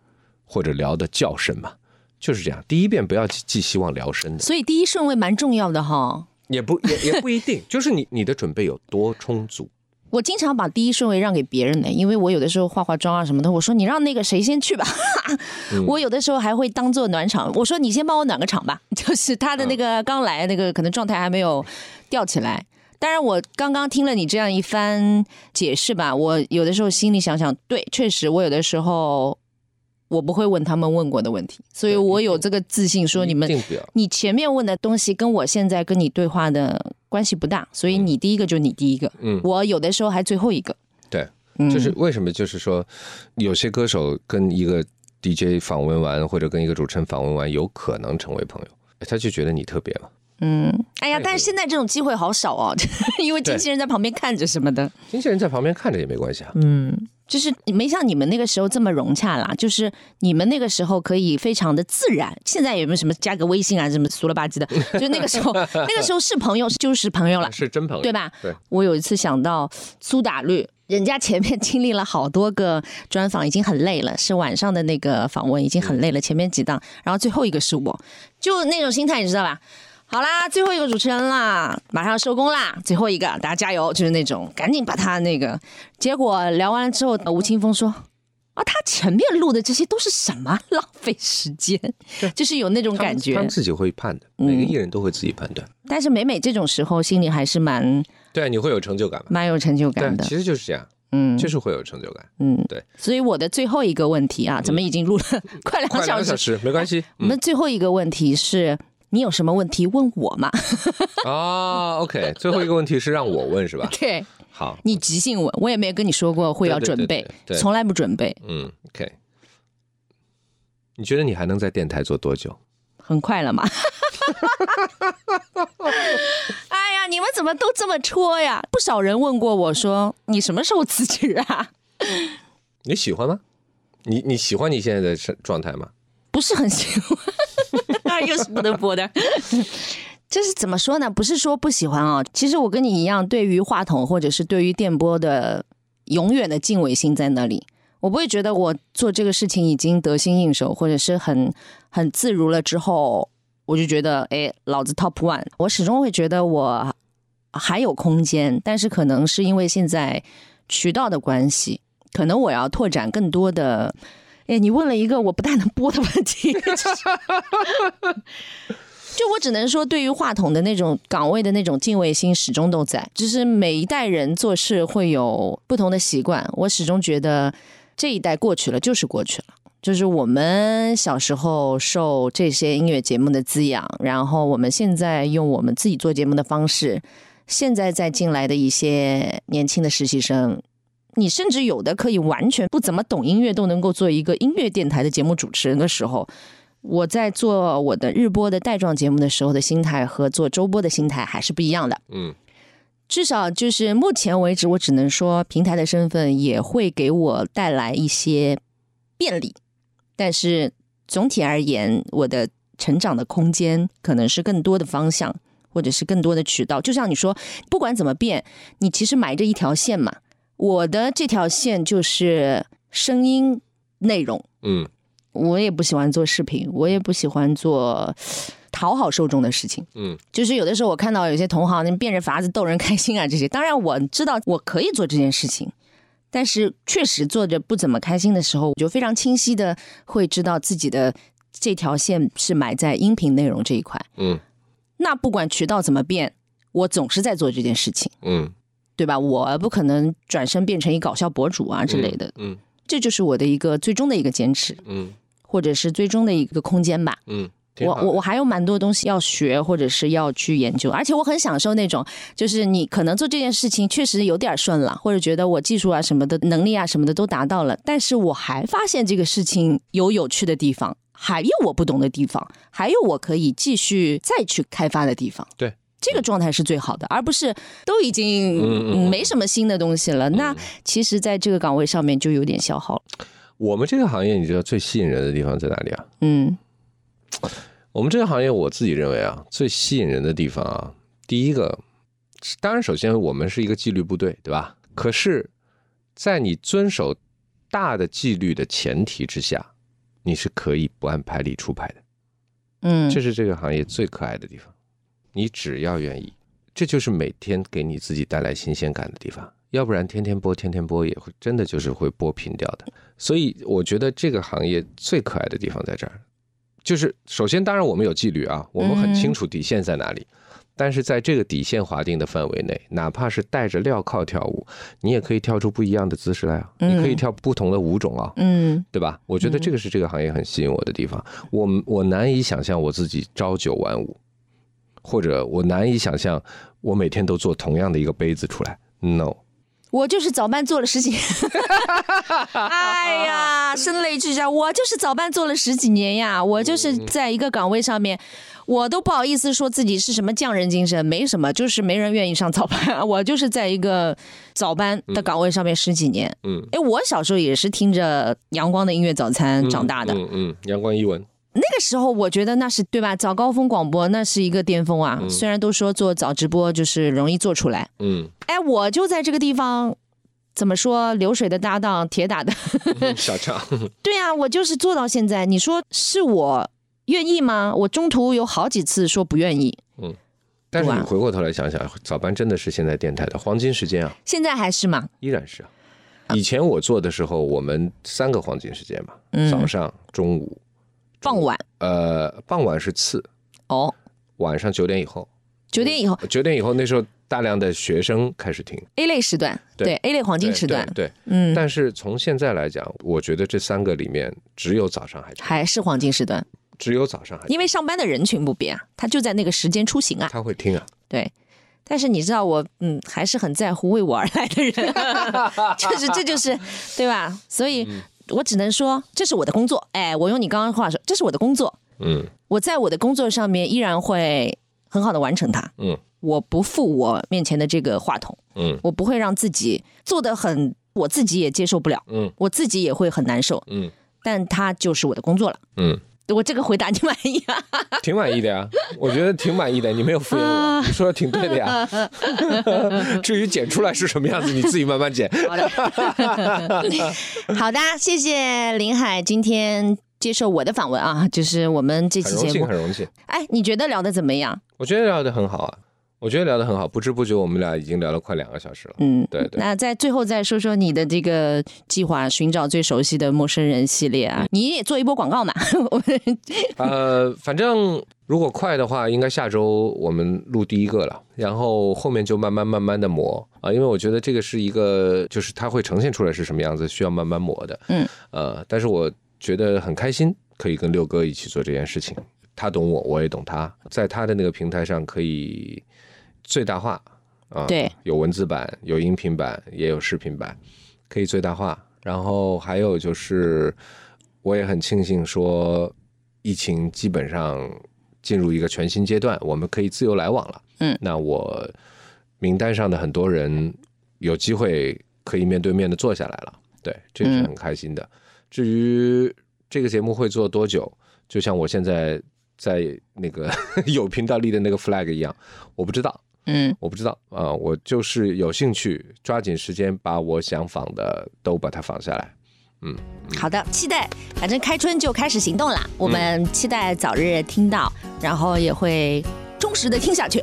或者聊得较深吧。就是这样，第一遍不要寄寄希望聊深的。
所以第一顺位蛮重要的哈。
也不也也不一定，就是你你的准备有多充足。
我经常把第一顺位让给别人的，因为我有的时候化化妆啊什么的，我说你让那个谁先去吧。
嗯
我有的时候还会当做暖场，我说你先帮我暖个场吧， 就是他的那个刚来那个可能状态还没有吊起来。当然，我刚刚听了你这样一番解释吧，我有的时候心里想想，对，确实我有的时候我不会问他们问过的问题，所以
对
我
一定
有这个自信说你们
一定不要
你前面问的东西跟我现在跟你对话的关系不大，所以你第一个就你第一个，
嗯
我有的时候还最后一个，
对，
嗯
就是为什么就是说，有些歌手跟一个 DJ 访问完，或者跟一个主持人访问完，有可能成为朋友，他就觉得你特别嘛。
嗯，哎呀
那，个
但是现在这种机会好少哦， 因为经纪人在旁边看着什么的，
经纪人在旁边看着也没关系啊。
嗯，就是没像你们那个时候这么融洽啦，就是你们那个时候可以非常的自然，现在有没有什么加个微信啊，什么 俗了吧唧的，就那个时候， 那个时候是朋友就是朋友了，
是真朋友，
对吧？
对
我有一次想到苏打绿，人家前面经历了好多个专访，已经很累了，是晚上的那个访问已经很累了，前面几档，然后最后一个是我，就那种心态，你知道吧？好啦，最后一个主持人啦，马上收工啦，最后一个，大家加油，就是那种赶紧把他那个。结果聊完了之后，呃吴青峰说。啊，他前面录的这些都是什么浪费时间， 就是有那种
他们
感觉。
他们自己会判的，每个艺人都会自己判断。
但是每每这种时候，心里还是蛮
对，你会有成就感嘛？
嗯蛮有成就感
对，啊
的。
其实就是这样。
嗯
确实会有成 就感。
嗯，
对。嗯
所以我的最后一个问题啊，怎么已经录了 快两
快两
小
个小
时？
时嗯没关系，
哎我们最后一个问题是。你有什么问题问我嘛？
啊，OK，最后一个问题是让我问是吧？
对
好，
你即兴问，我也没有跟你说过会要
对对
准
对
备
对，对
从来不准备，
嗯，OK，你觉得你还能在电台做多久？
很快了嘛。 哎呀，你们怎么都这么戳呀？不少人问过我说，你什么时候辞职啊？
你喜欢吗？你你喜欢你现在的状状态吗？
不是很喜欢，又是不能播的。 就是怎么说呢？不是说不喜欢啊、其实我跟你一样，对于话筒或者是对于电波的永远的敬畏心在那里。我不会觉得我做这个事情已经得心应手，或者是很很自如了之后，我就觉得哎，老子 top one。我始终会觉得我还有空间，但是可能是因为现在渠道的关系，可能我要拓展更多的。哎，你问了一个我不大能播的问题， 就我只能说，对于话筒的那种岗位的那种敬畏心始终都在。就是每一代人做事会有不同的习惯，我始终觉得这一代过去了就是过去了。就是我们小时候受这些音乐节目的滋养，然后我们现在用我们自己做节目的方式，现在再进来的一些年轻的实习生，你甚至有的可以完全不怎么懂音乐，都能够做一个音乐电台的节目主持人的时候，我在做我的日播的带状节目的时候的心态和做周播的心态还是不一样的。
嗯，
至少就是目前为止，我只能说平台的身份也会给我带来一些便利，但是总体而言，我的成长的空间可能是更多的方向，或者是更多的渠道。就像你说，不管怎么变，你其实埋着一条线嘛。我的这条线就是声音内容，
嗯，
我也不喜欢做视频，我也不喜欢做 讨好受众的事情。
嗯，
就是有的时候我看到有些同行那变着法子逗人开心啊这些，当然我知道我可以做这件事情，但是确实做着不怎么开心的时候，我就非常清晰的会知道自己的这条线是埋在音频内容这一块。
嗯，
那不管渠道怎么变，我总是在做这件事情，
嗯
对吧？我不可能转身变成一搞笑博主啊之类的，
嗯
这就是我的一个最终的一个坚持。
嗯
或者是最终的一个空间吧。
嗯，挺
我
好的
我我还有蛮多东西要学，或者是要去研究，而且我很享受那种，就是你可能做这件事情确实有点顺了，或者觉得我技术啊什么的能力啊什么的都达到了，但是我还发现这个事情有有趣的地方，还有我不懂的地方，还有我可以继续再去开发的地方。
对。嗯
这个状态是最好的，而不是都已
嗯嗯
经
嗯
没什么新的东西了。那其实，在这个岗位上面就有点消耗了。
我们这个行业，你知道最吸引人的地方在哪里啊？
嗯
我们这个行业，我自己认为啊，最吸引人的地方啊，第一个，当然首先我们是一个纪律部队，对吧？可是，在你遵守大的纪律的前提之下，你是可以不按牌理出牌的。
嗯，
这是这个行业最可爱的地方。你只要愿意，这就是每天给你自己带来新鲜感的地方。要不然天天播，天天播也会真的就是会播平掉的。所以我觉得这个行业最可爱的地方在这儿，就是首先，当然我们有纪律啊，我们很清楚底线在哪里。但是在这个底线划定的范围内，哪怕是戴着镣铐跳舞，你也可以跳出不一样的姿势来啊！你可以
嗯
跳不同的舞种啊，
嗯
对吧？我觉得这个是这个行业很吸引我的地方。我我难以想象我自己朝九晚五，或者我难以想象我每天都做同样的一个杯子出来。No，
我就是早班做了十几年，哎呀，声泪俱下。我就是早班做了十几年呀，我就是在一个岗位上面，我都不好意思说自己是什么匠人精神，没什么，就是没人愿意上早班。 我就是在一个早班的岗位上面十几年。
嗯，
哎，我小时候也是听着阳光的音乐早餐长大的，
嗯嗯，阳光一文，
那个时候我觉得那是对吧？早高峰广播那是一个巅峰啊，虽然都说做早直播就是容易做出来。
嗯，
哎，我就在这个地方，怎么说流水的搭档，铁打的。
小畅，
对啊，我就是做到现在。你说是我愿意吗？我中途有好几次说不愿意，
但是你回过头来想想，早班真的是现在电台的黄金时间啊，
现在还是嘛。
依然是啊。以前我做的时候，我们三个黄金时间嘛，
嗯
早上、中午、
傍晚
呃，傍晚是次，
哦，
晚上九点以后，
九点以后，
九点以后那时候大量的学生开始听。
A 类时段，对
对
A 类黄金
对
时段，
对，对
嗯，
但是从现在来讲，我觉得这三个里面只有早上还听，
还是黄金时段，
只有早上还听，
因为上班的人群不变啊，他就在那个时间出行啊，
他会听啊。
对。但是你知道我，嗯，还是很在乎为我而来的人， 就是这就是，对吧？所以
嗯
我只能说，这是我的工作。哎，我用你刚刚话说，这是我的工作，
嗯
我在我的工作上面依然会很好的完成它。
嗯
我不负我面前的这个话筒，
嗯
我不会让自己做的很，我自己也接受不了，
嗯
我自己也会很难受。
嗯
但它就是我的工作了。
嗯，
我这个回答你满意啊？啊
挺满意 的呀，我觉得挺满意的，你没有敷衍我，你说的挺对 的呀。至于剪出来是什么样子，你自己慢 慢剪。
好的，好的，谢谢林海今天接受我的访问啊，就是我们这
很
期
荣
节
幸，
目
很。荣幸。
哎，你觉得聊的怎么样？
我觉得聊得很好啊，我觉得聊得很好，不知不觉我们俩已经聊了快两个小时了。
嗯，
对对
那在最后再说说你的这个计划，寻找最熟悉的陌生人系列
嗯
啊，你也做一波广告嘛？ 我们
呃，反正如果快的话，应该下周我们录第一个了，然后后面就慢慢慢慢的磨啊、因为我觉得这个是一个，就是它会呈现出来是什么样子，需要慢慢磨的。
嗯，
呃，但是我觉得很开心，可以跟六哥一起做这件事情，他懂我，我也懂他，在他的那个平台上可以最大化啊、
对，
有文字版，有音频版，也有视频版，可以最大化。然后还有就是，我也很庆幸说，疫情基本上进入一个全新阶段，我们可以自由来往了。
嗯
那我名单上的很多人有机会可以面对面的坐下来了，对，这
嗯
是很开心的。至于这个节目会做多久，就像我现在在那个 有频道立的那个 flag 一样，我不知道。
嗯，
我不知道啊、我就是有兴趣，抓紧时间把我想仿的都把它仿下来。
好的，期待，反正开春就开始行动啦，我们期待早日听到，然后也会忠实的听下去。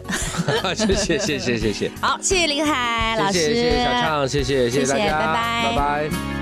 谢谢谢谢谢谢，
好，谢谢林海老师，
谢谢谢谢小畅，谢
谢
谢谢
谢
大家，
拜拜
拜拜